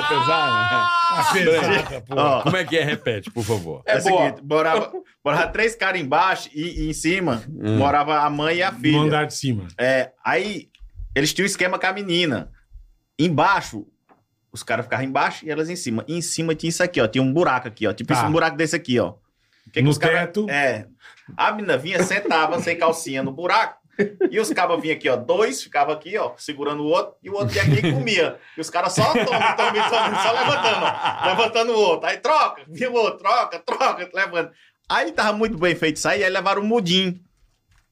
S6: pesado, é Ó,
S13: Como é que é? Repete, por favor.
S6: é o seguinte: morava, morava três caras embaixo e, e em cima
S3: Hum.
S6: morava a mãe e a filha.
S4: No andar de cima.
S6: É, aí eles tinham um esquema com a menina. Embaixo, os caras ficavam embaixo e elas em cima. E em cima tinha isso aqui, ó. Tinha um buraco aqui, ó. Tipo
S4: Tá.
S6: um buraco desse aqui, ó. O
S4: No
S6: os caras-
S4: teto.
S6: É. A menina vinha, sentava sem calcinha no buraco. E os cabas vinham aqui, ó. Dois ficavam aqui, ó, segurando o outro, e o outro ia aqui e comia. E os caras só tomam, tomam, só, só levantando, ó. Levantando o outro. Aí troca, viu o outro, troca, troca, levando. Aí tava muito bem feito isso aí, aí levaram o mudim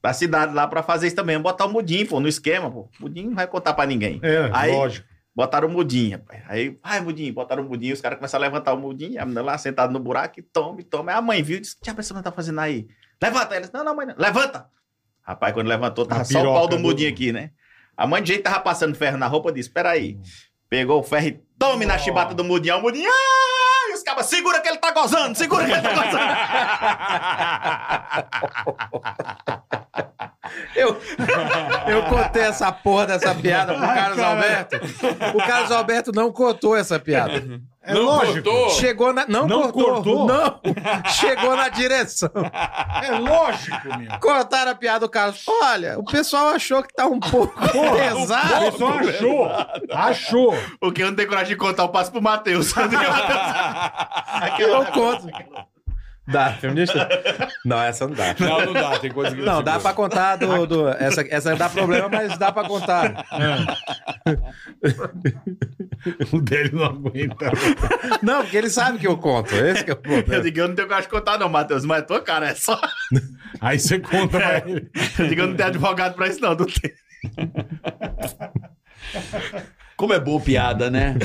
S6: pra cidade lá pra fazer isso também. Botar o mudim, pô, no esquema, pô. Mudim não vai contar pra ninguém.
S4: É,
S6: Aí-
S4: lógico.
S6: Botaram o mudim, rapaz. Aí, ai, mudim, botaram o mudim, os caras começaram a levantar o mudim, a menina lá sentada no buraco, e toma, e toma. Aí a mãe viu e disse: Tia, essa menina tá fazendo aí? Levanta! Ela disse: Não, não, mãe, não. levanta! Rapaz, quando levantou, tava
S4: A
S6: só o pau
S4: piroca
S6: do
S4: do-
S6: mudim aqui, né? A mãe de jeito tava passando ferro na roupa, disse: Peraí. Pegou o ferro e tome na chibata do mudim. Aí o mudim, ai! E os cabas, segura que ele tá gozando, segura que ele tá gozando.
S5: Eu, eu contei essa porra dessa piada pro Carlos Alberto. O Carlos Alberto não contou essa piada.
S4: É lógico.
S13: cortou?
S5: Chegou na. Não,
S4: Não cortou?
S5: cortou, Não. Chegou na direção.
S4: É lógico, meu.
S5: Cortaram a piada do Carlos. Olha, o pessoal achou que tá um pouco
S4: A
S5: pesado.
S4: pessoa achou. Achou.
S6: Porque eu não tenho coragem de contar, eu passo pro Matheus.
S5: Eu conto. Dá, feminista? Não, essa não dá.
S13: Não, não dá, tem coisa que
S5: Não,
S13: se
S5: dá
S13: usa.
S5: pra contar do. do- essa, essa dá problema, mas dá pra contar.
S4: É. O dele não aguenta.
S5: Não, porque ele sabe que eu conto. Esse que é o
S6: Eu
S5: problema.
S6: digo, eu não tenho coragem de contar, não, Matheus, mas tua cara é só.
S4: Aí você conta
S6: É.
S4: pra ele.
S6: Eu digo, eu não tenho advogado pra isso, não. não tenho.
S3: Como é boa piada, né?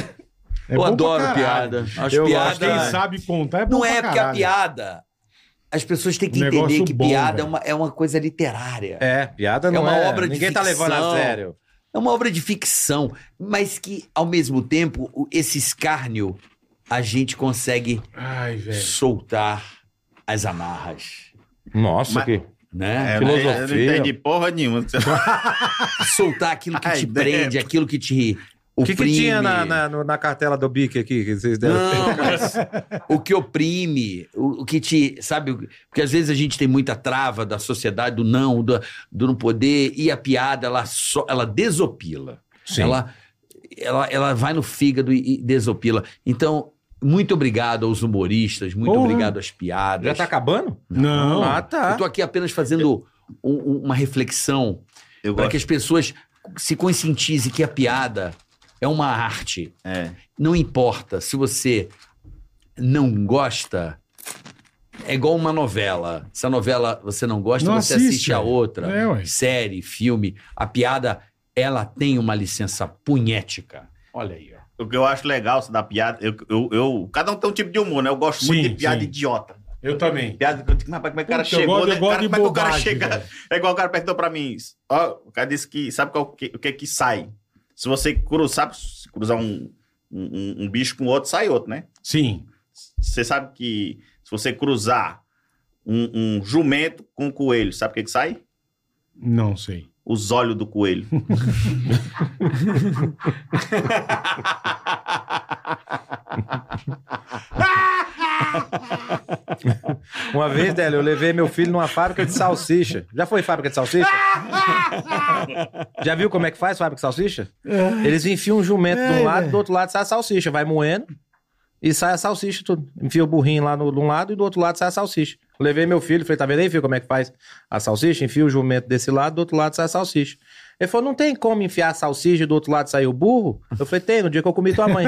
S4: É
S3: eu
S4: bom pra
S3: adoro
S4: caralho.
S3: piada. As
S5: Eu
S3: piadas.
S5: gosto,
S4: Quem sabe contar é bom
S3: Não
S4: pra
S3: é porque a
S4: caralho.
S3: piada. As pessoas têm que
S4: Um negócio
S3: entender que
S4: bom,
S3: piada é
S4: velho.
S3: uma, é uma coisa literária. É.
S5: É, piada não é.
S3: uma obra de
S5: Ninguém tá levando a
S3: ficção.
S5: sério.
S3: É uma obra de ficção, mas que, ao mesmo tempo, o- esse escárnio a gente consegue
S4: Ai, velho.
S3: soltar as amarras.
S5: Nossa,
S6: É, Mas-
S5: que.
S3: Né?
S4: É,
S6: eu não- Eu não
S5: filosofia.
S6: entendi porra nenhuma.
S3: Soltar aquilo que
S6: Ai,
S3: te
S6: né?
S3: prende, aquilo que te.
S5: O que, que tinha na,
S3: oprime.
S5: na, no- na cartela do Bic aqui que vocês deram?
S3: Não, mas o que oprime, o, o que te. Sabe? Porque às vezes a gente tem muita trava da sociedade, do não, do, do não poder, e a piada, ela, só, ela desopila. Ela, ela, ela vai no fígado e, e desopila. Então, muito obrigado aos humoristas, muito
S4: Porra.
S3: obrigado às piadas.
S5: Já tá acabando?
S4: Não.
S5: Ah, tá.
S3: Eu tô aqui apenas fazendo um- um- uma reflexão
S6: Eu
S3: para
S6: gosto.
S3: que as pessoas se conscientizem que a piada é uma arte.
S6: É.
S3: Não importa se você não gosta. É igual uma novela. Se a novela você não gosta,
S4: Não
S3: você
S4: assiste,
S3: assiste, a
S4: ué.
S3: outra.
S4: É, ué.
S3: Série, filme. A piada, ela tem uma licença punhética. Olha aí, ó.
S6: O que eu acho legal isso da piada, eu, eu, eu- cada um tem um tipo de humor, né? Eu gosto muito
S4: Sim,
S6: de piada
S4: sim.
S6: idiota.
S4: Eu também.
S6: Piada que eu digo, mas como é que o cara
S4: Puta, eu
S6: chegou,
S4: gosto-
S6: né?
S4: eu gosto
S6: Cara,
S4: de
S6: como é que o cara
S4: bobagem,
S6: chega?
S4: velho.
S6: É igual o cara perguntou pra mim isso. Ó, o cara disse que, sabe qual, que- o que que sai? Se você cruzar, se cruzar um, um, um bicho com outro, sai outro, né?
S4: Sim.
S6: Você sabe que se você cruzar um, um jumento com um coelho, sabe o que que sai?
S4: Não sei.
S6: Os olhos do coelho.
S5: Uma vez, Délio, eu levei meu filho numa fábrica de salsicha. Já foi fábrica de salsicha? Já viu como é que faz fábrica de salsicha? Eles enfiam um jumento de um lado, do outro lado sai a salsicha. Vai moendo e sai a salsicha tudo. Enfia o burrinho lá no, de um lado e do outro lado sai a salsicha. Eu levei meu filho, falei, tá vendo aí, filho, como é que faz a salsicha? Enfia o jumento desse lado, do outro lado sai a salsicha. Ele falou, não tem como enfiar a salsicha e do outro lado sair o burro? Eu falei, tem, no dia que eu comi tua mãe.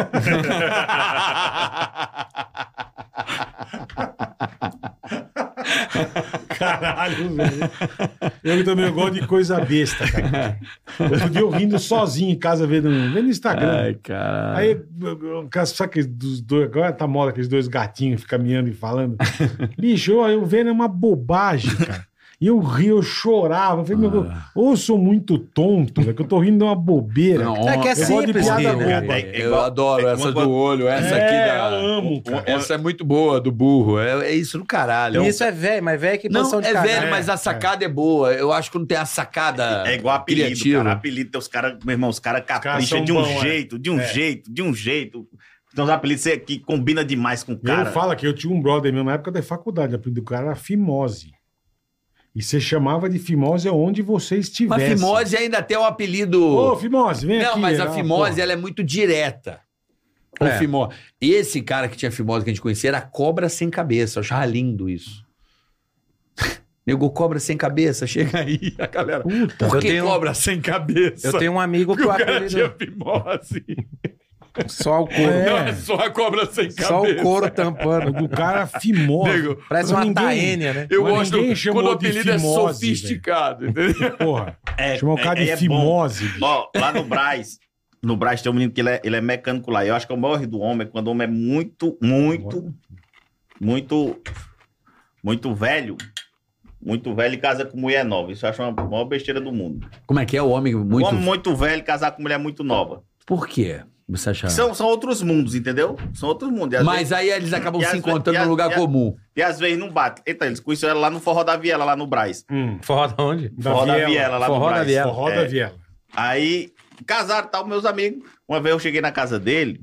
S4: Caralho, velho. Eu também gosto de coisa besta, cara. Outro dia eu rindo sozinho em casa, vendo, um, vendo no Instagram.
S7: Ai, caralho.
S4: Aí, eu- eu- sabe que dos dois, agora tá moda aqueles dois gatinhos ficam miando e falando. Bicho, eu, eu vendo é uma bobagem, cara. E eu ri, eu chorava. Eu falei,
S7: Ah.
S4: meu, Deus, ou eu sou muito tonto, velho, que eu tô rindo de uma bobeira.
S5: É que é
S4: Eu gosto de
S5: simples,
S4: piada
S5: rir, né?
S4: boba.
S6: É, é
S7: Eu
S6: igual-
S7: adoro
S6: é
S7: essa
S6: uma-
S7: do olho, essa
S4: É,
S7: aqui da.
S4: eu amo, cara.
S3: um-
S7: Essa é muito boa, do burro. É, é isso do caralho.
S5: Isso é velho, mas velho que
S7: não,
S5: posição de né?
S7: é
S5: cagar.
S7: velho, mas a sacada é. boa. Eu acho que não tem a sacada.
S6: É igual apelido,
S7: criativa.
S6: cara. Apelido, tem os caras, meu irmão, os caras
S4: caras
S6: capricham
S4: são
S6: de um
S4: bom, é.
S6: jeito, de um
S4: É.
S6: jeito, de um jeito. Então os apelidos você- que combina demais com o
S4: Eu
S6: cara.
S4: falo que eu tinha um brother meu na época da faculdade, o apelido do cara era Fimose. E você chamava de Fimose onde você
S7: Mas
S4: estivesse.
S7: fimose ainda tem o apelido.
S4: Ô, Fimose, vem
S7: não,
S4: aqui.
S7: mas
S4: Ah,
S7: a fimose
S4: porra.
S7: ela é muito direta. O
S5: É.
S7: fimose. Esse cara que tinha fimose que a gente conhecia era cobra sem cabeça. Eu achava lindo isso. Negou cobra sem cabeça, chega aí, a galera.
S4: Puta.
S7: Por
S5: Eu
S7: que
S5: tenho- um
S7: cobra sem cabeça?
S5: Eu tenho um amigo que o apelido...
S7: fimose.
S5: Só o couro.
S4: É.
S7: só a cobra sem
S5: Só o couro tampando.
S4: Do cara Fimose.
S7: Nego,
S5: Parece uma
S4: Ninguém-
S5: taênia, né?
S4: Mas ninguém chamou de fimose,
S7: é entendeu?
S4: Porra.
S6: É,
S4: Chamar o cara de
S6: é bom.
S4: Fimose. bicho.
S6: Ó, lá no Braz, no Braz tem um menino que ele é, ele é mecânico lá. Eu acho que é o maior erro do homem é quando o homem é muito, muito, muito, muito velho. Muito velho e casa com mulher nova. Isso eu acho uma maior besteira do mundo.
S7: Como é que é o homem
S6: Muito...
S7: muito.
S6: Homem muito velho casar com mulher muito nova.
S7: Por quê? Você
S3: É.
S7: acha?
S6: São, são outros mundos, entendeu? São outros mundos. E às
S7: Mas aí eles acabam
S6: E
S7: se
S6: as-
S7: encontrando
S6: e as-
S7: num lugar
S6: e as-
S7: comum.
S6: E às vezes não bate. Eita, eles conheceram ela lá no Forró da Viela, lá no Braz.
S4: Hum,
S5: Forró da onde?
S4: da
S6: Forró da
S4: Viela.
S6: Viela, lá
S5: Forró
S6: no
S5: da
S6: Braz.
S5: Viela.
S4: Forró
S6: É.
S4: da Viela.
S6: Aí casaram e tal, meus amigos. Uma vez eu cheguei na casa dele,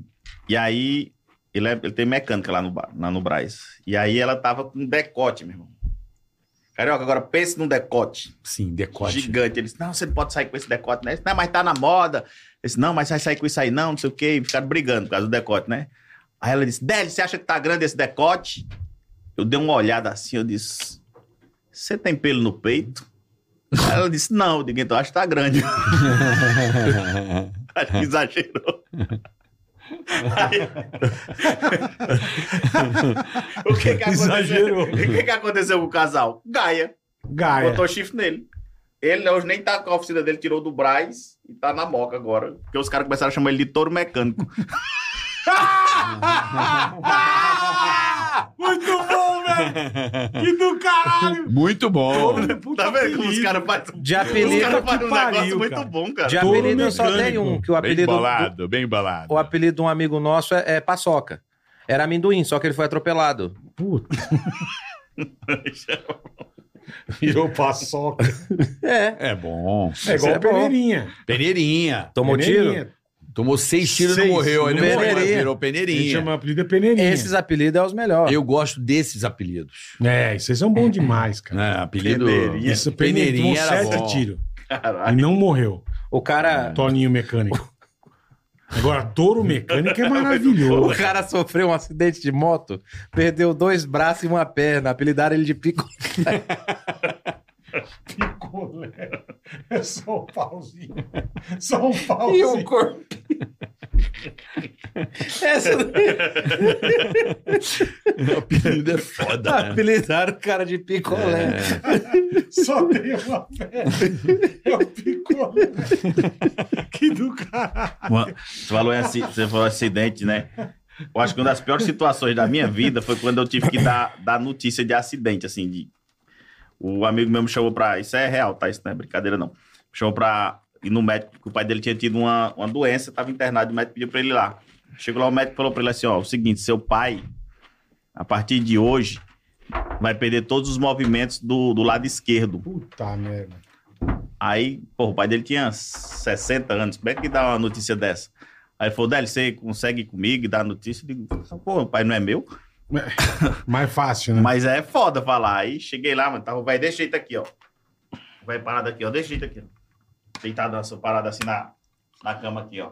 S6: e aí ele, é- ele tem mecânica lá no, ba- lá no Braz. E aí ela tava com um decote, meu irmão. Carioca, agora pense num decote
S7: Sim, decote.
S6: gigante. Ele disse: Não, você não pode sair com esse decote, né? Ele disse, Não, mas tá na moda. Ele disse: Não, mas vai sair com isso aí, não, não sei o quê. E ficaram brigando por causa do decote, né? Aí ela disse: Délio, você acha que tá grande esse decote? Eu dei uma olhada assim, eu disse: Você tem pelo no peito? Aí ela disse: Não, eu digo, então acho que tá grande. acho que exagerou. Aí- o que que aconteceu?
S4: Exagerou.
S6: O que que aconteceu com o casal? Gaia.
S4: Gaia.
S6: Botou chifre nele. Ele hoje nem tá com a oficina dele, tirou do Braz e tá na moca agora. Porque os caras começaram a chamar ele de touro mecânico.
S4: Ah!
S1: Muito bom, velho! Que do caralho!
S7: Muito bom.
S6: tá vendo como os caras fazem.
S5: De
S6: Os
S5: apelido,
S6: caras
S4: que
S6: fazem um
S4: pariu,
S6: negócio muito
S4: cara.
S6: bom, cara.
S5: de
S4: Touro
S5: apelido eu só
S4: mecânico.
S5: tenho um, que o apelido, do-
S7: bem balado.
S5: o apelido de um amigo nosso é, é Paçoca. Era amendoim, só que ele foi atropelado.
S4: Puta. Virou paçoca.
S5: É.
S7: É bom.
S4: É igual
S5: é
S4: a
S5: bom.
S4: peneirinha.
S7: Peneirinha.
S5: Tomou tiro?
S4: Peneirinha.
S7: Tomou seis tiros e
S4: Seis.
S7: não morreu. Ele morreu,
S5: Peneirinha.
S7: virou
S4: A gente
S7: peneirinha.
S4: chama apelido é peneirinha.
S5: Esses apelidos é os melhores.
S7: Eu gosto desses apelidos.
S4: É, vocês são bons demais, cara.
S7: Né? Apelido.
S6: Peneirinha.
S4: Isso, peneirinha
S7: Peneirinha era
S4: tomou sete
S7: bom.
S4: tiros. E
S6: Caralho.
S4: não morreu.
S5: O cara.
S4: Toninho mecânico. Agora, touro mecânico é
S5: O
S4: maravilhoso.
S5: cara sofreu um acidente de moto, perdeu dois braços e uma perna. Apelidaram ele de pico.
S4: Picolé. É só um pauzinho. Só um pauzinho.
S5: corpo. Essa
S7: Apelido é foda, né?
S5: apelidaram o cara de picolé.
S4: Só tem uma perna. É o picolé. Que do caralho.
S6: Uma- Você falou, em aci- você falou em acidente, né? Eu acho que uma das piores situações da minha vida foi quando eu tive que dar, dar notícia de acidente, assim, de... O amigo meu me chamou pra... Isso é real, tá? Isso não é brincadeira, não. Me chamou pra ir no médico, porque o pai dele tinha tido uma, uma doença, tava internado, e o médico pediu pra ele ir lá. Chegou lá, o médico falou pra ele assim, ó, o seguinte, seu pai, a partir de hoje, vai perder todos os movimentos do, do lado esquerdo.
S4: Puta merda.
S6: Aí, pô, o pai dele tinha 60 anos. Como é que dá uma notícia dessa? Aí ele falou, Délio, você consegue ir comigo e dar a notícia? Eu digo, pô, o pai não é meu?
S4: Mais fácil, né?
S6: Mas é foda falar. Aí cheguei lá, mano. Tava, vai, deixa jeito aqui, ó. Vai parado aqui, ó. Deixa jeito aqui, ó. Deitado, assim, parado assim na, na cama aqui, ó.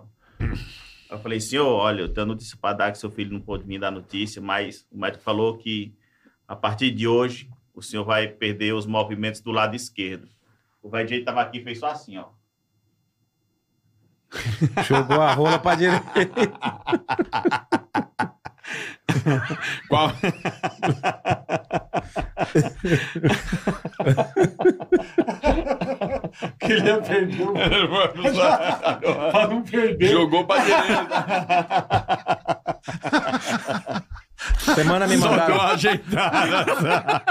S6: Eu falei, senhor, olha, eu tenho notícia pra dar que seu filho não pôde vir dar notícia, mas o médico falou que a partir de hoje o senhor vai perder os movimentos do lado esquerdo. O vai direito tava aqui e fez só assim, ó.
S5: Jogou a rola pra direita.
S1: Qual?
S8: Queria perder o pra não perder.
S1: Jogou pra direita.
S5: Semana Tá me
S1: Só deu
S5: mandaram.
S1: uma ajeitada.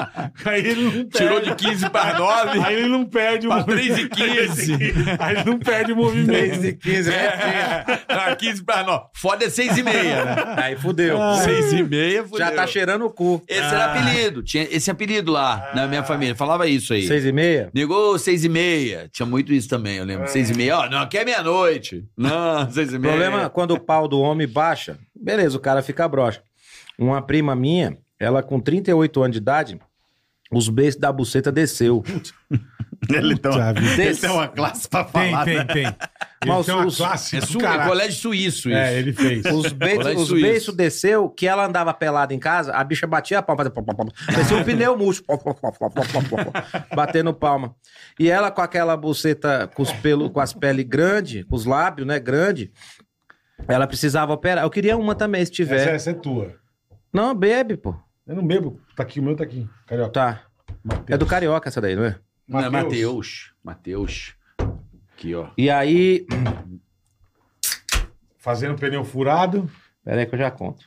S8: Aí ele não perde.
S1: Tirou de 15 para 9.
S8: Aí ele não perde o
S4: um-
S1: Pra
S8: movimento.
S1: 3 e 15.
S8: Aí ele não perde
S5: um
S8: o movimento.
S5: 3 e 15,
S7: É,
S5: né?
S7: Tá,
S1: Pra 15 para 9.
S3: Foda é seis e meia, né?
S5: Aí fudeu.
S1: 6 e meia, fudeu.
S5: Já tá cheirando o cu.
S3: Esse era apelido. Tinha esse apelido lá na minha família. Falava isso aí.
S5: Seis e meia?
S3: Negou seis e meia. Tinha muito isso também, eu lembro. Seis e meia. Ó, não, aqui é meia-noite. Não, seis e
S5: O
S3: meia.
S5: problema é quando o pau do homem baixa, beleza, o cara fica broxa. Uma prima minha, ela com 38 anos de idade, os beijos da buceta desceu.
S6: Ele tem uma,
S4: Puta vida.
S6: ele
S5: é
S6: tem uma classe pra
S4: Tem,
S7: né?
S6: falar.
S4: tem, tem. Ele
S5: né? Mas
S4: tem uma
S5: os-
S4: classe
S3: É,
S4: do
S3: su... é
S4: caralho.
S3: colégio suíço isso.
S4: É, ele fez.
S5: Os beijos,
S3: Colégio
S5: os
S3: Suíço.
S5: beijos desceu, que ela andava pelada em casa, a bicha batia a palma, fazia... pom, pom, pom. parecia um pneu murcho, pom, pom, pom, pom, pom, pom, pom, batendo palma. E ela com aquela buceta com, os pelo, com as peles grandes, com os lábios, né, grande, ela precisava operar. Eu queria uma também, se
S4: Essa,
S5: tiver.
S4: essa é tua.
S5: Não, bebe, pô.
S4: Eu não bebo. Tá aqui, o meu tá aqui. Carioca.
S5: Tá. É do Carioca essa daí, não é?
S3: Não, é Mateus. Mateus. Aqui, ó.
S5: E aí.
S4: Fazendo pneu furado.
S5: Pera aí que eu já conto.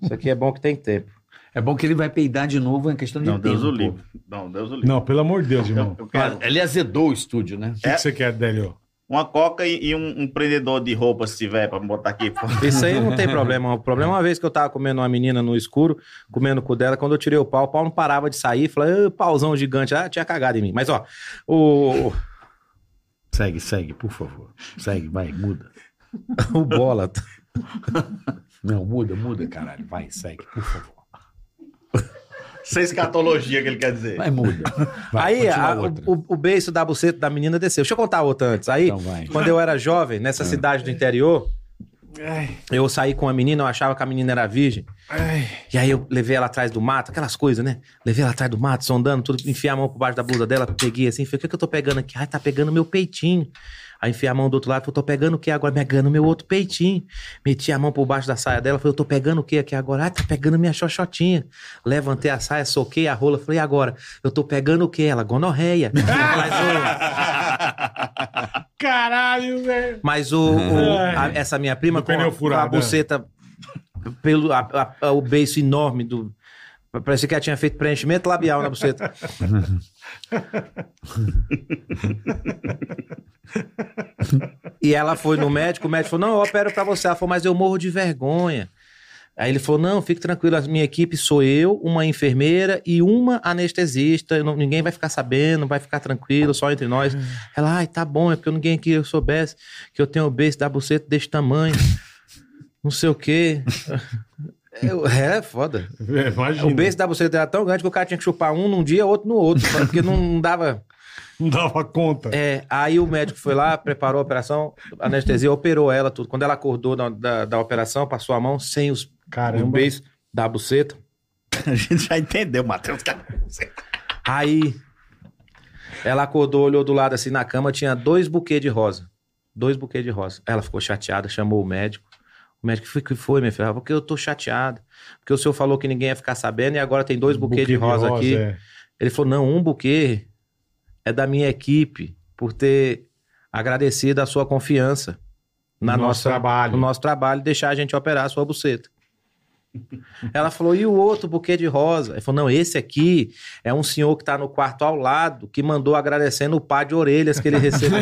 S5: Isso aqui é bom que tem tempo.
S3: É bom que ele vai peidar de novo, é questão de
S6: Não, Deus o
S3: tempo.
S6: livre. Não, Deus o livre.
S4: Não, pelo amor de Deus, irmão.
S6: Eu quero-
S3: Ah, Ele azedou o estúdio, né?
S4: O
S5: É.
S4: que, que você quer, Délio?
S6: Uma coca e, e um, um prendedor de roupa, se tiver, pra botar aqui.
S5: Isso aí não tem problema. O problema é uma vez que eu tava comendo uma menina no escuro, comendo o cu dela, quando eu tirei o pau, o pau não parava de sair. Falei, "Ah, pauzão gigante. Ah, tinha cagado em mim. Mas ó, o,
S7: Segue, segue, por favor. Segue, vai, muda.
S5: o bola.
S7: Não, muda, muda, caralho. Vai, segue, por favor.
S6: Sem escatologia que ele quer dizer.
S7: Vai, muda. Vai,
S5: aí
S7: continua
S5: a-
S7: outra.
S5: o, o beiço da buceta da menina desceu. Deixa eu contar outra antes. Aí,
S7: Então Ah. vai.
S5: quando eu era jovem, nessa cidade do interior, eu saí com uma menina, eu achava que a menina era virgem. E aí eu levei ela atrás do mato, aquelas coisas, né? Levei ela atrás do mato, sondando, tudo, enfiei a mão por baixo da blusa dela, peguei assim, falei, o que, que eu tô pegando aqui? Ai, tá pegando meu peitinho. Aí enfiei a mão do outro lado, falei, tô pegando o que agora? Pegando meu outro peitinho. Meti a mão por baixo da saia dela, falei, eu tô pegando o que aqui agora? Ah, tá pegando minha xoxotinha. Levantei a saia, soquei a rola, falei, e agora? Eu tô pegando o que? Ela, gonorreia. mas
S4: Caralho, velho.
S5: o, mas o, o- a- essa minha prima
S4: Do
S5: com a,
S4: pneu
S5: com a
S4: furado, né?
S5: buceta, pelo, a- a- o beiço enorme do... Parecia que ela tinha feito preenchimento labial na buceta. E ela foi no médico, o médico falou: não, eu opero pra você. Ela falou, mas eu morro de vergonha. Aí ele falou: não, fique tranquilo, a minha equipe sou eu, uma enfermeira e uma anestesista. Eu não- ninguém vai ficar sabendo, vai ficar tranquilo, só entre nós.
S4: Uhum.
S5: Ela, ai, tá bom, é porque ninguém aqui soubesse que eu tenho o beijo da buceta desse tamanho. Não sei o quê. Eu- é, foda.
S4: É, Imagina.
S5: O beijo da buceta era tão grande que o cara tinha que chupar um num dia, outro no outro, porque não dava.
S4: Não dava conta.
S5: É, aí o médico foi lá, preparou a operação, anestesia, operou ela, tudo. Quando ela acordou da, da, da operação, passou a mão sem os, os
S4: Caramba.
S5: beijos da buceta.
S6: A gente já entendeu, Matheus. cara.
S5: Aí ela acordou, olhou do lado assim na cama, tinha dois buquês de rosa. Dois buquês de rosa. Ela ficou chateada, chamou o médico. O médico, "Foi- que foi, minha filha? Ela, Porque eu tô chateada. Porque o senhor falou que ninguém ia ficar sabendo e agora tem dois
S4: Um
S5: buquês de, rosa aqui.
S4: é.
S5: Ele falou: não, um buquê é da minha equipe por ter agradecido a sua confiança na
S4: No nosso
S5: nossa,
S4: trabalho.
S5: no nosso trabalho e deixar a gente operar a sua buceta. Ela falou: e o outro buquê de rosa? Ele falou: não, esse aqui é um senhor que está no quarto ao lado que mandou agradecendo o par de orelhas que ele recebeu.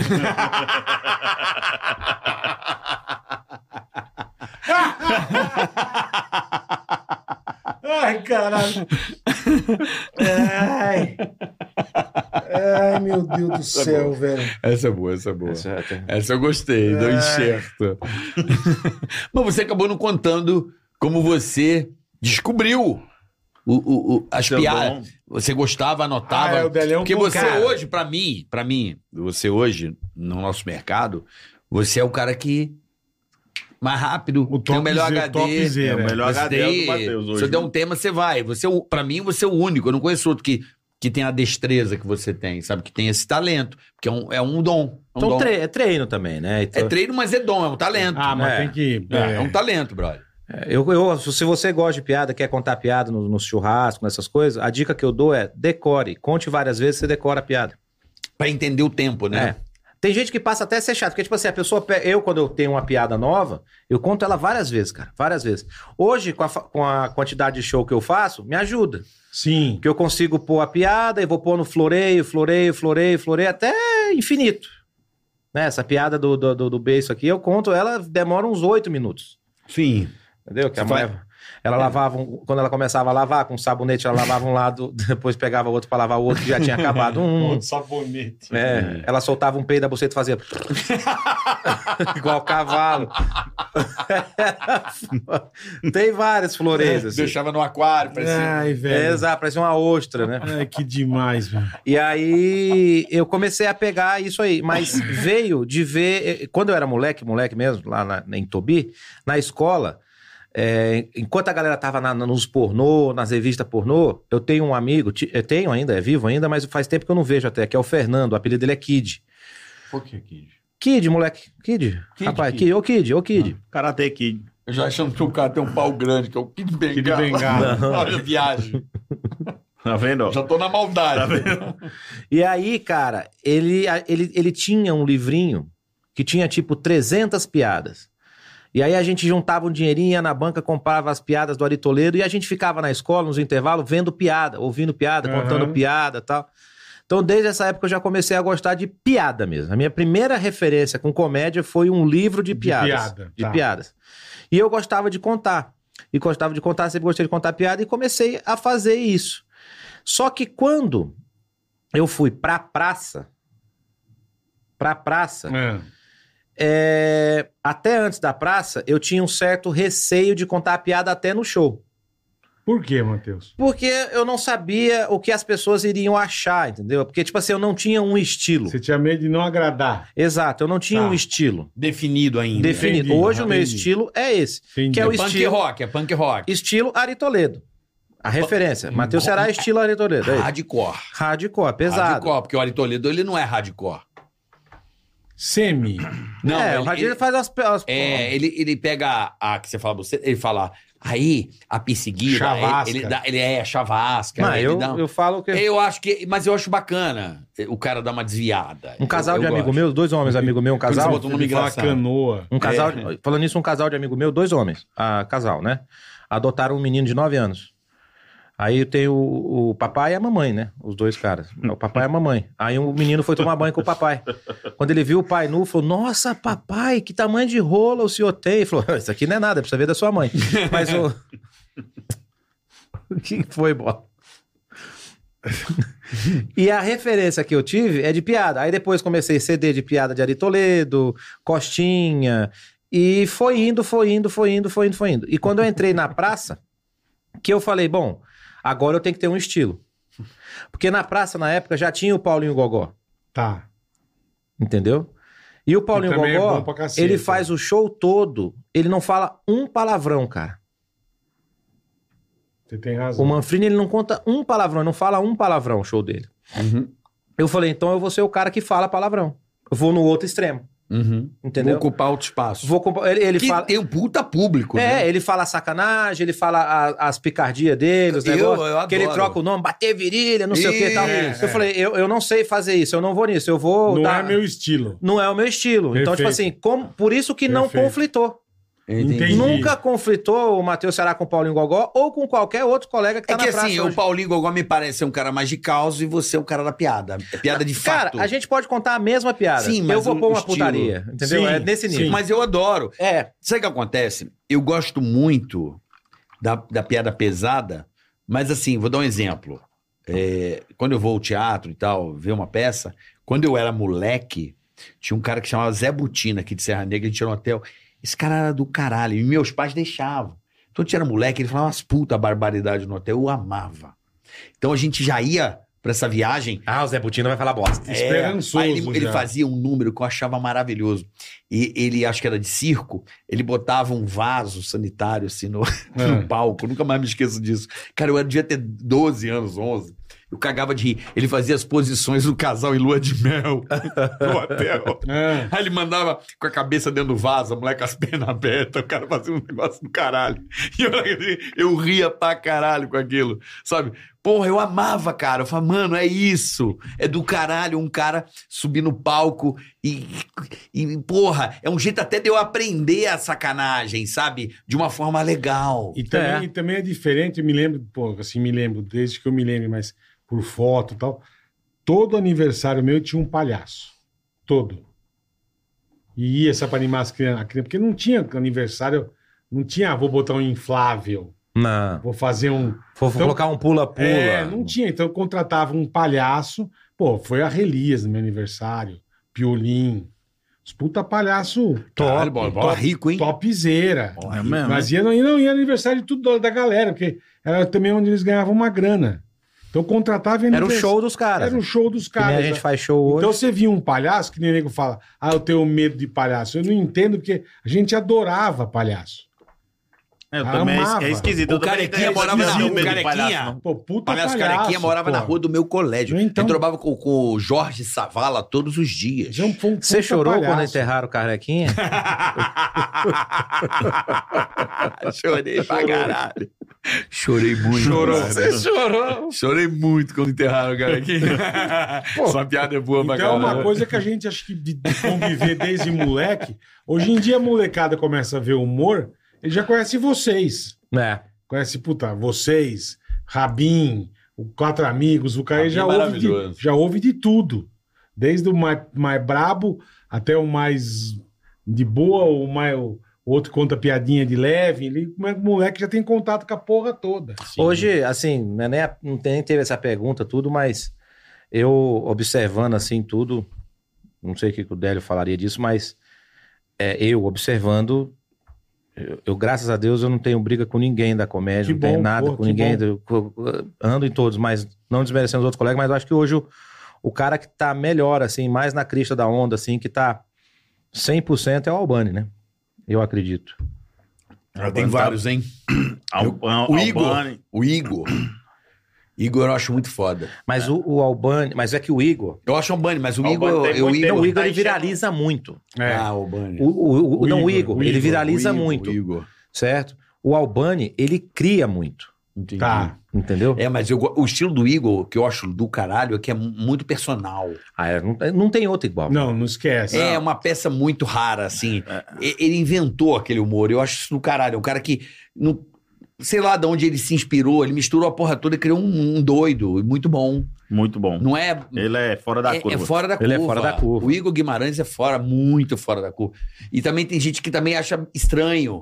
S3: É um
S4: Ai, caralho. Ai. Ai, meu Deus do céu, velho.
S1: Essa é boa, essa é boa. Essa eu gostei, do enxerto.
S3: Mas você acabou não contando como você Descobriu o, o, o- as
S6: Seu
S3: piadas.
S6: dom.
S3: Você gostava, anotava.
S4: Ah, é, o Deleu
S3: Tá, porque
S4: com
S3: você
S4: cara.
S3: hoje, pra mim, para mim, você hoje, no nosso mercado, você é o cara que. Mais rápido,
S4: O
S3: tem o melhor
S4: topzera,
S3: HD.
S6: É
S4: topzera,
S6: o melhor
S3: Você
S6: HD é o do
S3: tem-
S6: Matheus
S3: Se
S6: hoje.
S3: eu der um tema, você vai. Você, é o- pra mim, você é o único. Eu não conheço outro que, que tem a destreza que você tem, sabe? Que tem esse talento. Porque é um, é um dom. É um
S5: Então
S3: dom.
S5: tre- é treino também, né?
S3: É
S5: Então,
S3: treino, mas é dom, é um talento.
S4: Ah, mas
S5: É.
S4: tem que.
S3: é.
S4: é.
S3: é um talento, brother.
S5: é, eu, eu- se você gosta de piada, quer contar piada no, no churrasco, nessas coisas, a dica que eu dou é decore. Conte várias vezes, você decora a piada.
S3: Pra entender o tempo, né?
S5: É. Tem gente que passa até a ser chato, porque, tipo assim, a pessoa. pe- Eu, quando eu tenho uma piada nova, eu conto ela várias vezes, cara. Várias vezes. Hoje, com a, fa- com a quantidade de show que eu faço, me ajuda.
S4: Sim.
S5: Porque eu consigo pôr a piada e vou pôr no floreio, floreio, floreio, floreio, até infinito. Né? Essa piada do, do, do, do beijo aqui, eu conto, ela demora uns oito minutos.
S3: Sim.
S5: Entendeu? Que a
S3: Você
S5: mulher, Ela lavava, um- quando ela começava a lavar com sabonete, ela lavava um lado, depois pegava outro pra lavar o outro, que já tinha acabado um.
S4: Pô, sabonete.
S5: É, ela soltava um peido da buceta e fazia. Igual cavalo. Tem várias floreiras. assim.
S3: Deixava no aquário, parecia.
S4: Ai,
S5: É,
S4: velho.
S5: exato, parecia uma ostra, né?
S4: Ai, que demais, velho.
S5: E aí eu comecei a pegar isso aí, mas veio de ver. eh, Quando eu era moleque, moleque mesmo, lá na- em Tobi, na escola, eh, enquanto a galera tava na- nos pornô, nas revistas pornô, eu tenho um amigo, ti- eu tenho ainda, é vivo ainda, mas faz tempo que eu não vejo até, que é o Fernando, o apelido dele é Kid.
S1: Por que, Kid?
S5: Kid, moleque. Kid.
S1: Kid,
S5: Rapaz,
S1: Kid.
S5: Kid, ô Kid, ô Kid.
S6: Karate Kid.
S1: Eu já achando que o cara tem um pau grande, que é o Kid Bengala.
S4: Bengala.
S1: Olha a viagem.
S6: Tá vendo? ó?
S1: Já tô na maldade.
S5: Tá E aí, cara, ele, a- ele, ele tinha um livrinho que tinha tipo 300 piadas. E aí a gente juntava um dinheirinho, ia na banca, comprava as piadas do Ari Toledo e a gente ficava na escola, nos intervalos, vendo piada, ouvindo piada,
S4: Aham.
S5: contando piada e tal. Então, desde essa época eu já comecei a gostar de piada mesmo. A minha primeira referência com comédia foi um livro de
S4: De
S5: piadas.
S4: piada,
S5: de
S4: tá.
S5: piadas. E eu gostava de contar. E gostava de contar, sempre gostei de contar piada e comecei a fazer isso. Só que quando eu fui pra praça, pra praça,
S4: É.
S5: é, até antes da praça, eu tinha um certo receio de contar a piada até no show.
S4: Por quê, Matheus?
S5: Porque eu não sabia o que as pessoas iriam achar, entendeu? Porque, tipo assim, eu não tinha um estilo.
S4: Você tinha medo de não agradar.
S5: Exato, eu não tinha
S4: Tá.
S5: um estilo
S3: Definido ainda.
S5: definido.
S4: Entendi,
S5: Hoje o meu
S4: entendi.
S5: estilo é esse.
S4: Entendi.
S5: Que é o
S3: Punk
S5: estilo.
S3: rock, é punk rock.
S5: Estilo Ari Toledo. A referência. Matheus Ceará, estilo Ari Toledo. É isso.
S3: Hardcore.
S5: Hardcore, pesado.
S3: Hardcore, porque o Ari Toledo, ele não é hardcore.
S4: Semi.
S3: Não,
S5: é,
S3: ele-
S5: o Hardcore
S3: ele-
S5: faz as. as
S3: É, ele, ele pega a, a que você fala, você, ele fala, aí a perseguida,
S4: Chavasca.
S3: ele, ele, dá, ele é chavasca.
S5: Não,
S3: ele
S5: eu,
S3: dá- um É,
S5: eu falo que.
S3: Eu acho que, mas eu acho bacana o cara dar uma desviada.
S5: Um casal
S3: Eu-
S5: de
S3: eu
S5: amigo
S3: gosto.
S5: meu, dois homens, amigo meu, um
S3: Por isso
S5: casal.
S3: eu boto um nome
S4: Ele fala
S3: engraçado.
S4: canoa.
S5: Um casal, de- falando nisso, um casal de amigo meu, dois homens, ah, casal, né? Adotaram um menino de 9 anos. Aí tem o, o papai e a mamãe, né? Os dois caras. O papai e a mamãe. Aí o menino foi tomar banho com o papai. Quando ele viu o pai nu, falou: Nossa, papai, que tamanho de rola o senhor tem? Ele falou: Isso aqui não é nada, precisa ver da sua mãe. Mas o. O que foi, bola? E a referência que eu tive é de piada. Aí depois comecei CD de piada de Ari Toledo, Costinha. E foi indo, foi indo, foi indo, foi indo, foi indo. E quando eu entrei na praça, que eu falei, bom, agora eu tenho que ter um estilo. Porque na praça, na época, já tinha o Paulinho Gogó,
S4: Tá.
S5: entendeu? E o Paulinho
S4: também é bom
S5: Gogó,
S4: pra cacete,
S5: ele faz o show todo, ele não fala um palavrão, cara.
S4: Você tem razão.
S5: O Manfrini, ele não conta um palavrão, ele não fala um palavrão o show dele.
S3: Uhum.
S5: Eu falei, então eu vou ser o cara que fala palavrão. Eu vou no outro extremo,
S3: Uhum. Vou
S5: entendeu?
S3: ocupar outro espaço.
S5: Vou, compa- ele, ele
S3: que
S5: fala...
S3: tem um puta público,
S5: É,
S3: né?
S5: ele fala sacanagem, ele fala a- as picardias dele, os
S3: Eu-
S5: negócios.
S3: eu
S5: que ele
S3: adoro.
S5: troca o nome, bater virilha, não sei o que e tal.
S3: Isso,
S5: Eu falei, eu, eu não sei fazer isso, eu não vou nisso, eu vou.
S4: Não
S5: dar-
S4: é meu estilo.
S5: Não é o meu estilo. Então, tipo
S4: Perfeito.
S5: assim, como- por isso que não
S4: Perfeito.
S5: conflitou. é.
S4: Entendi.
S5: Nunca conflitou o Matheus Ceará com o Paulinho Gogó ou com qualquer outro colega que tá
S3: É que
S5: na praça
S3: assim,
S5: hoje.
S3: o Paulinho Gogó me parece ser um cara mais de caos e você é um cara da piada. É piada de
S5: Cara,
S3: fato.
S5: a gente pode contar a mesma piada.
S3: Sim, mas
S5: eu vou
S3: o-
S5: pôr
S3: o
S5: uma
S3: estilo.
S5: putaria, entendeu?
S4: Sim,
S5: é nesse nível.
S4: sim.
S3: Mas eu adoro.
S5: É,
S3: Sabe o que acontece? Eu gosto muito da, da piada pesada, mas assim, vou dar um exemplo. É, quando eu vou ao teatro e tal, ver uma peça, quando eu era moleque, tinha um cara que chamava Zé Butina, aqui de Serra Negra, a gente tinha um hotel. Esse cara era do caralho, e meus pais deixavam. Então a gente era moleque, ele falava umas puta barbaridade no hotel, eu amava. Então a gente já ia pra essa viagem
S5: Ah, o Zé Butino vai falar bosta.
S4: Esperançoso
S3: Aí É, ele, ele
S4: já.
S3: fazia um número que eu achava maravilhoso. E ele, acho que era de circo, ele botava um vaso sanitário assim no, no
S4: É.
S3: palco. Nunca mais me esqueço disso. Cara, eu era- devia ter 12 anos, 11. Eu cagava de rir. Ele fazia as posições do casal em lua de mel no hotel.
S4: É.
S3: Aí ele mandava com a cabeça dentro do vaso, a mulher com as pernas abertas, o cara fazia um negócio do caralho. E eu, eu ria pra caralho com aquilo, sabe? Porra, eu amava, cara. Eu falava, mano, é isso. É do caralho um cara subir no palco e, e, porra, é um jeito até de eu aprender a sacanagem, sabe? De uma forma legal.
S4: E também,
S5: É.
S4: e também é diferente, eu me lembro, pô, assim, me lembro, desde que eu me lembro, mas por foto e tal. Todo aniversário meu tinha um palhaço. Todo. E ia só pra animar as crianças, a criança, porque não tinha aniversário, não tinha, ah, vou botar um inflável,
S5: Não.
S4: vou fazer um.
S5: Vou, vou
S4: Então-
S5: colocar um pula-pula.
S4: É, não tinha, então eu contratava um palhaço, pô, foi a Relias no meu aniversário, Piolim. Os puta palhaço
S3: Caralho, bola, bola rico, hein?
S4: topzera.
S8: É
S5: né?
S8: mesmo,
S6: né?
S4: Mas ia, não, ia, não, ia aniversário de tudo da- da galera, porque era também onde eles ganhavam uma grana. Então contratava e
S5: Era o
S4: anivers-
S5: show dos caras.
S4: Era o show dos
S5: Que nem
S4: caras.
S5: a gente
S4: né?
S5: faz show hoje.
S4: Então você via um palhaço, que nem nego fala, ah, eu tenho medo de palhaço. Eu não entendo, porque a gente adorava palhaço.
S6: Eu
S4: Ah,
S6: também, é es-
S4: amava.
S6: é esquisito.
S3: O
S6: eu também
S3: carequinha
S6: tenho
S3: morava
S6: esquisito
S4: na-
S6: medo
S4: o
S6: de
S3: carequinha-
S6: palhaço, não.
S4: Pô, puta
S3: Palhaço
S4: palhaço.
S3: Carequinha morava na
S4: pô.
S3: rua do meu colégio.
S4: Então-
S3: Eu trovava com, com o Jorge Savala todos os dias.
S4: Já um- foi um
S5: Você
S4: puta
S5: chorou
S4: palhaço.
S5: quando enterraram o Carrequinha?
S3: Ah, Chorei pra caralho. Chorei muito.
S1: Chorou.
S3: cara.
S1: Você
S5: chorou.
S3: Chorei muito quando enterraram o cara aqui. Essa piada é boa pra
S4: Então é
S3: caralho.
S4: uma coisa que a gente acho que de de conviver desde moleque. Hoje em dia a molecada começa a ver humor, ele já conhece vocês.
S5: É.
S4: Conhece, puta, vocês, Rabin, o Quatro Amigos, o cara
S3: Rabin é
S4: já ouve, de,
S3: maravilhoso.
S4: já ouve de tudo. Desde o mais, mais brabo até o mais de boa, o mais. O outro conta piadinha de leve, ele, o moleque já tem contato com a porra toda.
S5: Hoje, assim, não, é nem a- não tem, nem teve essa pergunta, tudo, mas eu observando, assim, tudo, não sei o que, que o Délio falaria disso, mas é, eu observando, eu, eu, graças a Deus, eu não tenho briga com ninguém da comédia,
S4: Que
S5: não tenho
S4: bom,
S5: nada
S4: pô,
S5: com
S4: que
S5: ninguém,
S4: bom.
S5: eu- eu- eu ando em todos, mas não desmerecendo os outros colegas, mas eu acho que hoje o, o cara que tá melhor, assim, mais na crista da onda, assim, que tá 100% é o Albani, né? Eu acredito.
S3: Tem vários, hein?
S6: Al- Al-
S3: o Igor.
S6: Albani.
S3: O Igor. Igor eu acho muito foda.
S5: Mas o, o Albani, mas é que o Igor,
S3: Eu acho um Bunny, mas o
S6: Ah, o
S3: Igor...
S6: Bunny tem
S3: eu-
S6: muito
S3: Igor-
S5: Não, o Igor
S6: Tá
S5: ele viraliza muito.
S4: É.
S3: Ah, o Bunny.
S5: O, o- o-
S4: O
S5: não, o
S4: Igor,
S5: Igor,
S4: o
S5: ele
S4: Igor,
S5: viraliza
S3: O Igor,
S5: muito,
S3: o Igor.
S5: certo? O Albani, ele cria muito,
S3: Entendi.
S4: Tá.
S5: entendeu?
S3: É, mas eu go- o estilo do Igor, que eu acho do caralho, é que é mu- muito personal.
S5: Ah, é, não, não tem outro igual.
S4: Não, não esquece.
S3: É uma peça muito rara, assim. E- Ele inventou aquele humor. Eu acho isso do caralho. É um cara que. não- sei lá de onde ele se inspirou. Ele misturou a porra toda e criou um, um doido. e Muito bom.
S6: Muito bom.
S3: Não é.
S6: Ele é fora da
S3: é- é,
S6: curva.
S3: fora da
S5: Ele
S3: curva.
S5: é fora da curva.
S3: O Igor Guimarães é fora, muito fora da curva. E também tem gente que também acha estranho.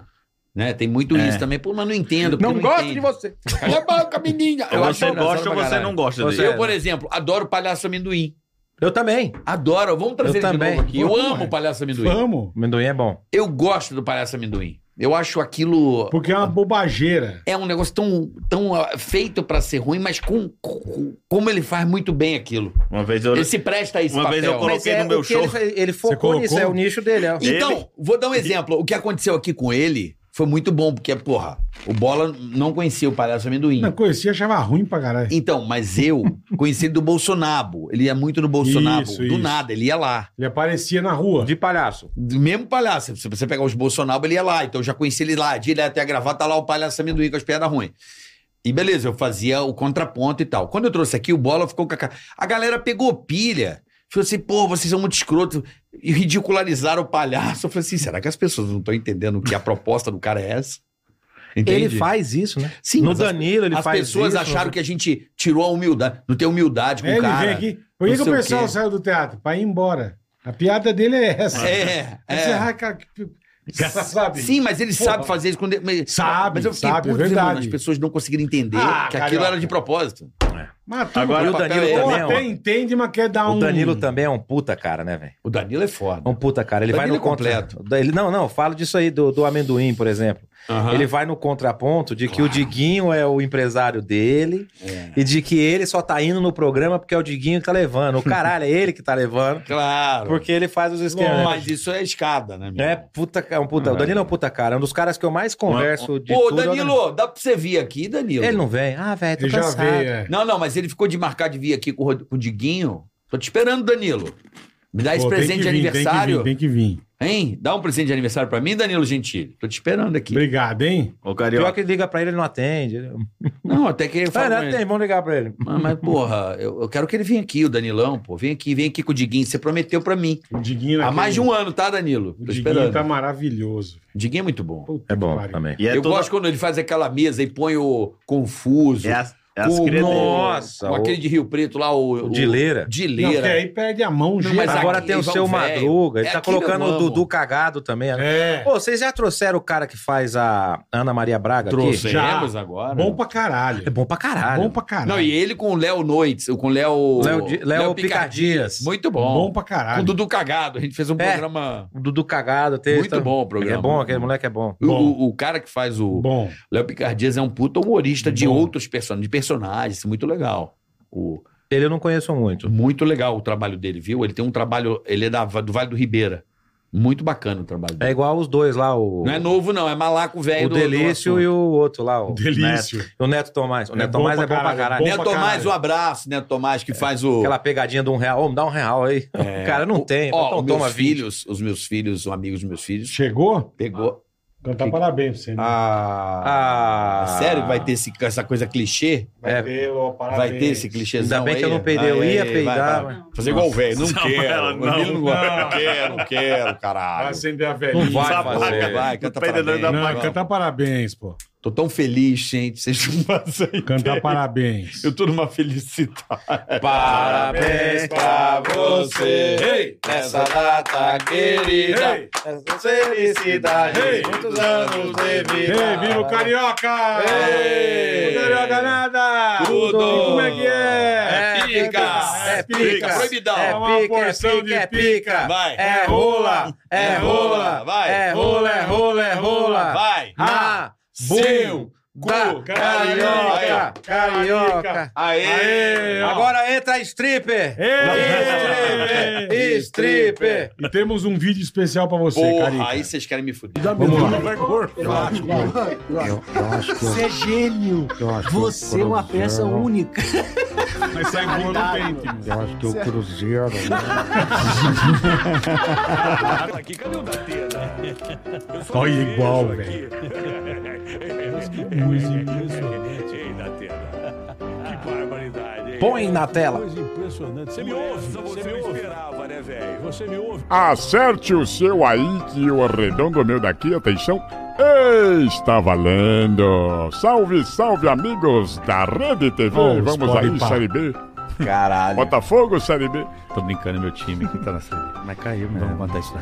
S3: Né? Tem muito
S6: É.
S3: isso também. Pô, mas não entendo. porque entende.
S5: você.
S3: Abaca, menina!
S6: Ou você
S3: engraçado
S6: gosta ou
S3: pra
S6: você
S3: caralho. é
S6: não gosta
S5: Você-
S6: dele.
S3: Eu, por exemplo, adoro palhaço amendoim.
S5: Eu também.
S3: Adoro. Vamos trazer
S5: Eu
S3: ele
S5: também.
S3: de novo aqui. Eu
S4: Vamos,
S3: amo
S4: ué.
S3: o palhaço amendoim.
S4: Vamos.
S5: Amendoim é bom.
S3: Eu gosto do palhaço amendoim. Eu acho aquilo.
S4: Porque é uma bobageira.
S3: É um negócio tão, tão ah, feito pra ser ruim, mas com, com- como ele faz muito bem aquilo.
S6: Uma vez eu...
S3: Ele se presta a esse
S6: Uma
S3: papel.
S6: vez eu coloquei-
S5: é
S6: no meu
S5: o que
S6: show.
S5: Ele, fez- ele focou
S4: colocou?
S5: nisso, é o nicho dele. ó.
S6: Ele-
S3: Então, vou dar um exemplo. O que aconteceu aqui com ele foi muito bom, porque, porra, o Bola não conhecia o palhaço amendoim.
S4: Não, conhecia, achava ruim pra caralho.
S3: Então, mas eu conheci ele do Bolsonaro. Ele ia muito no Bolsonaro.
S4: Isso,
S3: do
S4: isso.
S3: nada, ele ia lá.
S4: Ele aparecia na rua.
S5: De palhaço.
S3: Do mesmo palhaço. Se você pegar os Bolsonaro, ele ia lá. Então eu já conheci ele lá, direto, ia gravar, tá lá o palhaço amendoim com as piadas ruins. E beleza, eu fazia o contraponto e tal. Quando eu trouxe aqui, o Bola ficou com a cara. A galera pegou pilha. Ficou assim, pô, vocês são muito escroto. E ridicularizaram o palhaço. Eu falei assim, será que as pessoas não estão entendendo que a proposta do cara é essa? Entende?
S5: Ele faz isso, né?
S3: Sim,
S5: no
S3: mas as-
S5: Danilo ele
S3: as
S5: faz
S3: pessoas
S5: isso.
S3: acharam que a gente tirou a humildade. Não tem humildade com
S4: É,
S3: o
S4: ele
S3: Um cara.
S4: vem aqui. Por
S3: não
S4: que, que o
S3: sei o
S4: pessoal
S3: quê.
S4: saiu do teatro? Pra ir embora. A piada dele é essa.
S3: É,
S4: Aí
S3: é.
S4: você, ah, cara, que- sabe?
S3: Sim, mas ele
S4: Porra.
S3: sabe fazer isso quando. é, Mas,
S4: Sabe,
S3: mas eu fiquei
S4: sabe, é
S3: puto,
S4: verdade.
S3: irmão, as pessoas não conseguiram entender
S4: Ah,
S3: que aquilo
S4: carioca.
S3: era de propósito.
S4: Mas tudo
S6: Agora
S5: E
S6: eu
S5: o Danilo
S3: Ou
S4: Ou
S5: também. é
S4: até
S5: um-
S4: entende, mas quer dar um.
S5: O Danilo
S3: tá
S5: também é um puta cara, né, velho?
S3: O Danilo é foda.
S5: Um puta cara. Ele
S3: Pra
S5: vai
S3: mim
S5: no
S3: ele é completo.
S5: completo. Ele, não, não, eu falo disso aí do, do amendoim, por exemplo.
S3: Aham.
S5: Ele vai no contraponto de que o Diguinho é o empresário dele
S3: É.
S5: e de que ele só tá indo no programa porque é o Diguinho que tá levando. O caralho, é ele que tá levando.
S3: Claro.
S5: Porque ele faz os esquemas. né?
S3: Não, mas isso é escada, né? meu?
S5: É, puta, ca- é um puta. O Danilo é um puta cara. É um dos caras que eu mais converso de
S3: Pô,
S5: tudo. é o
S3: Danilo, dá pra você vir aqui, Danilo?
S5: Ele não vem. Ah, velho, tô
S4: Ele já
S5: cansado.
S4: veio. é.
S3: Não, não, mas ele ficou de marcar de vir aqui com o, Rod- com o Diguinho. Tô te esperando, Danilo. Me dá esse
S4: Pô, tem
S3: presente
S4: que
S3: de
S4: vir,
S3: aniversário.
S4: Tem que vir, tem que vir.
S3: Hein? Dá um presente de aniversário pra mim, Danilo Gentili. Tô te esperando aqui.
S4: Obrigado, hein?
S6: Ô,
S5: Pior
S6: Carioca,
S5: que liga pra ele, ele não atende. Ele-
S3: Não, até que ele
S5: Ah,
S3: fala.
S5: não
S3: com ele.
S5: atende, vamos ligar pra ele.
S3: Mas, mas, porra, eu, eu quero que ele venha aqui, o Danilão, pô. Vem aqui, vem aqui com o Diguinho. Você prometeu pra mim.
S4: O Diguinho
S3: Há
S4: naquele-
S3: mais de um ano, tá, Danilo?
S4: O
S3: Tô
S4: Diguinho
S3: esperando.
S4: tá maravilhoso.
S3: Diguinho é muito bom.
S4: Puta
S5: É
S4: que
S5: bom
S4: pariu.
S5: também.
S6: e é
S3: eu
S6: toda-
S3: gosto quando ele faz aquela mesa e põe o Confuso.
S6: É as, é as
S3: o,
S6: crias dele.
S5: Nossa,
S3: com
S5: o-
S3: aquele de Rio Preto lá, o.
S5: O
S4: Não,
S5: Dileira.
S4: porque
S3: Dileira.
S4: aí perde a mão
S3: Não,
S4: geral.
S3: mas
S5: Agora
S3: aqui,
S5: tem o
S3: vai um
S5: seu
S3: velho.
S5: Madruga. Ele
S3: É
S5: tá
S3: aquilo
S5: colocando
S3: eu
S5: o
S3: amo.
S5: Dudu cagado também. né?
S4: É.
S5: Pô, vocês já trouxeram o cara que faz a Ana Maria Braga aqui?
S3: Trouxemos agora.
S4: Bom pra caralho.
S5: É bom pra caralho.
S4: Bom pra caralho.
S3: Não, e é ele com o Léo Noites, com o Léo.
S5: Léo, Di- Léo Picardias.
S3: Muito bom.
S4: Bom pra
S3: com o
S4: caralho.
S3: Dudu Cagado. A gente fez um
S5: É.
S3: programa.
S5: O Dudu cagado. Tem,
S3: Muito bom o
S5: Ele
S3: programa.
S5: é bom, aquele moleque é bom.
S3: O-
S4: Bom.
S3: O, o cara que faz o
S4: Bom.
S3: Léo Picardias é um puta humorista de
S4: Bom.
S3: outros person... de personagens, muito legal. O...
S5: Ele eu não conheço muito.
S3: Muito legal o trabalho dele, viu? Ele tem um trabalho, ele é da... do Vale do Ribeira. Muito bacana o trabalho
S5: É
S3: dele.
S5: igual os dois lá, o,
S3: Não é novo não, é malaco velho
S5: o Delício e o outro lá,
S3: né?
S5: o,
S4: Delício.
S5: o Neto Tomás. O
S4: É
S5: Neto
S4: bom
S5: Tomás
S4: pra
S5: é bom pra
S4: caralho,
S5: caralho.
S4: bom
S5: É,
S3: Neto
S4: pra
S3: Tomás,
S4: caralho.
S3: um abraço, Neto Tomás, que faz o... É.
S5: Aquela pegadinha de um real. Ô, me dá um real aí. O cara não tem.
S3: Ó,
S5: então
S3: os
S5: toma
S3: meus
S5: 20.
S3: filhos, os meus filhos, os amigos dos meus filhos,
S4: Chegou?
S3: pegou...
S4: Cantar parabéns pra você. Né?
S3: Ah...
S5: Ah.
S3: Sério que vai ter esse- essa coisa clichê?
S4: vai
S5: é.
S4: ter, ó,
S3: Vai
S4: parabéns.
S3: ter esse clichêzão
S5: Ainda bem que eu
S3: aí?
S5: não peidei. Eu
S3: Aí,
S5: ia
S3: vai,
S5: peidar.
S3: vai.
S5: mas-
S1: Fazer igual o velho. Não
S6: ela
S1: quero.
S6: não.
S1: Não, não,
S4: Não.
S1: quero, quero,
S4: Vai
S1: caralho.
S4: acender a velhinha.
S5: Não vai
S6: Sabaca.
S5: fazer.
S3: Vai,
S6: Não
S3: canta
S6: tá entendendo
S3: parabéns.
S6: nada.
S4: Não, cantar parabéns, pô.
S3: Tô tão feliz, gente. Vocês não fazem
S4: Cantar parabéns.
S1: Eu tô numa felicidade.
S5: Parabéns pra você nessa data querida.
S4: Ei,
S5: Felicidade,
S4: Ei!
S5: muitos anos de vida.
S4: ei, viva o Carioca!
S5: Ei!
S4: O Carioca nada!
S3: Tudo!
S4: E como é que é?
S5: É pica,
S4: É
S5: é
S4: pica!
S5: pica,
S3: proibidão.
S5: é
S4: uma
S5: pica,
S4: porção
S5: é
S4: de
S5: pica, é pica,
S1: Vai.
S5: é rola, é rola,
S1: Vai.
S5: é rola, é rola, é rola.
S1: Vai.
S5: Ah,
S1: Seu
S5: bum, da carioca,
S4: carioca.
S5: carioca.
S1: Aê!
S5: Agora entra a stripper.
S4: Ei!
S5: Stripper, stripper.
S4: E temos um vídeo especial pra você,
S3: Porra,
S4: Carica.
S3: aí vocês querem me fuder.
S4: Vamos lá.
S14: Você é gênio. Você é uma peça única.
S4: Mas sai boa no dente, mano.
S14: Eu acho que o Cruzeiro.
S4: Olha igual, velho.
S5: Põe na tela.
S15: Acerte o seu aí que eu arredondo o meu daqui, atenção. Ei, Está valendo! Salve, salve, amigos da Rede TV!
S4: Oh, os
S15: Vamos
S4: pode
S15: aí,
S4: pá.
S15: Série B.
S6: Caralho.
S15: Botafogo, Série B.
S6: Tô brincando, meu time que tá na Série B. Mas caiu, né? Vamos contar isso.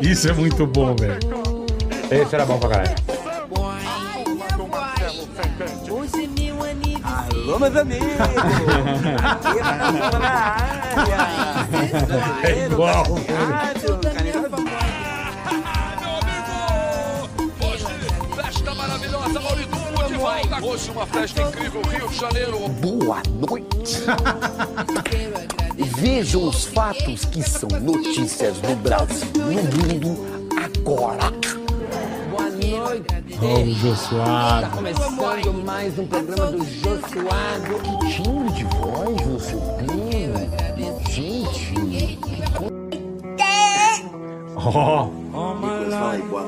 S4: Isso é muito bom, velho.
S5: Esse era bom pra caralho.
S14: Alô, meus amigos. Estamos na área. É igual.
S2: Festa maravilhosa, Mauritu, de volta. Hoje uma festa incrível, Rio de Janeiro.
S14: Boa noite. Vejam os fatos que são notícias no Brasil, no mundo, agora. Boa noite. Tá
S4: Ó, o Josuado.
S14: Começando mais um programa do Josuado. Que timbre de voz você tem? Gente,
S4: Ó,
S16: Boa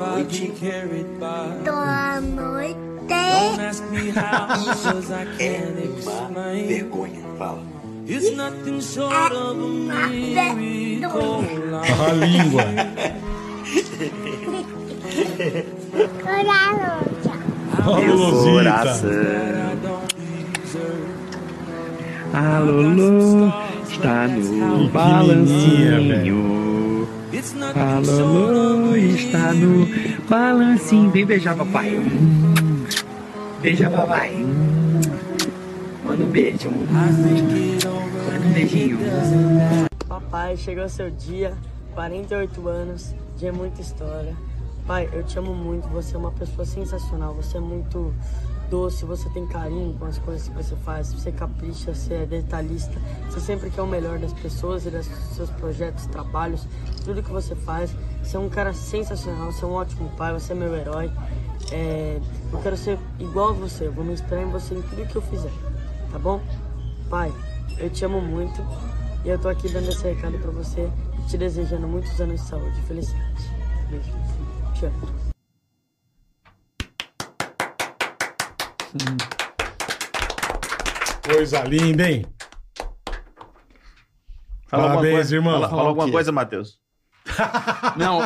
S16: noite.
S4: a língua. Ó, a Luluzita.
S14: está
S3: Um
S14: no
S4: Que menininha, velho.
S14: Alô, está no balancinho. Vem beijar papai. Hum. Beija papai. Hum. Manda um beijo. Hum. Manda um beijinho.
S16: Papai, chegou seu dia, 48 anos, de muita história.
S17: Pai, eu te amo muito, você é uma pessoa sensacional, você é muito doce, você tem carinho com as coisas que você faz, você capricha, você é detalhista, você sempre quer o melhor das pessoas e dos seus projetos, trabalhos, tudo que você faz. Você é um cara sensacional, você é um ótimo pai, você é meu herói. É, eu quero ser igual a você, eu vou me inspirar em você em tudo que eu fizer, tá bom? Pai, eu te amo muito e eu tô aqui dando esse recado pra você e te desejando muitos anos de saúde e felicidade. Beijo, te amo.
S4: Coisa linda, hein?
S6: Fala alguma
S4: Parabéns,
S6: coisa,
S4: irmão.
S6: Fala,
S4: Fala
S6: fala
S4: o
S6: alguma
S4: quê?
S6: coisa, Matheus.
S3: Não,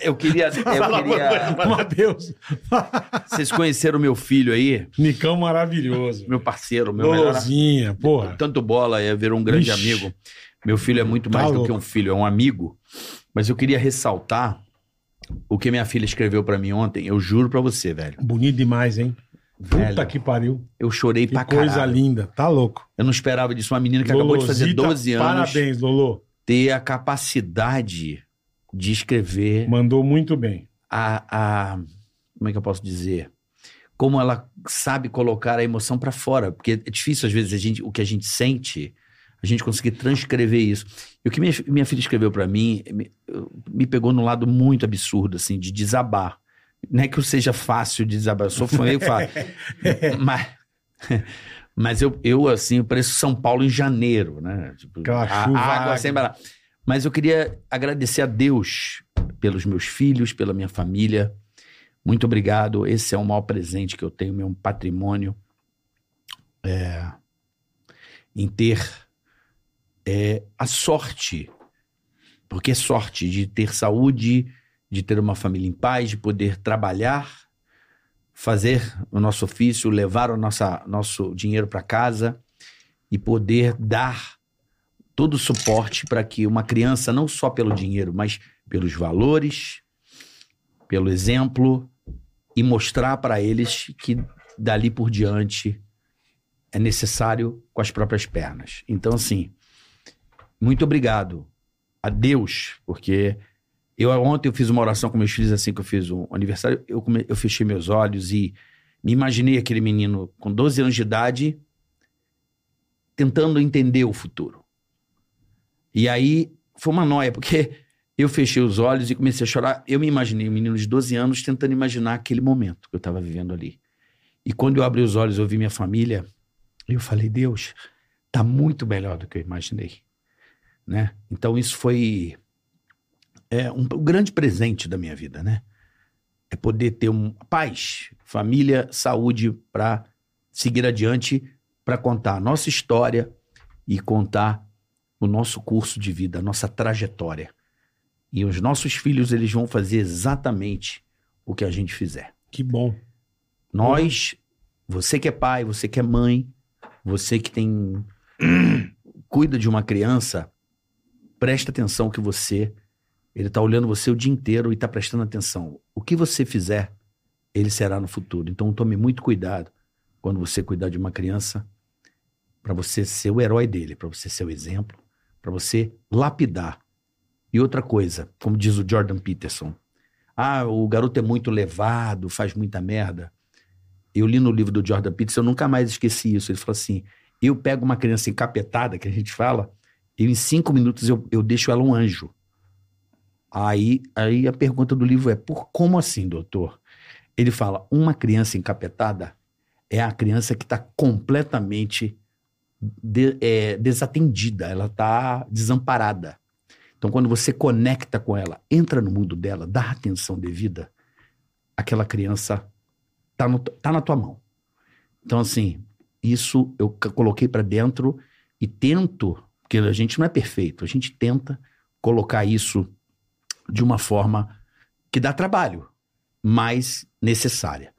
S3: eu queria. Eu queria...
S4: Matheus.
S3: Vocês conheceram meu filho aí?
S4: Nicão maravilhoso.
S3: Meu parceiro, meu melhor
S4: Dozinha, porra.
S3: tanto bola, é virou um grande
S4: Ixi.
S3: amigo. Meu filho é muito
S4: Tá
S3: mais do
S4: louco.
S3: que um filho, é um amigo. Mas eu queria ressaltar o que minha filha escreveu pra mim ontem. Eu juro pra você, velho.
S4: Bonito demais, hein? Puta
S3: Velho.
S4: que pariu.
S3: Eu chorei
S4: Que
S3: pra
S4: coisa
S3: caralho.
S4: linda. Tá louco.
S3: Eu não esperava disso. Uma menina que acabou de fazer
S4: Lolozita,
S3: 12 anos
S4: Parabéns, Lolo.
S3: ter a capacidade de escrever
S4: Mandou muito bem.
S3: a, a- como é que eu posso dizer como ela sabe colocar a emoção pra fora porque é difícil às vezes a gente, o que a gente sente a gente conseguir transcrever isso e o que minha, fi- minha filha escreveu pra mim me, eu- me pegou num lado muito absurdo assim de desabar não é que eu seja fácil de desabar eu sou fã eu falo mas mas eu, eu assim eu pareço São Paulo em janeiro né tipo,
S4: Aquela
S3: a
S4: chuva
S3: água
S4: água.
S3: sem parar. mas eu queria agradecer a Deus pelos meus filhos, pela minha família. Muito obrigado. Esse é o maior presente que eu tenho, meu patrimônio. É, em ter é, a sorte, porque é sorte de ter saúde, de ter uma família em paz, de poder trabalhar, fazer o nosso ofício, levar o nossa, nosso dinheiro para casa e poder dar todo o suporte para que uma criança, não só pelo dinheiro, mas pelos valores, pelo exemplo e mostrar para eles que dali por diante é necessário com as próprias pernas. Então, assim, muito obrigado a Deus, porque eu ontem eu fiz uma oração com meus filhos assim que eu fiz um aniversário, eu, come- eu fechei meus olhos e me imaginei aquele menino com 12 anos de idade tentando entender o futuro. E aí foi uma noia, porque eu fechei os olhos e comecei a chorar. Eu me imaginei um menino de 12 anos tentando imaginar aquele momento que eu estava vivendo ali. E quando eu abri os olhos, eu vi minha família, eu falei: Deus, tá muito melhor do que eu imaginei. Né? Então isso foi é, um, um grande presente da minha vida, né? É poder ter um, paz, família, saúde para seguir adiante, para contar a nossa história e contar o nosso curso de vida, a nossa trajetória. E os nossos filhos, eles vão fazer exatamente o que a gente fizer.
S4: Que bom.
S3: Nós, você que é pai, você que é mãe, você que tem cuida de uma criança, presta atenção que você ele tá olhando você o dia inteiro e tá prestando atenção. O que você fizer, ele será no futuro. Então tome muito cuidado quando você cuidar de uma criança para você ser o herói dele, para você ser o exemplo, para você lapidar. E outra coisa, como diz o Jordan Peterson, ah, o garoto é muito levado, faz muita merda. Eu li no livro do Jordan Peterson, eu nunca mais esqueci isso. Ele falou assim: eu pego uma criança encapetada, que a gente fala, e em cinco minutos eu, eu deixo ela um anjo. Aí, aí a pergunta do livro é: por como assim, doutor? Ele fala: uma criança encapetada é a criança que está completamente de- é, desatendida, ela está desamparada. Então, quando você conecta com ela, entra no mundo dela, dá a atenção devida, aquela criança tá, no- tá na tua mão. Então, assim, isso eu c- coloquei para dentro e tento, porque a gente não é perfeito, a gente tenta colocar isso de uma forma que dá trabalho, mas necessária.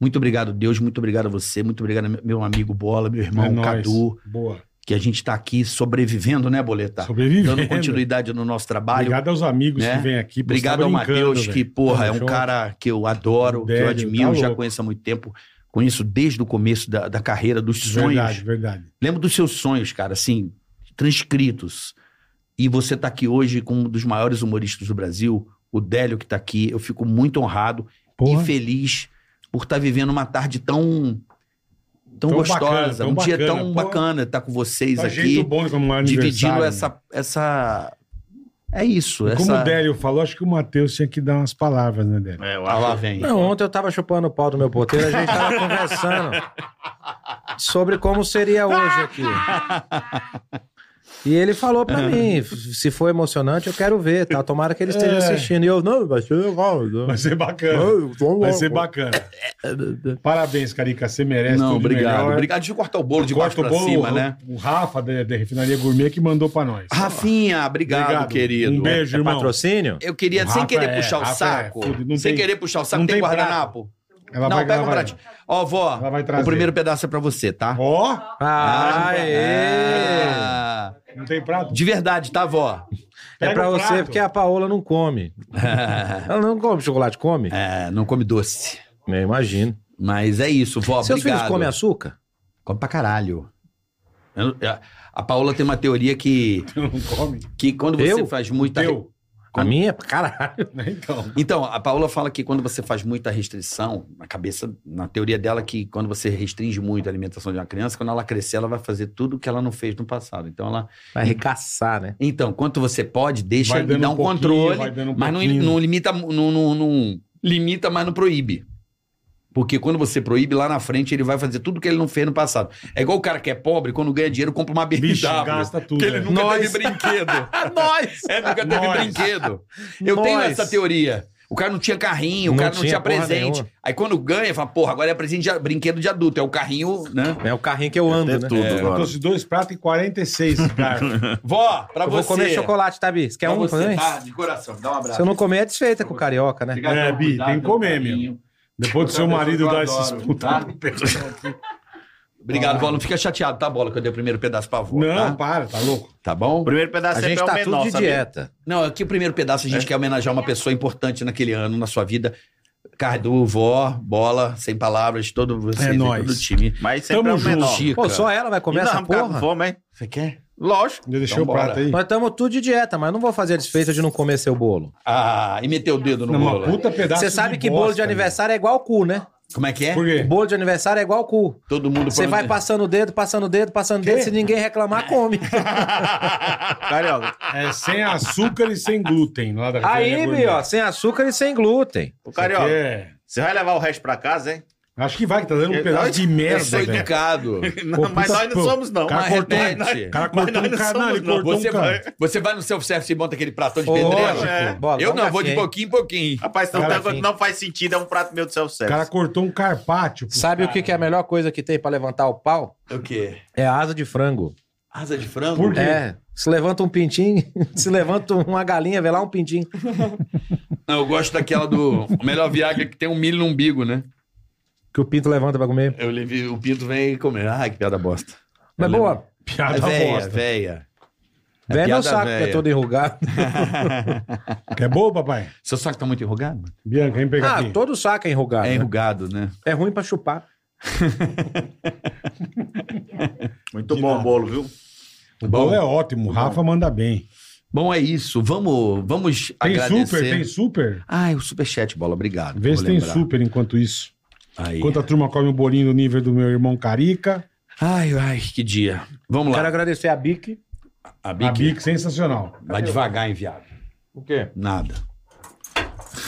S3: Muito obrigado, Deus, muito obrigado a você, muito obrigado, meu amigo Bola, meu irmão
S4: é nóis.
S3: Cadu,
S4: Boa.
S3: que a gente está aqui sobrevivendo, né, Boleta?
S4: Sobrevivendo.
S3: Dando continuidade no nosso trabalho.
S4: Obrigado aos amigos
S3: né?
S4: que vêm aqui. pô,
S3: Obrigado
S4: você tá
S3: ao
S4: brincando,
S3: Matheus,
S4: velho.
S3: que, porra, é um
S4: Tamo
S3: cara que eu adoro, que eu
S4: Velho,
S3: admiro,
S4: tá
S3: já
S4: louco.
S3: conheço há muito tempo. Conheço desde o começo da, da carreira, dos
S4: junto.
S3: sonhos.
S4: Verdade, verdade.
S3: Lembro dos seus sonhos, cara, assim, transcritos. E você tá aqui hoje com um dos maiores humoristas do Brasil, o Délio que está aqui. Eu fico muito honrado
S4: Porra.
S3: e feliz por estar vivendo uma tarde tão tão,
S4: Tão bacana,
S3: gostosa,
S4: tão
S3: um dia
S4: bacana,
S3: tão
S4: porra.
S3: bacana estar com vocês
S4: Tá
S3: aqui,
S4: jeito bom como é
S3: dividindo
S4: aniversário, né?
S3: essa essa é isso,
S4: E Como
S3: essa
S4: o Délio falou, acho que o Matheus tinha que dar umas palavras, né, Délio?
S6: É, eu
S3: Ah, lá
S6: acho.
S3: vem.
S5: Não, ontem eu tava chupando o pau do meu porteiro, a gente tava conversando sobre como seria hoje aqui. E ele falou pra mim, se for emocionante, eu quero ver, tá? Tomara que ele esteja
S4: É.
S5: assistindo. E eu, não, vai ser legal.
S4: Vai ser bacana.
S5: bacana.
S4: Vai ser bacana. Parabéns, Carica. Você merece
S3: Não,
S4: tudo
S3: obrigado.
S4: melhor.
S3: Obrigado. Deixa eu cortar o bolo de baixo
S4: Corta
S3: pra
S4: o bolo,
S3: cima,
S4: o-
S3: né?
S4: O Rafa da, da Refinaria Gourmet que mandou pra nós.
S3: Rafinha, obrigado,
S4: Obrigado.
S3: querido.
S4: Um beijo,
S5: É
S4: irmão.
S5: patrocínio?
S3: Eu queria,
S4: O
S3: sem
S4: Rafa
S3: querer
S4: é,
S3: puxar o
S4: Rafa é
S3: saco,
S4: fudido, não
S3: sem
S4: tem-
S3: querer puxar o saco,
S4: não
S3: tem
S4: tem
S3: guardanapo?
S4: Ela
S3: não,
S4: vai-
S3: pega
S4: ela
S3: um
S4: vai-
S3: pratinho. Ó, vó,
S4: Ela vai
S3: o
S4: trazer.
S3: primeiro pedaço é pra você, tá?
S4: Ó, Ah, é.
S5: Aê!
S3: Ah,
S4: não tem prato?
S3: de verdade, tá, vó?
S5: É
S4: Pega
S5: pra
S4: o
S5: você,
S4: prato.
S5: porque a Paola não come. Ela não come chocolate, come?
S3: É, não come doce.
S5: Eu imagino.
S3: Mas é isso, vó,
S5: Seus
S3: obrigado.
S5: filhos comem açúcar?
S3: Come pra caralho. Eu- eu- A Paola tem uma teoria que,
S4: Tu não come?
S3: que quando você
S5: Eu?
S3: faz muita...
S4: Teu?
S5: A minha é pra caralho.
S4: Então.
S3: Então, a Paola fala que quando você faz muita restrição, na cabeça, na teoria dela, que quando você restringe muito a alimentação de uma criança, quando ela crescer, ela vai fazer tudo que ela não fez no passado. Então, ela.
S5: Vai arrecaçar, né?
S3: Então, quanto você pode, deixa
S4: Vai
S3: e
S4: dando
S3: dá
S4: um
S3: um
S4: pouquinho,
S3: controle,
S4: vai dando um
S3: mas não,
S4: pouquinho.
S3: não limita, não, não- não limita, mas não proíbe. Porque quando você proíbe, lá na frente ele vai fazer tudo que ele não fez no passado. É igual o cara que é pobre, quando ganha dinheiro, compra uma BMW.
S4: Bicho, gasta tudo.
S3: Porque ele
S4: né?
S3: nunca
S5: Nós.
S3: teve brinquedo.
S5: Ah, nós!
S3: É, nunca teve
S4: Nós.
S3: brinquedo. Eu tenho
S5: Nós.
S3: essa teoria. O cara não tinha carrinho, o
S5: Não
S3: cara não
S5: tinha
S3: tinha
S5: porra
S3: presente.
S5: nenhuma.
S3: Aí quando ganha, fala, porra, agora é presente de, brinquedo de adulto, é o carrinho, né?
S5: É o carrinho que eu ando,
S6: Tem
S5: né?
S6: tudo É.
S4: Eu
S6: agora.
S4: trouxe dois pratos e 46, cara.
S3: Vó, pra
S5: Eu
S3: você.
S5: vou comer chocolate, tá, Bi? Você quer
S3: pra
S5: um
S3: você,
S5: também?
S3: tá? De coração, dá um abraço.
S5: Se eu não comer, é desfeita com o carioca, né?
S3: Obrigado
S4: É,
S3: pelo
S4: Bi,
S3: cuidado,
S4: tem que
S3: pelo
S4: comer,
S3: carinho.
S4: Depois do seu marido
S3: Eu
S4: dar
S3: adoro,
S4: esses putos.
S3: tá? Obrigado, vó. Não fica chateado, tá, Bola, que eu dei o primeiro pedaço pra vó,
S4: Não,
S3: tá?
S4: para, tá louco?
S3: Tá bom?
S6: O primeiro pedaço
S5: A
S6: sempre
S5: gente
S6: é o
S5: tá tudo
S6: menor,
S5: de
S6: sabia?
S5: dieta.
S3: Não, aqui o primeiro pedaço
S4: É.
S3: a gente quer homenagear uma pessoa importante naquele ano, na sua vida. Cardu, vó, bola, sem palavras, todo vocês,
S4: É
S3: e
S4: nóis.
S3: todo o time.
S6: Mas sempre
S4: Tamo
S6: é o
S4: junto.
S6: menor.
S3: Chica.
S5: Pô, só ela vai comer
S6: E nós
S5: essa
S6: vamos ficar
S5: porra?
S6: com fome, hein?
S3: Você quer?
S6: Lógico.
S4: Eu deixei
S3: Então
S4: o prato
S3: bora.
S4: aí.
S5: Nós estamos tudo de dieta, mas não vou fazer a desfeita de não comer seu bolo.
S3: Ah, e meteu o dedo no
S4: Uma
S3: bolo. né?
S4: puta pedaço
S5: Você sabe
S4: de
S5: que bolo
S4: bosta,
S5: de aniversário é igual ao cu, né?
S3: Como é que né? é?
S4: meu. Por
S5: O
S4: quê?
S5: bolo de aniversário é igual ao cu.
S3: Todo mundo
S5: Você vai passando o dedo, passando o dedo, passando o dedo, se ninguém reclamar, come.
S6: Carioca.
S4: É sem açúcar e sem glúten. Lá da
S5: Aí,
S3: é
S4: Refinaria Gourmet.
S5: Bi, ó, sem açúcar e sem glúten.
S6: Ô,
S4: Isso aqui
S6: Carioca,
S4: é-
S6: você vai levar o resto pra casa, hein?
S4: Acho que vai, que tá dando um
S6: Eu-
S4: pedaço de
S3: Eu
S4: merda,
S3: sou
S4: velho. Então,
S3: educado.
S6: Não,
S4: Pô,
S6: mas
S4: puta-
S6: nós não
S4: pô,
S6: somos, não.
S4: cara
S3: Mas
S4: cortou-
S3: repete.
S4: O cara
S6: Mas
S4: cortou
S6: nós
S4: um
S6: não
S4: canal, ele
S6: somos, não.
S4: cortou um
S3: Você vai,
S4: canal.
S3: você vai no self-service e monta aquele pratão de
S5: Lógico.
S3: pedreiro?
S6: É.
S5: Bolão
S3: Eu não,
S5: daqui,
S3: vou de
S5: um hein?
S3: pouquinho em pouquinho.
S6: Rapaz, não,
S4: Cara,
S6: tá-
S5: enfim.
S6: não faz sentido, é um prato meu do
S4: O cara
S6: self-service.
S4: cortou um carpaccio. pô.
S5: Sabe o que, que é a melhor coisa que tem pra levantar o pau?
S3: O quê?
S5: É a asa de frango.
S3: Asa de frango?
S4: Por quê?
S5: É. Se levanta um pintinho, se levanta uma galinha, vê lá um pintinho.
S3: Não, eu gosto daquela do. O melhor Viagra que tem um milho no umbigo, né?
S5: Que o pinto levanta pra comer.
S3: Eu levi, o pinto vem comer. Ai, que piada bosta.
S5: Mas
S3: Eu
S5: boa,
S4: Piada
S3: É véia,
S4: Ah, tá bosta.
S3: véia. É
S5: velho meu
S3: piada
S5: saco que é
S3: véia.
S5: todo enrugado.
S4: Quer boa, papai?
S3: Seu saco tá muito enrugado? mano?
S4: Bianca, vem pegar
S5: Ah,
S4: aqui.
S5: todo saco é enrugado.
S3: É
S5: né?
S3: enrugado, né?
S5: É ruim pra chupar.
S6: Muito bom o bolo, viu?
S4: O bolo é ótimo, o Rafa manda bem.
S3: Bom, é isso. Vamos, vamos
S4: Tem
S3: agradecer.
S4: super, tem super?
S3: Ah, é o superchat, bola. Obrigado.
S4: Vê
S3: Vou
S4: se tem
S3: lembrar.
S4: super enquanto isso.
S3: Aí.
S4: Enquanto a turma come o bolinho do nível do meu irmão Carica,
S3: Ai, ai, que dia. Vamos
S5: Quero
S3: lá.
S5: agradecer a Bic.
S3: A Bic,
S4: a Bic sensacional.
S3: vai devagar, enviado.
S5: O quê?
S3: Nada.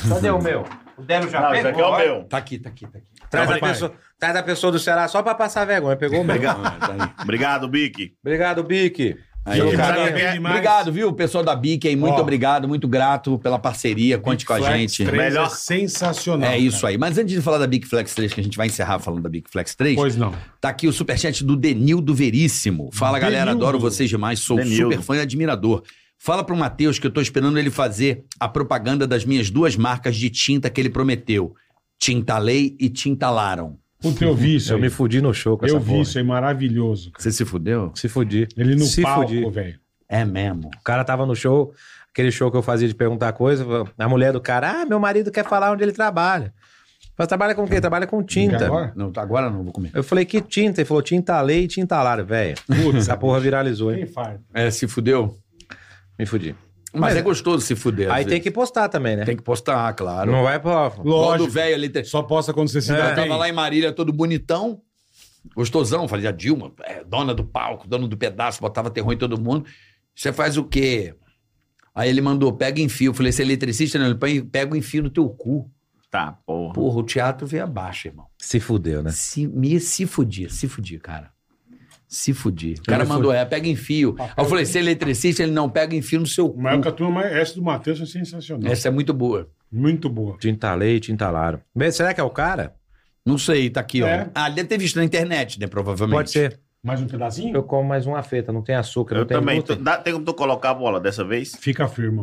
S5: Cadê o meu? O Délio já
S6: Não, isso
S5: pegou.
S6: aqui é o meu.
S3: Tá aqui, tá aqui, tá aqui.
S5: Traz, a
S4: Papai.
S5: pessoa, traz a pessoa do Ceará só pra passar vergonha. Pegou o meu.
S3: Obrigado. tá
S6: Obrigado, Bic.
S5: Obrigado, Bic.
S3: aí.
S4: Bic
S3: Aí.
S6: cara,
S4: manda
S6: é-
S4: bem demais.
S3: Obrigado, viu, pessoal da Bic aí. Muito
S4: Ó.
S3: obrigado, muito grato pela parceria. Conte com a
S4: Flex
S3: gente.
S4: 3
S6: Melhor.
S4: É sensacional.
S3: É isso aí. Mas antes de falar da Big Flex 3, que a gente vai encerrar falando da Big Flex 3,
S4: Pois não.
S3: tá aqui o superchat do Denildo Veríssimo. Fala, galera,
S4: Denildo.
S3: adoro vocês demais, sou
S6: Denildo.
S3: super fã e admirador. Fala pro Matheus que eu tô esperando ele fazer a propaganda das minhas duas marcas de tinta que ele prometeu. Tintalei e Tintalaram.
S4: Puta, eu vi isso
S5: Eu
S4: aí.
S5: me fudi no show com
S4: Eu
S5: essa
S4: vi
S5: porra.
S4: isso aí, maravilhoso.
S3: Você se fudeu?
S5: Se fudi.
S4: Ele no
S5: Se fudi.
S4: palco, velho.
S3: É mesmo.
S5: O cara tava no show, aquele show que eu fazia de perguntar coisa, a mulher do cara, ah, meu marido quer falar onde ele trabalha. Mas trabalha com o quê? Trabalha com
S4: Quer
S5: tinta.
S4: agora?
S3: Não, tá- agora não vou comer.
S5: Eu falei, que tinta? Ele falou, tinta lei e tinta lara, velho.
S4: Putz,
S5: Essa porra viralizou, hein?
S4: Tem fardo.
S3: É, se fudeu?
S5: Me fudi.
S3: Mas, é gostoso se fuder.
S5: Aí
S3: às
S5: tem
S3: vezes.
S5: que postar também, né?
S3: tem que postar, claro.
S5: Não vai pra.
S3: Quando o
S4: Lógico.
S3: velho ali.
S4: Só posta quando você se
S3: Eu
S4: dá bem.
S3: tava lá em Marília, todo bonitão, gostosão. Falei, a Dilma, é, dona do palco, dona do pedaço, botava terror em todo mundo. Você faz o quê? Aí ele mandou, pega em fio. Falei, você é eletricista? Não, ele põe- pega o enfio no teu cu.
S6: Tá, porra.
S3: Porra, o teatro veio abaixo, irmão.
S5: Se fudeu, né?
S3: Se, me, se fudi, se fudi, cara. Se fudi. O cara
S4: me
S3: mandou, é, pega em fio.
S4: Ah,
S3: Aí eu falei, você é eletricista? Ele, não, pega em fio no seu cu.
S4: Mas é o que a turma, essa do Matheus é sensacional.
S3: Essa é muito boa.
S4: Muito boa.
S5: Te entalei, te entalaram. Bem, será que é o cara?
S3: Não sei, tá aqui,
S4: É.
S3: ó. Ah, deve ter visto na internet, né, provavelmente.
S5: Pode ser.
S4: Mais um pedacinho?
S5: Eu como mais uma feta, não tem açúcar,
S6: Eu
S5: não tem
S6: também.
S5: glúten.
S6: Tu- dá- tem como tu colocar a bola dessa vez?
S4: Fica firme.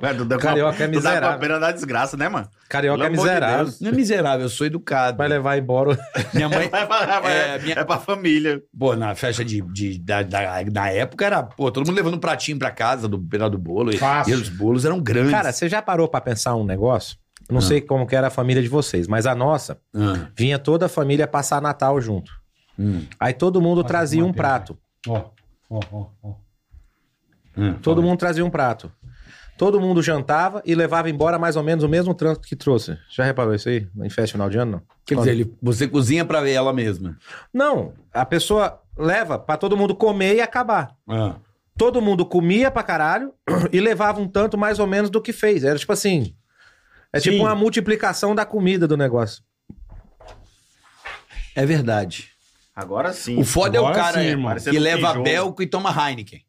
S6: Ué, tu deu
S5: Carioca
S6: com a-
S5: é
S6: Tu dá com a
S5: miserável.
S6: pena da desgraça, né, mano?
S5: Carioca é
S6: Pelo amor de
S5: miserável.
S6: Deus.
S3: Não é miserável, eu sou educado.
S5: vai levar embora. o-
S3: Minha mãe,
S6: É pra, é,
S3: É, minha-
S6: é pra família.
S3: Pô, na festa de, de- da, da, da época era, pô, todo mundo levando um pratinho pra casa do pedaço do bolo. E,
S4: Fácil.
S3: e os bolos eram grandes.
S5: Cara, você já parou pra pensar um negócio? Eu Não sei como que era a família de vocês, mas a nossa
S3: Ah,
S5: vinha toda a família passar Natal junto.
S3: hum,
S5: Aí todo mundo
S4: Nossa,
S5: trazia
S4: uma
S5: um
S4: pena.
S5: prato.
S4: Ó, ó, ó, ó.
S3: hum.
S5: Todo mundo trazia um prato. Todo mundo jantava e levava embora mais ou menos o mesmo tanto que trouxe. Já reparou isso aí? Em festa de final de ano, não?
S3: Quer dizer, ele- você cozinha pra ver ela mesma.
S5: Não, a pessoa leva pra todo mundo comer e acabar.
S3: É.
S5: Todo mundo comia pra caralho e levava um tanto mais ou menos do que fez. Era tipo assim. É
S4: Sim.
S5: tipo uma multiplicação da comida do negócio.
S3: É verdade.
S6: Agora sim.
S3: O foda é o
S4: Agora
S3: cara
S4: sim, irmão.
S3: que
S6: Parecendo um
S3: leva
S6: tijolo.
S3: Belco e toma Heineken.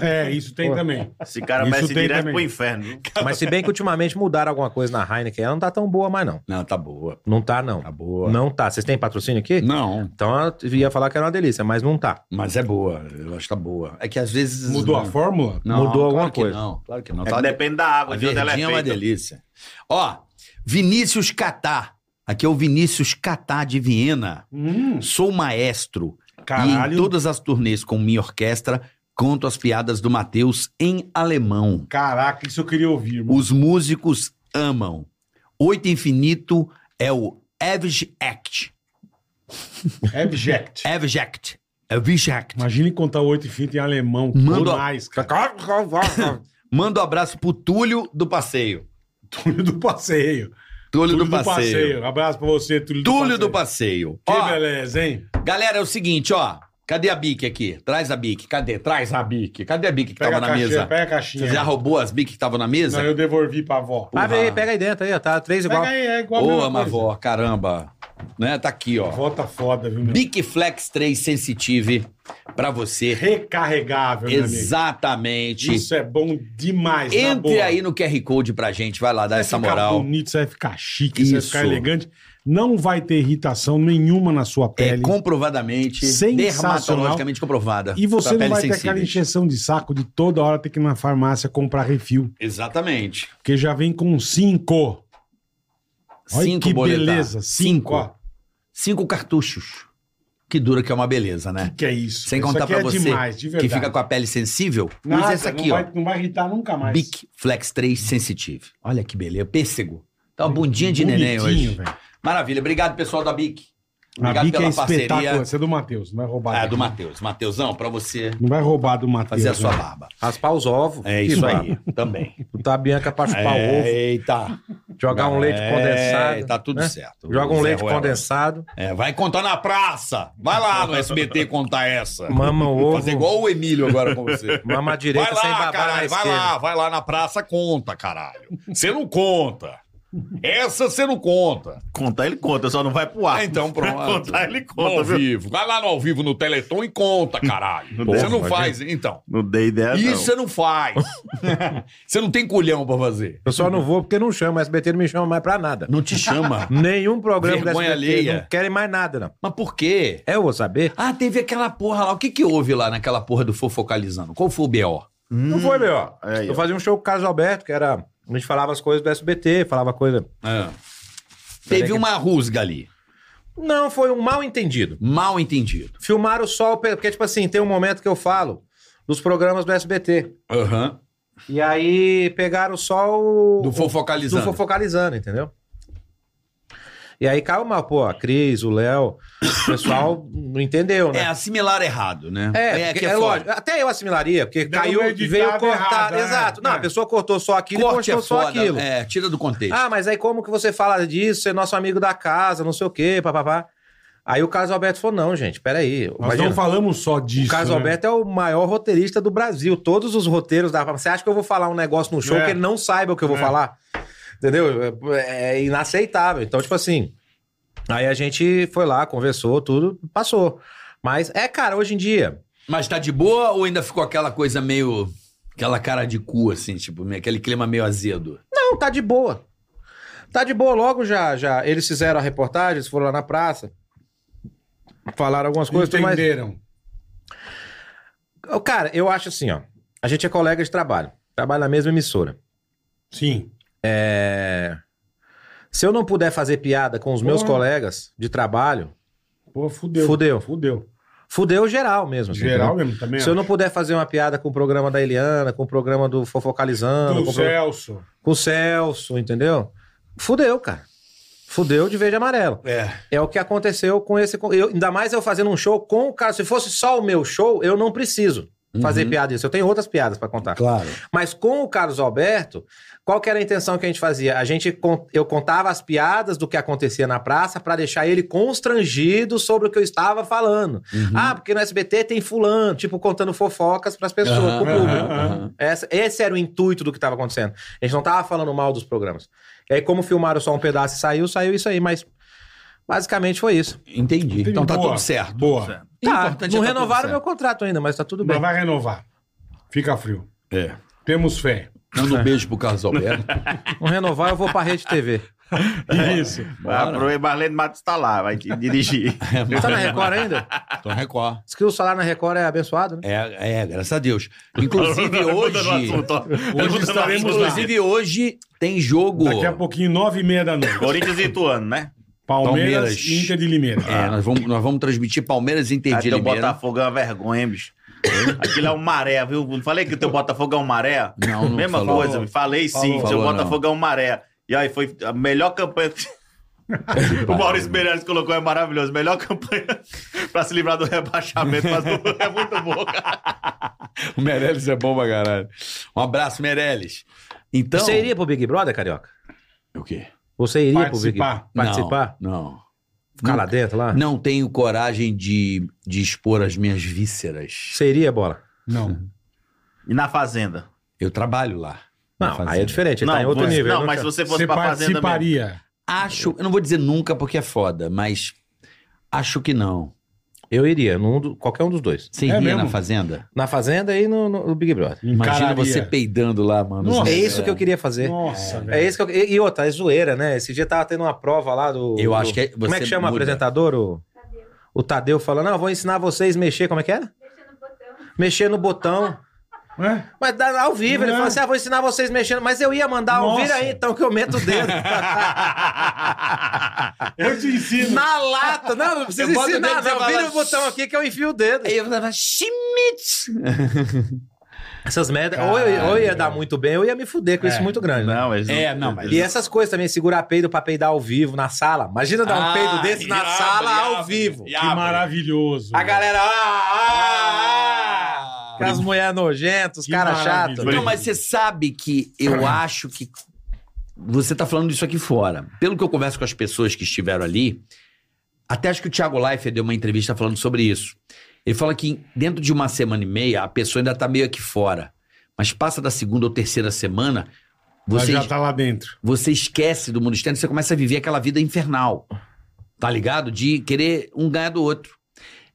S4: É, isso tem
S5: Pô.
S4: também.
S6: Esse cara
S4: Isso
S6: merece
S4: tem
S6: direto
S4: também.
S6: pro inferno. viu?
S5: Mas se bem que ultimamente mudaram alguma coisa na Heineken, ela não tá tão boa mais, não.
S3: Não, tá boa.
S5: Não tá, não.
S3: Tá boa.
S5: Não tá. Vocês têm patrocínio aqui?
S3: Não,
S5: Então eu ia falar que era uma delícia, mas não tá.
S3: mas é boa. Eu acho que tá boa. É que às vezes.
S4: Mudou a fórmula?
S3: Não,
S5: Mudou
S3: claro
S5: alguma
S3: que
S5: coisa.
S3: Não, claro que não.
S6: É
S3: Tá-
S6: que depende da água,
S3: A
S6: de onde ela é
S3: verdinha é uma
S6: feita.
S3: delícia. Ó, Vinícius Catá. Aqui é o Vinícius Catá de Viena.
S4: Hum,
S3: Sou maestro. E em
S4: caralho.
S3: todas as turnês com minha orquestra, conto as piadas do Matheus em alemão.
S4: Caraca, isso eu queria ouvir, mano.
S3: Os músicos amam. Oito Infinito é o Abject.
S4: Abject.
S3: Abject. Abject.
S4: Imagine contar oito e fita em alemão.
S3: Manda-
S4: mais, cara.
S3: Manda um abraço pro Túlio do Passeio.
S4: Túlio do passeio.
S3: Túlio, do, passeio.
S4: Abraço pra você, Túlio,
S3: Túlio do
S4: passeio.
S3: Passeio.
S4: Que
S3: Ó,
S4: beleza, hein?
S3: Galera, é o seguinte, ó. Cadê a Bic aqui? Traz a Bic. Cadê? Traz a Bic. Cadê a Bic que
S4: Pega
S3: tava
S4: a
S3: na
S4: caixinha,
S3: mesa?
S4: pega a
S3: Você
S4: caixinha.
S3: já roubou as Bic que estavam na mesa?
S4: Não, eu devolvi pra avó.
S5: Abre aí, pega aí dentro aí, ó. Tá três igual.
S4: Pega aí, é igual a
S3: Boa,
S4: mesma coisa.
S3: Mavó, caramba. Né? Tá aqui, ó.
S4: Avó tá foda, viu, meu?
S3: Bic Flex 3 Sensitive pra você.
S4: Recarregável, meu amigo.
S3: Exatamente.
S4: Isso é bom demais, na
S3: Entre
S4: boa.
S3: aí no QR Code pra gente, vai lá dar
S4: Vai
S3: essa
S4: ficar
S3: moral.
S4: bonito, você vai ficar chique, você vai
S3: Isso.
S4: ficar elegante. Não vai ter irritação nenhuma na sua
S3: É
S4: pele.
S3: comprovadamente,
S4: Sensacional.
S3: dermatologicamente comprovada.
S4: E você
S3: Pra peles
S4: não vai ter aquela
S3: sensíveis.
S4: injeção de saco de toda hora ter que ir na farmácia comprar refil.
S3: Exatamente.
S4: Porque já vem com cinco. Olha
S3: Cinco
S4: que
S3: boletar.
S4: beleza. Cinco. ó.
S3: Cinco cartuchos. Que dura que é uma beleza, né?
S4: Que que é isso?
S3: Sem
S4: Isso
S3: contar
S4: aqui
S3: pra
S4: é
S3: você
S4: demais, de
S3: que
S4: verdade.
S3: fica com a pele sensível,
S4: Nada,
S3: usa essa aqui,
S4: não
S3: ó.
S4: Vai, não vai irritar nunca mais.
S3: Bic Flex 3 Sensitive. Olha que beleza. Pêssego. Tá uma bundinha de
S4: Bonitinho,
S3: neném hoje.
S4: velho.
S3: Maravilha. Obrigado, pessoal da Bic.
S4: A
S3: Obrigado
S4: Bic
S3: pela
S4: é
S3: parceria.
S4: espetáculo. Essa é do Matheus, não vai roubar.
S3: Ah,
S4: daqui.
S3: do Matheus. Matheusão, pra você
S4: Não vai roubar do Matheus.
S3: fazer a sua
S4: né?
S3: barba.
S5: Raspar os ovos.
S3: É
S5: Que
S3: isso
S5: barba.
S3: aí. Também.
S5: Botar a Bianca pra chupar o ovo.
S3: Eita.
S5: Jogar um leite
S3: É,
S5: condensado.
S3: Tá tudo
S5: né?
S3: certo.
S5: Joga um
S3: Zé
S5: leite
S3: Ruela.
S5: condensado.
S3: É, vai contar na praça. Vai lá no SBT contar essa.
S5: Mama o ovo.
S3: Fazer igual o Emílio agora com você.
S5: Mama a direita
S3: vai
S5: sem
S3: lá,
S5: babar na
S3: caralho, vai
S5: esquerda.
S3: lá, vai lá na praça, conta, caralho. Você não conta. Essa você não conta.
S6: Contar ele conta, só não vai pro ar.
S3: Ah, então pronto.
S6: Contar ele
S3: No
S6: conta,
S3: ao
S6: viu?
S3: vivo. Vai lá no ao vivo no Teleton e conta, caralho.
S6: Porra,
S3: Você não
S6: imagina.
S3: faz, então.
S6: Não dei
S5: É,
S6: ideia, não.
S3: Isso você não faz. Você não tem culhão pra fazer.
S5: Eu só não vou porque não chama. O SBT não me chama mais pra nada.
S3: Não te chama.
S5: Nenhum programa do
S3: Vergonha
S5: SBT
S3: alheia.
S5: não querem mais nada, não.
S3: Mas por quê?
S5: É, eu vou saber.
S3: Ah, teve aquela porra lá. O que que houve lá naquela porra do Fofocalizando? Qual foi o B.O.?
S5: Não foi, meu.
S6: Aí, ó.
S5: eu fazia um show com o Carlos Alberto, que era. A gente falava as coisas do SBT, falava coisa.
S3: Ah. Teve uma rusga ali.
S5: Não, foi um mal entendido.
S3: Mal entendido.
S5: Filmaram só o. pe- Porque, tipo assim, tem um momento que eu falo dos programas do SBT.
S3: Aham.
S5: E aí pegaram só o.
S3: Do
S5: o-
S3: Fofocalizando.
S5: Do fofocalizando, entendeu? E aí caiu mal, pô, a Cris, o Léo, o pessoal não entendeu, né?
S3: É, assimilar errado, né?
S5: É,
S3: que
S5: porque- é,
S3: foda.
S5: lógico. Até eu assimilaria, porque
S4: Deu
S5: caiu
S4: uma
S5: e veio
S4: editada
S5: cortar.
S4: errada,
S5: Exato.
S4: é,
S5: Não,
S4: é.
S5: a pessoa cortou só aquilo
S3: Corte
S5: e
S3: é
S5: cortou só
S3: foda.
S5: aquilo.
S3: É, tira do contexto.
S5: Ah, mas aí como que você fala disso? Você é nosso amigo da casa, não sei o quê, papapá. Aí o Carlos Alberto falou: não, gente, peraí.
S4: Nós
S5: imagina,
S4: não falamos só disso.
S5: o Carlos
S4: né?
S5: Alberto é o maior roteirista do Brasil. Todos os roteiros da. Você acha que eu vou falar um negócio no show
S4: É.
S5: que ele não saiba o que eu vou
S4: É.
S5: falar? Entendeu? É, é inaceitável. Então, tipo assim. Aí a gente foi lá, conversou, tudo, passou. Mas é, cara, hoje em dia.
S3: Mas tá de boa ou ainda ficou aquela coisa meio. Aquela cara de cu, assim, tipo, meio- aquele clima meio azedo?
S5: Não, tá de boa. Tá de boa logo já. já. Eles fizeram a reportagem, eles foram lá na praça. Falaram algumas é coisas, tudo, mas.
S4: Entenderam.
S5: Ô, Cara, eu acho assim, ó. A gente é colega de trabalho. Trabalha na mesma emissora.
S4: Sim.
S5: É, Se eu não puder fazer piada com os meus
S4: Porra.
S5: colegas de trabalho,
S4: Pô, fudeu.
S5: Fudeu.
S4: Fudeu.
S5: fudeu geral mesmo. assim,
S4: Geral
S5: entendeu?
S4: mesmo também.
S5: Se eu
S4: acho.
S5: não puder fazer uma piada com o programa da Eliana, com o programa do Fofocalizando, com
S4: Do
S5: o, pro-
S4: Celso.
S5: com o Celso, entendeu? Fudeu, cara. Fudeu de verde e amarelo.
S3: É.
S5: É o que aconteceu com esse. com- Eu, ainda mais eu fazendo um show com o cara. Se fosse só o meu show, eu não preciso fazer piada disso. Eu tenho outras piadas pra contar.
S7: Claro.
S5: Mas com o Carlos Alberto, qual que era a intenção que a gente fazia? A gente con- eu contava as piadas do que acontecia na praça pra deixar ele constrangido sobre o que eu estava falando.
S3: Uhum.
S5: Ah, porque no SBT tem fulano, tipo contando fofocas pras pessoas,
S3: Aham,
S5: pro público.
S3: aham, aham.
S5: Essa- esse era o intuito do que estava acontecendo. A gente não tava falando mal dos programas. E aí como filmaram só um pedaço e saiu, saiu isso aí, mas basicamente foi isso.
S3: Entendi. Então tá
S4: Boa.
S3: tudo certo.
S4: Boa.
S3: Certo.
S5: Tá,
S3: Importante é
S5: não
S3: tá
S5: renovaram
S3: tudo
S5: meu contrato ainda, mas tá tudo bem.
S4: Mas vai renovar. Fica frio.
S3: certo. É.
S4: Temos fé.
S3: Manda um beijo pro Carlos Alberto.
S5: Não renovar, eu vou pra rede TV.
S4: Isso.
S6: Vai, pro Marlene Matos tá lá, vai te dirigir.
S3: É,
S5: Tá na Record ainda?
S3: Tô na Record.
S5: Diz que o salário na Record é abençoado, né?
S3: É, é, graças a Deus. Inclusive
S6: Muda no
S3: hoje.
S6: assunto, ó. Muda no
S4: estaremos
S6: assunto.
S4: lá.
S3: Inclusive hoje tem jogo.
S4: Daqui a pouquinho, nove e meia da noite.
S6: Corinthians e Ituano, né?
S4: Palmeiras,
S3: Palmeiras.
S4: e Inter de Limeira.
S3: É, nós vamos, nós vamos transmitir Palmeiras e Inter
S6: Ah,
S3: de
S6: teu
S3: Limeira.
S6: Botafogo é uma vergonha, hein, bicho. Aquilo é um maré, viu? Não falei que o teu Botafogo é um maré?
S3: Não, não
S6: Mesma
S3: falou.
S6: coisa, falei sim, seu
S3: Falou. Falou,
S6: Botafogo é um maré. E aí foi a melhor campanha. o Maurício Meirelles colocou, é maravilhoso. Melhor campanha pra se livrar do rebaixamento. mas é muito bom, cara.
S3: O Meirelles é bom pra caralho. Um abraço, Meirelles. Então.
S5: Você iria pro Big Brother, Carioca?
S3: O quê?
S5: Você iria
S4: Participar.
S5: pro Big Participar?
S3: Não.
S5: Ficar lá
S3: Não,
S5: dentro, lá?
S3: não tenho coragem de, de expor as minhas vísceras.
S5: Você iria, Bola?
S4: Não.
S6: E na Fazenda?
S3: Eu trabalho lá. na
S5: Não, aí
S3: fazenda.
S5: é diferente. Ele tá em outro
S6: você-
S5: nível.
S6: Não,
S5: ele
S6: mas se
S5: tá-
S6: você fosse
S4: Você
S6: pra Fazenda mesmo.
S4: participaria.
S3: Acho, eu não vou dizer nunca porque é foda, mas acho que não.
S5: Eu iria, num do- qualquer um dos dois.
S3: Você
S4: É
S3: iria
S4: mesmo?
S3: na fazenda?
S5: Na Fazenda e no, no- no Big Brother.
S3: Imagina
S4: Encararia.
S3: você peidando lá, mano.
S4: Nossa.
S5: É isso que eu queria fazer.
S4: Nossa, velho.
S5: É isso que eu... E e outra, é zoeira, né? Esse dia tava tendo uma prova lá do...
S3: Eu
S5: do-
S3: acho que é-
S5: Como é
S3: você
S5: que chama o
S3: muda.
S5: apresentador? O o Tadeu falando, não, eu vou ensinar vocês a mexer, como é que era? Mexer no botão.
S4: É?
S5: Mas dá ao vivo, ele
S4: Não.
S5: falou assim: ah, vou ensinar vocês mexendo. Mas eu ia mandar um
S4: Nossa.
S5: vira aí, então, que eu meto o dedo.
S4: Eu te ensino.
S5: Na lata. Não, não precisa
S3: Eu boto o
S5: ensinar,
S3: dedo, você
S5: não.
S3: fala,
S5: Vira o botão aqui que eu enfio o dedo.
S3: Aí eu falava, Schmidt!
S5: Essas merdas. Ou eu, ou eu ia dar muito bem, ou eu ia me fuder com
S4: É.
S5: isso muito grande. né?
S6: Não, eles
S3: É, não, mas-
S5: E essas coisas também, segurar peido pra peidar ao vivo na sala. Imagina dar um
S3: Ah,
S5: peido desse na
S3: e
S5: sala
S3: abre, e
S5: ao
S3: abre,
S5: vivo.
S3: e
S4: Que maravilhoso.
S5: A galera. Ah, ah, ah, as mulheres nojentas, os
S4: Que
S5: caras
S4: maravilha.
S5: chatos.
S3: Não, mas você sabe que eu acho que você tá falando disso aqui fora. Pelo que eu converso com as pessoas que estiveram ali, até acho que o Thiago Leifert deu uma entrevista falando sobre isso. Ele fala que dentro de uma semana e meia, a pessoa ainda tá meio aqui fora. Mas passa da segunda ou terceira semana,
S4: Mas
S3: você,
S4: já tá lá dentro.
S3: você esquece do mundo externo, você começa a viver aquela vida infernal. Tá ligado? De querer um ganhar do outro.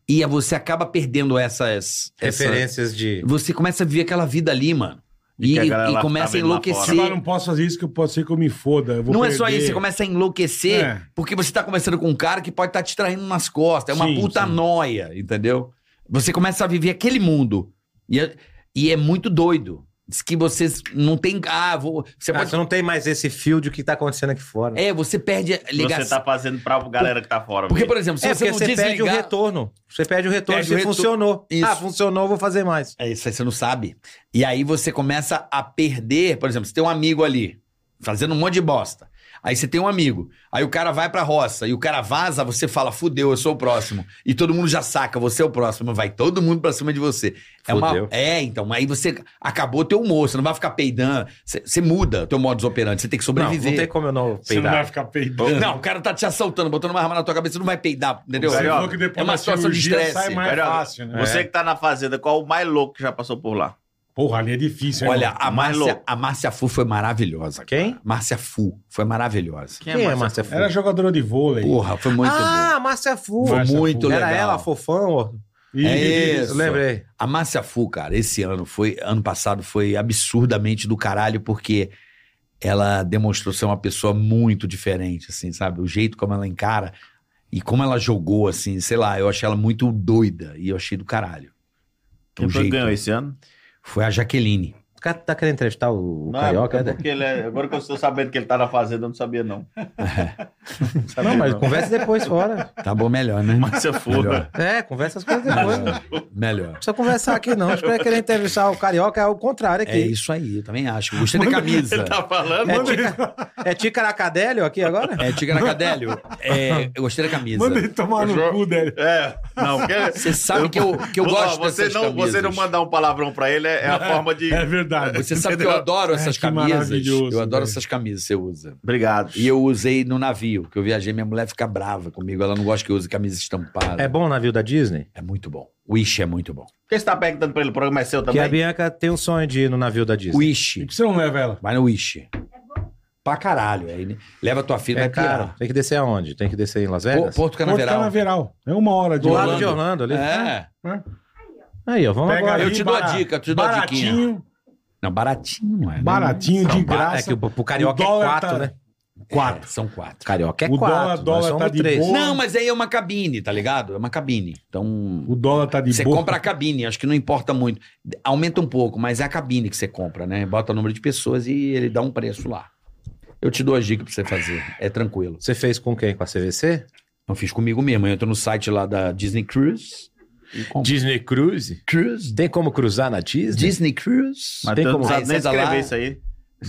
S3: E você acaba perdendo essas. essa-
S5: Referências de.
S3: você começa a viver aquela vida ali, mano.
S6: E
S3: E,
S6: que a galera
S3: e
S6: lá
S3: começa
S6: tá
S3: a
S6: vendo lá
S3: enlouquecer.
S4: Agora não posso fazer isso que eu posso ser que eu me foda. Eu vou
S3: Não é só
S4: perder.
S3: isso, você começa a enlouquecer
S4: É.
S3: porque você tá conversando com um cara que pode estar te traindo nas costas. É uma
S4: Sim,
S3: puta
S4: sim.
S3: noia, entendeu? Você começa a viver aquele mundo. E é, e é muito doido. Diz que você não tem. Ah, vou, você
S5: Ah,
S3: pode.
S5: Você não tem mais esse fio de o que tá acontecendo aqui fora.
S3: É, você perde a
S6: Você
S3: ligação.
S6: tá fazendo pra galera que tá fora.
S3: Porque,
S6: mesmo.
S3: por exemplo, se
S5: é,
S3: você
S5: porque
S3: não
S5: você perde o
S3: desligar.
S5: retorno. Você perde o retorno
S3: Perde
S5: se
S3: o retor-
S5: funcionou.
S3: Isso.
S5: Ah, funcionou, vou fazer mais.
S3: É isso aí, você não sabe. E aí você começa a perder. Por exemplo, você tem um amigo ali. fazendo um monte de bosta. Aí você tem um amigo. Aí o cara vai pra roça e o cara vaza, você fala, fudeu, eu sou o próximo. E todo mundo já saca, você é o próximo. Vai todo mundo pra cima de você. É, uma,
S7: Fudeu.
S3: é então, aí você acabou teu humor, você não vai ficar peidando. Você, você muda o teu modus operandi, você tem que
S5: Não,
S3: sobreviver.
S5: não tem como eu não
S4: Você não vai
S5: peidar.
S4: ficar peidando.
S3: Não, o cara tá te assaltando, botando uma arma na tua cabeça, você não vai peidar, entendeu?
S4: Você
S6: Carioca,
S4: falou que depois
S3: é uma
S4: da
S3: situação de
S4: cirurgia
S3: estresse.
S4: sai mais
S6: Carioca,
S4: fácil, né?
S6: Você
S4: É.
S6: que tá na fazenda, qual o mais louco que já passou por lá?
S4: Porra, ali é difícil. hein,
S3: Olha,
S4: mano?
S3: a
S6: mais
S3: Márcia,
S6: louco.
S3: a Márcia Fu foi maravilhosa.
S5: Quem?
S3: Márcia Fu foi maravilhosa.
S5: Quem é Márcia Fu?
S4: Era jogadora de vôlei.
S3: Porra, foi muito
S5: ah, Márcia Fu.
S3: bom. Foi
S4: Márcia
S3: muito
S4: Fu.
S5: Era
S3: legal.
S5: ela, a fofão. ó.
S4: E-
S3: É
S5: Eu
S3: isso.
S5: lembrei.
S3: A Márcia Fu, cara, esse ano foi, ano passado foi absurdamente do caralho porque ela demonstrou ser uma pessoa muito diferente, assim, sabe? O jeito como ela encara e como ela jogou, assim, sei lá, eu achei ela muito doida e eu achei do caralho.
S6: Quem
S3: O
S6: foi que
S3: Um jeito.
S6: ganhou esse ano?
S3: Foi a Jaqueline.
S5: O cara tá querendo entrevistar o, o
S6: Não,
S5: Carioca,
S6: é
S5: né?
S6: porque ele é- Agora que eu estou sabendo que ele tá na fazenda, eu não sabia, não. Não, sabia,
S5: Não, mas conversa depois fora.
S3: Tá bom, melhor, né?
S6: Márcia Fu,
S3: Melhor.
S5: É, conversa as coisas depois. Não
S3: Melhor.
S5: precisa conversar aqui, não. Os caras querem entrevistar o Carioca é o contrário
S3: É
S5: aqui.
S3: isso aí, eu também acho. Gostei da camisa.
S6: tá falando?
S5: É,
S4: tipo
S5: tica, é Ticaracadélio aqui agora?
S3: É, Tigaracadélio, é, eu gostei da camisa.
S4: Manda ele tomar no cu, dele.
S6: É, não, porque...
S3: Você sabe que eu, que eu
S6: Não,
S3: gosto
S6: você
S3: dessas
S6: não,
S3: camisas.
S6: Você não mandar um palavrão pra ele é, é a forma de...
S4: É verdade.
S3: Você sabe que eu adoro essas
S4: que
S3: camisas.
S4: maravilhoso,
S3: Eu adoro
S4: velho.
S3: essas camisas que você usa.
S6: Obrigado.
S3: E eu usei no navio, que eu viajei, minha mulher fica brava comigo. Ela não gosta que eu use camisa estampada.
S5: É bom o navio da Disney?
S3: É muito bom. Wish é muito bom.
S6: Por que você tá perguntando pra ele? O programa é seu
S5: Que a
S6: também?
S5: Bianca tem o sonho de ir no navio da Disney.
S4: E
S3: Wish.
S4: por que você não leva ela?
S3: Vai no Wish. Pra caralho. Aí, né? Leva tua filha,
S5: É
S3: vai
S5: caro.
S3: pirar.
S5: Tem que descer aonde? Tem que descer em Las
S3: Po-
S5: Vegas?
S3: Porto
S4: Porto
S3: Canaveral.
S4: Canaveral. É uma hora de
S5: Do lado de
S4: Orlando.
S5: Orlando ali.
S3: É.
S5: Aí, ó, vamos
S4: Pega
S5: agora.
S4: ali,
S3: Eu te dou a
S4: bara-
S3: dica, eu te dou a diquinha.
S4: Baratinho,
S3: Não, baratinho, não é? né?
S4: baratinho, de
S5: Não, ba-
S4: graça.
S5: É que o, pro Carioca
S4: O
S5: é
S4: dólar
S5: 4,
S4: tá-
S5: né?
S3: Quatro. são quatro.
S5: Carioca é
S4: O
S5: 4.
S4: dólar-
S5: Nós
S4: dólar
S5: somos
S4: tá de
S5: três.
S4: boa.
S3: Não, mas aí é uma cabine, tá ligado? É uma cabine. Então,
S4: O dólar tá de
S3: Você
S4: boa.
S3: compra a cabine, acho que não importa muito. Aumenta um pouco, mas é a cabine que você compra, né? Bota o número de pessoas e ele dá um preço lá. Eu te dou as dicas pra você fazer. É tranquilo.
S5: Você fez com quem? Com a CVC?
S3: Não fiz comigo mesmo. Eu entro no site lá da Disney Cruise. E compro.
S5: Disney Cruise?
S3: Cruise?
S5: Tem como cruzar na Disney?
S3: Disney Cruise?
S6: Mas
S5: tem
S6: tu não
S5: como-
S6: sabe
S3: Aí
S6: nem
S3: você tá lá-
S6: escrever isso aí.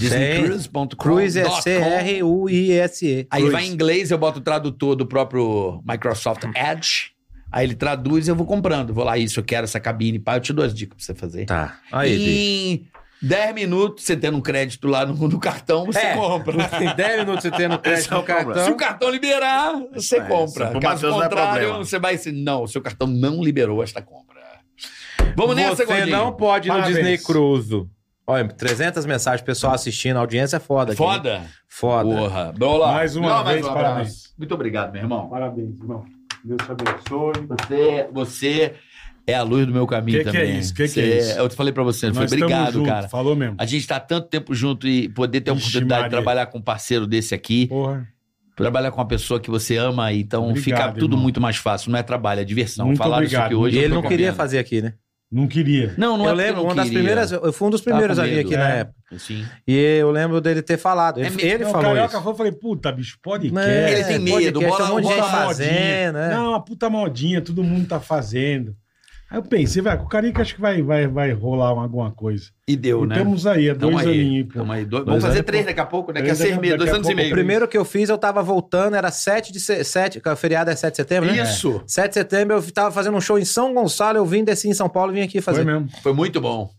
S3: DisneyCruise.com.
S5: Cruise é
S3: dot com.
S5: C-R-U-I-S-E.
S3: Aí
S5: Cruise.
S3: vai em inglês, eu boto o tradutor do próprio Microsoft Edge. Aí ele traduz e eu vou comprando. Vou lá, isso, eu quero essa cabine. Pá, eu te dou as dicas pra você fazer.
S5: Tá. Aí, Bi.
S3: em 10 minutos, você tendo um crédito lá no, no cartão, você
S5: É.
S3: compra.
S5: Em 10 minutos você tendo
S6: Esse
S5: crédito
S6: é o
S5: no cartão.
S3: Se o cartão liberar, você
S6: É,
S3: compra.
S6: isso pro
S3: Caso
S6: Matheus não é
S3: contrário,
S6: problema.
S3: você vai assim, não, seu cartão não liberou esta compra. Vamos nessa,
S5: Você
S3: Gordinho.
S5: não pode ir no
S4: Parabéns.
S5: Disney Cruise. Olha, 300 mensagens, pessoal assistindo, a audiência é foda. aqui.
S3: Foda?
S5: Foda.
S3: Porra. Vamos lá.
S4: Mais uma
S3: Não,
S4: vez,
S3: um abraço.
S4: parabéns.
S3: Muito obrigado, meu irmão.
S4: Parabéns, irmão. Deus te abençoe.
S3: Você, você é a luz do meu caminho
S4: Que que é
S3: também.
S4: isso? Que que
S3: Você
S4: é isso?
S3: Eu te falei pra você, não foi?
S4: Nós estamos
S3: Obrigado,
S4: juntos,
S3: cara.
S4: Falou mesmo.
S3: A gente tá tanto tempo junto e poder ter a
S4: Vixe,
S3: oportunidade
S4: Maria.
S3: de trabalhar com um parceiro desse aqui.
S4: Porra.
S3: Trabalhar com uma pessoa que você ama, então
S4: Obrigado,
S3: fica tudo
S4: irmão.
S3: muito mais fácil. Não é trabalho, é diversão.
S4: Muito
S3: Falar isso
S4: obrigado.
S3: aqui hoje.
S5: E
S3: eu tô
S5: ele não queria
S3: comendo.
S5: fazer aqui, né?
S4: Não queria.
S3: Não, não é
S5: eu
S3: porque
S5: lembro,
S3: não
S5: uma das
S3: queria.
S5: primeiras. Eu fui um dos
S3: Tava
S5: primeiros
S3: com
S5: a vir
S3: medo,
S5: aqui
S4: é.
S5: na época.
S3: Sim.
S5: E eu lembro dele ter falado. Ele,
S3: É me-
S5: ele
S4: Não, o
S5: falou
S4: Carioca
S5: isso.
S4: falou, eu falei, puta, bicho, podcast.
S5: Né?
S3: Ele tem medo,
S5: Podcast,
S3: bola-
S5: um monte de
S3: bola
S5: gente
S3: modinha.
S5: fazendo, né?
S4: Não, uma puta modinha, todo mundo tá fazendo. Aí eu pensei, vai, com o Carica acho que vai, vai, vai rolar alguma coisa.
S3: E deu,
S4: e
S3: né?
S4: estamos aí, há dois
S3: Tamo aí,
S4: aninhos. pô.
S3: tamo aí. Dois-
S5: Dois
S3: Vamos fazer
S5: anos,
S3: três
S5: pô.
S3: daqui a pouco, daqui a
S4: Três
S3: seis
S4: daqui a-
S3: meses, dois
S4: daqui a
S3: anos e
S4: pouco.
S5: O
S3: meio.
S5: primeiro que eu fiz, eu tava voltando, era 7 de se- 7, que o feriado é 7 de setembro, né?
S3: Isso.
S5: 7 de setembro eu tava fazendo um show em São Gonçalo, eu vim desci em São Paulo e vim aqui
S4: Foi
S5: fazer.
S4: mesmo.
S3: Foi muito bom.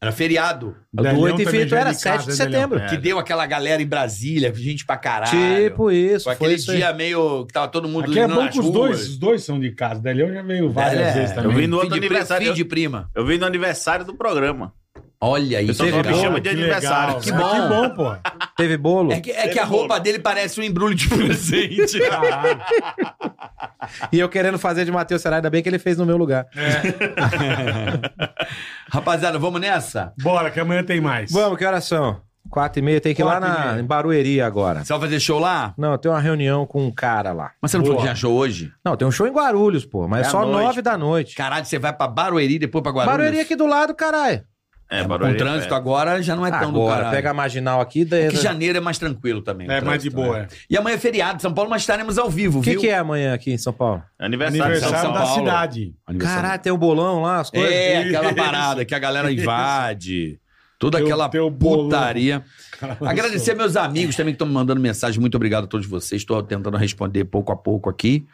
S3: Era feriado.
S5: Do 8 e
S4: também
S5: Fito
S4: já é
S5: era
S4: de
S5: 7
S4: casa,
S5: de
S4: né, Delião?
S5: setembro.
S3: Que deu aquela galera em Brasília, gente pra caralho.
S5: Tipo isso,
S3: Foi
S5: foi
S3: aquele
S5: isso aí.
S3: dia meio que tava todo mundo
S4: Aqui é
S3: indo
S4: bom
S3: nas
S4: que os dois,
S3: ruas.
S4: os dois são de casa. Delião já veio várias
S3: É,
S4: vezes
S3: eu
S4: também.
S6: vi no
S3: Fim
S6: outro
S3: de pri-
S6: aniversário.
S3: Fim de prima.
S6: Eu vim no aniversário do programa.
S3: Olha aí.
S6: Eu só
S3: que
S6: vi
S3: legal.
S6: chama de
S4: que
S6: aniversário.
S4: legal.
S3: Que
S4: Ah,
S3: bom.
S4: Que bom, pô.
S5: Teve bolo.
S3: É que, é que a roupa dele parece um embrulho de presente.
S5: E eu querendo fazer de Matheus Será, ainda bem que ele fez no meu lugar.
S3: Rapaziada, vamos nessa?
S4: Bora, que amanhã tem mais.
S5: Vamos, que horas são? 4 e meia, tem que ir lá
S4: Quatro e
S5: na,
S4: meia.
S5: em Barueri agora.
S3: Você vai fazer show lá?
S5: Não, tem uma reunião com um cara lá.
S3: Mas você não falou que já show hoje?
S5: Não, tem um show em Guarulhos, pô, mas
S6: É
S5: é
S6: à
S5: só
S6: noite.
S5: 9 da noite.
S3: Caralho, você vai pra Barueri depois pra Guarulhos?
S5: Barueri é aqui do lado, caralho.
S6: É,
S3: Com
S6: barulho.
S3: trânsito agora já não é tão do
S5: Agora,
S3: caralho.
S5: pega a marginal aqui.
S3: É
S5: daí-
S3: que janeiro é mais tranquilo também.
S4: É,
S3: o
S4: mais de
S3: trânsito,
S4: boa.
S3: né?
S4: é.
S3: E amanhã é feriado, São Paulo, mas estaremos ao vivo,
S5: O que,
S3: viu?
S5: que é amanhã aqui em São Paulo? um
S6: Aniversário, de São
S4: Aniversário
S3: São
S4: da
S3: Paulo.
S4: cidade.
S3: Aniversário.
S5: Caralho, tem o bolão lá, as coisas.
S3: É, aquela
S4: Isso.
S3: parada que a galera invade. Toda
S4: Teu-
S3: aquela
S4: teu bolão.
S3: putaria.
S4: Caralho,
S3: Agradecer meus amigos também que estão me mandando mensagem. Muito obrigado a todos vocês. Estou tentando responder pouco a pouco aqui.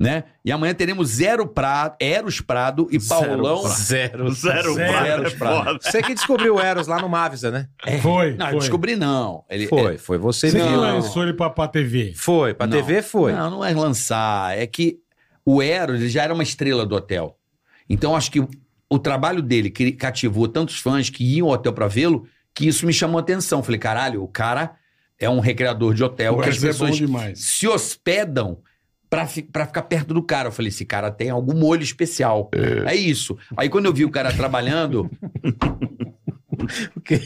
S3: Né? E amanhã teremos Zero Prado, Eros Prado e Paulão.
S5: Zero.
S6: Zero,
S3: Zero
S6: Prado, é
S3: Prado.
S6: foda.
S5: Você que descobriu o Eros lá no Mavisa, né?
S4: É. Foi,
S3: Não, eu
S4: foi.
S3: descobri não. Ele, é-
S5: Foi, foi você
S4: Você
S5: viu.
S4: que lançou ele pra, pra TV.
S5: Foi, pra
S3: Não.
S5: TV foi.
S3: Não, não é lançar. É que o Eros ele já era uma estrela do hotel. Então acho que o trabalho dele que ele cativou tantos fãs que iam ao hotel pra vê-lo que isso me chamou a atenção. Falei, caralho, o cara é um recreador de hotel
S4: Pô,
S3: que as
S4: esse é bom
S3: pessoas
S4: demais.
S3: se hospedam pra, fi- pra ficar perto do cara. Eu falei, esse cara tem algum molho especial. É, isso. Aí quando eu vi o cara trabalhando.
S5: quê?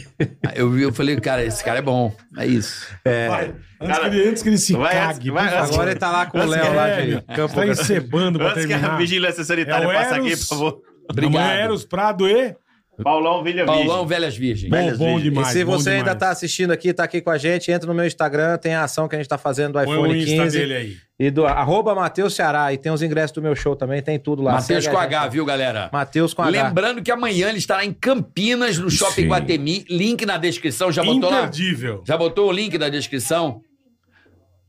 S3: Aí Eu, vi, eu falei, cara, esse cara é bom. É isso.
S4: Vai. Antes,
S6: Cara,
S4: que ele, antes que ele se
S6: vai-
S4: cague.
S6: vai-
S4: por favor.
S5: Agora ele tá lá com o Léo lá de
S4: É,
S5: Campo
S4: tá
S5: Grande.
S4: encebando pra
S6: Antes que é a
S4: terminar.
S6: vigilância sanitária
S4: É o
S6: passe aqui,
S4: Eros.
S6: por favor.
S3: Obrigado.
S4: Amanhã Eros Prado e...
S6: Paulão Vilha
S3: Paulão, Velhas Virgens.
S4: Bom,
S6: Velhas
S4: bom
S6: Virgens.
S4: demais,
S5: e se
S4: bom
S5: você ainda
S4: demais.
S5: tá assistindo aqui, tá aqui com a gente, entra no meu Instagram, tem a ação que a gente tá fazendo do
S4: Põe o
S5: iPhone
S4: Insta
S5: 15
S4: dele aí.
S5: e do arroba Matheus Ceará. E tem os ingressos do meu show também, tem tudo lá.
S3: Matheus
S5: Segue
S3: com
S5: a
S3: H,
S5: gente.
S3: viu, galera?
S5: Matheus com H.
S3: Lembrando que amanhã ele estará em Campinas, no Shopping
S5: Sim.
S3: Guatemi. Link na descrição. Já botou lá?
S4: Imperdível.
S3: Já botou o link na descrição?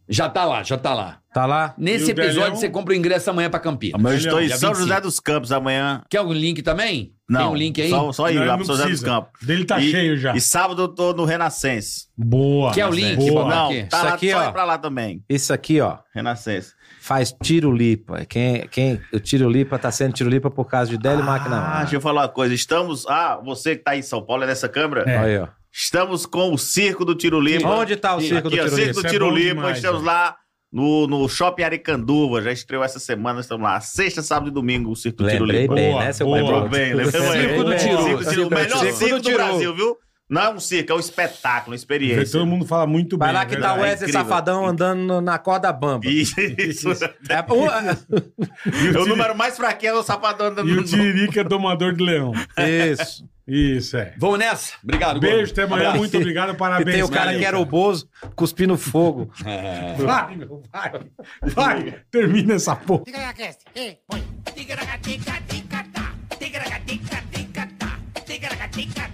S3: Já tá lá, já tá lá.
S5: Tá lá?
S3: Nesse
S4: E o
S3: episódio
S4: Galhão?
S3: você compra o ingresso amanhã pra Campinas.
S6: Amanhã eu estou em
S3: Dia
S6: São
S3: 25.
S6: José dos Campos, amanhã.
S3: Quer algum link também?
S6: Não,
S3: Tem um link aí?
S6: Só, só ir
S4: Não,
S6: lá
S4: não
S6: pro São José dos
S4: precisa.
S6: Campos.
S4: Dele tá
S6: E-
S4: cheio já.
S6: E sábado eu tô no Renascense.
S4: Boa.
S5: é
S3: Quer o link?
S4: Boa.
S3: Botar
S6: Não,
S3: aqui.
S6: tá
S5: Isso
S6: lá,
S5: aqui,
S6: só
S5: ó.
S6: ir pra lá também.
S5: Isso aqui, ó.
S6: Renascense.
S5: Faz tirolipa. Quem, quem, o tirolipa tá sendo tirolipa por causa de Délio Máquina.
S6: Ah, deixa eu falar uma coisa. Estamos. Ah, você que tá em São Paulo, é nessa câmera?
S4: É.
S5: Olha aí, ó.
S6: Estamos com o Circo do Tiro Limpa.
S5: Onde tá o circo do
S6: Aqui, ó, Circo
S5: tirolipa?
S4: Isso
S6: do
S4: é
S6: Tiro
S4: bom
S6: Limpa.
S4: demais,
S6: estamos
S4: ó.
S6: lá no, no Shopping Aricanduva. Já estreou essa semana. Estamos lá. Sexta, sábado e domingo, o Circo do Tiro
S5: Lembrei
S6: Limpa.
S5: bem,
S4: Boa,
S5: né, seu
S4: boa.
S5: pai?
S6: Lembrou bem, lembrou bem.
S5: Circo do Tiro.
S6: Circo do Tiro, O melhor
S5: Circo do
S6: circo, do
S5: Tiro.
S6: Brasil, viu? Não é um circo, é um espetáculo, uma experiência.
S4: Todo mundo fala muito
S5: Vai
S4: bem.
S5: lá
S4: é
S5: que tá
S4: verdade.
S5: o Wesley
S6: incrível.
S5: Safadão andando no- na corda bamba.
S6: Isso. É
S5: É, um-
S6: o número mais fraquinho é o Safadão da
S4: E o Tirica é domador de leão.
S5: Isso.
S4: Isso, é.
S3: Vamos nessa? Obrigado.
S4: Beijo,
S3: Gordo.
S4: até amanhã.
S3: Abraço.
S4: Muito obrigado,
S5: E
S4: parabéns.
S5: Tá tem o cara
S4: valeu,
S5: que era o Bozo cuspindo fogo.
S4: Vai, meu, vai. Vai, termina essa porra.
S16: Tica-taca, tica-tica-tá. Tica-taca, tica-tica-tá. Tica-taca, tica-tica-tá.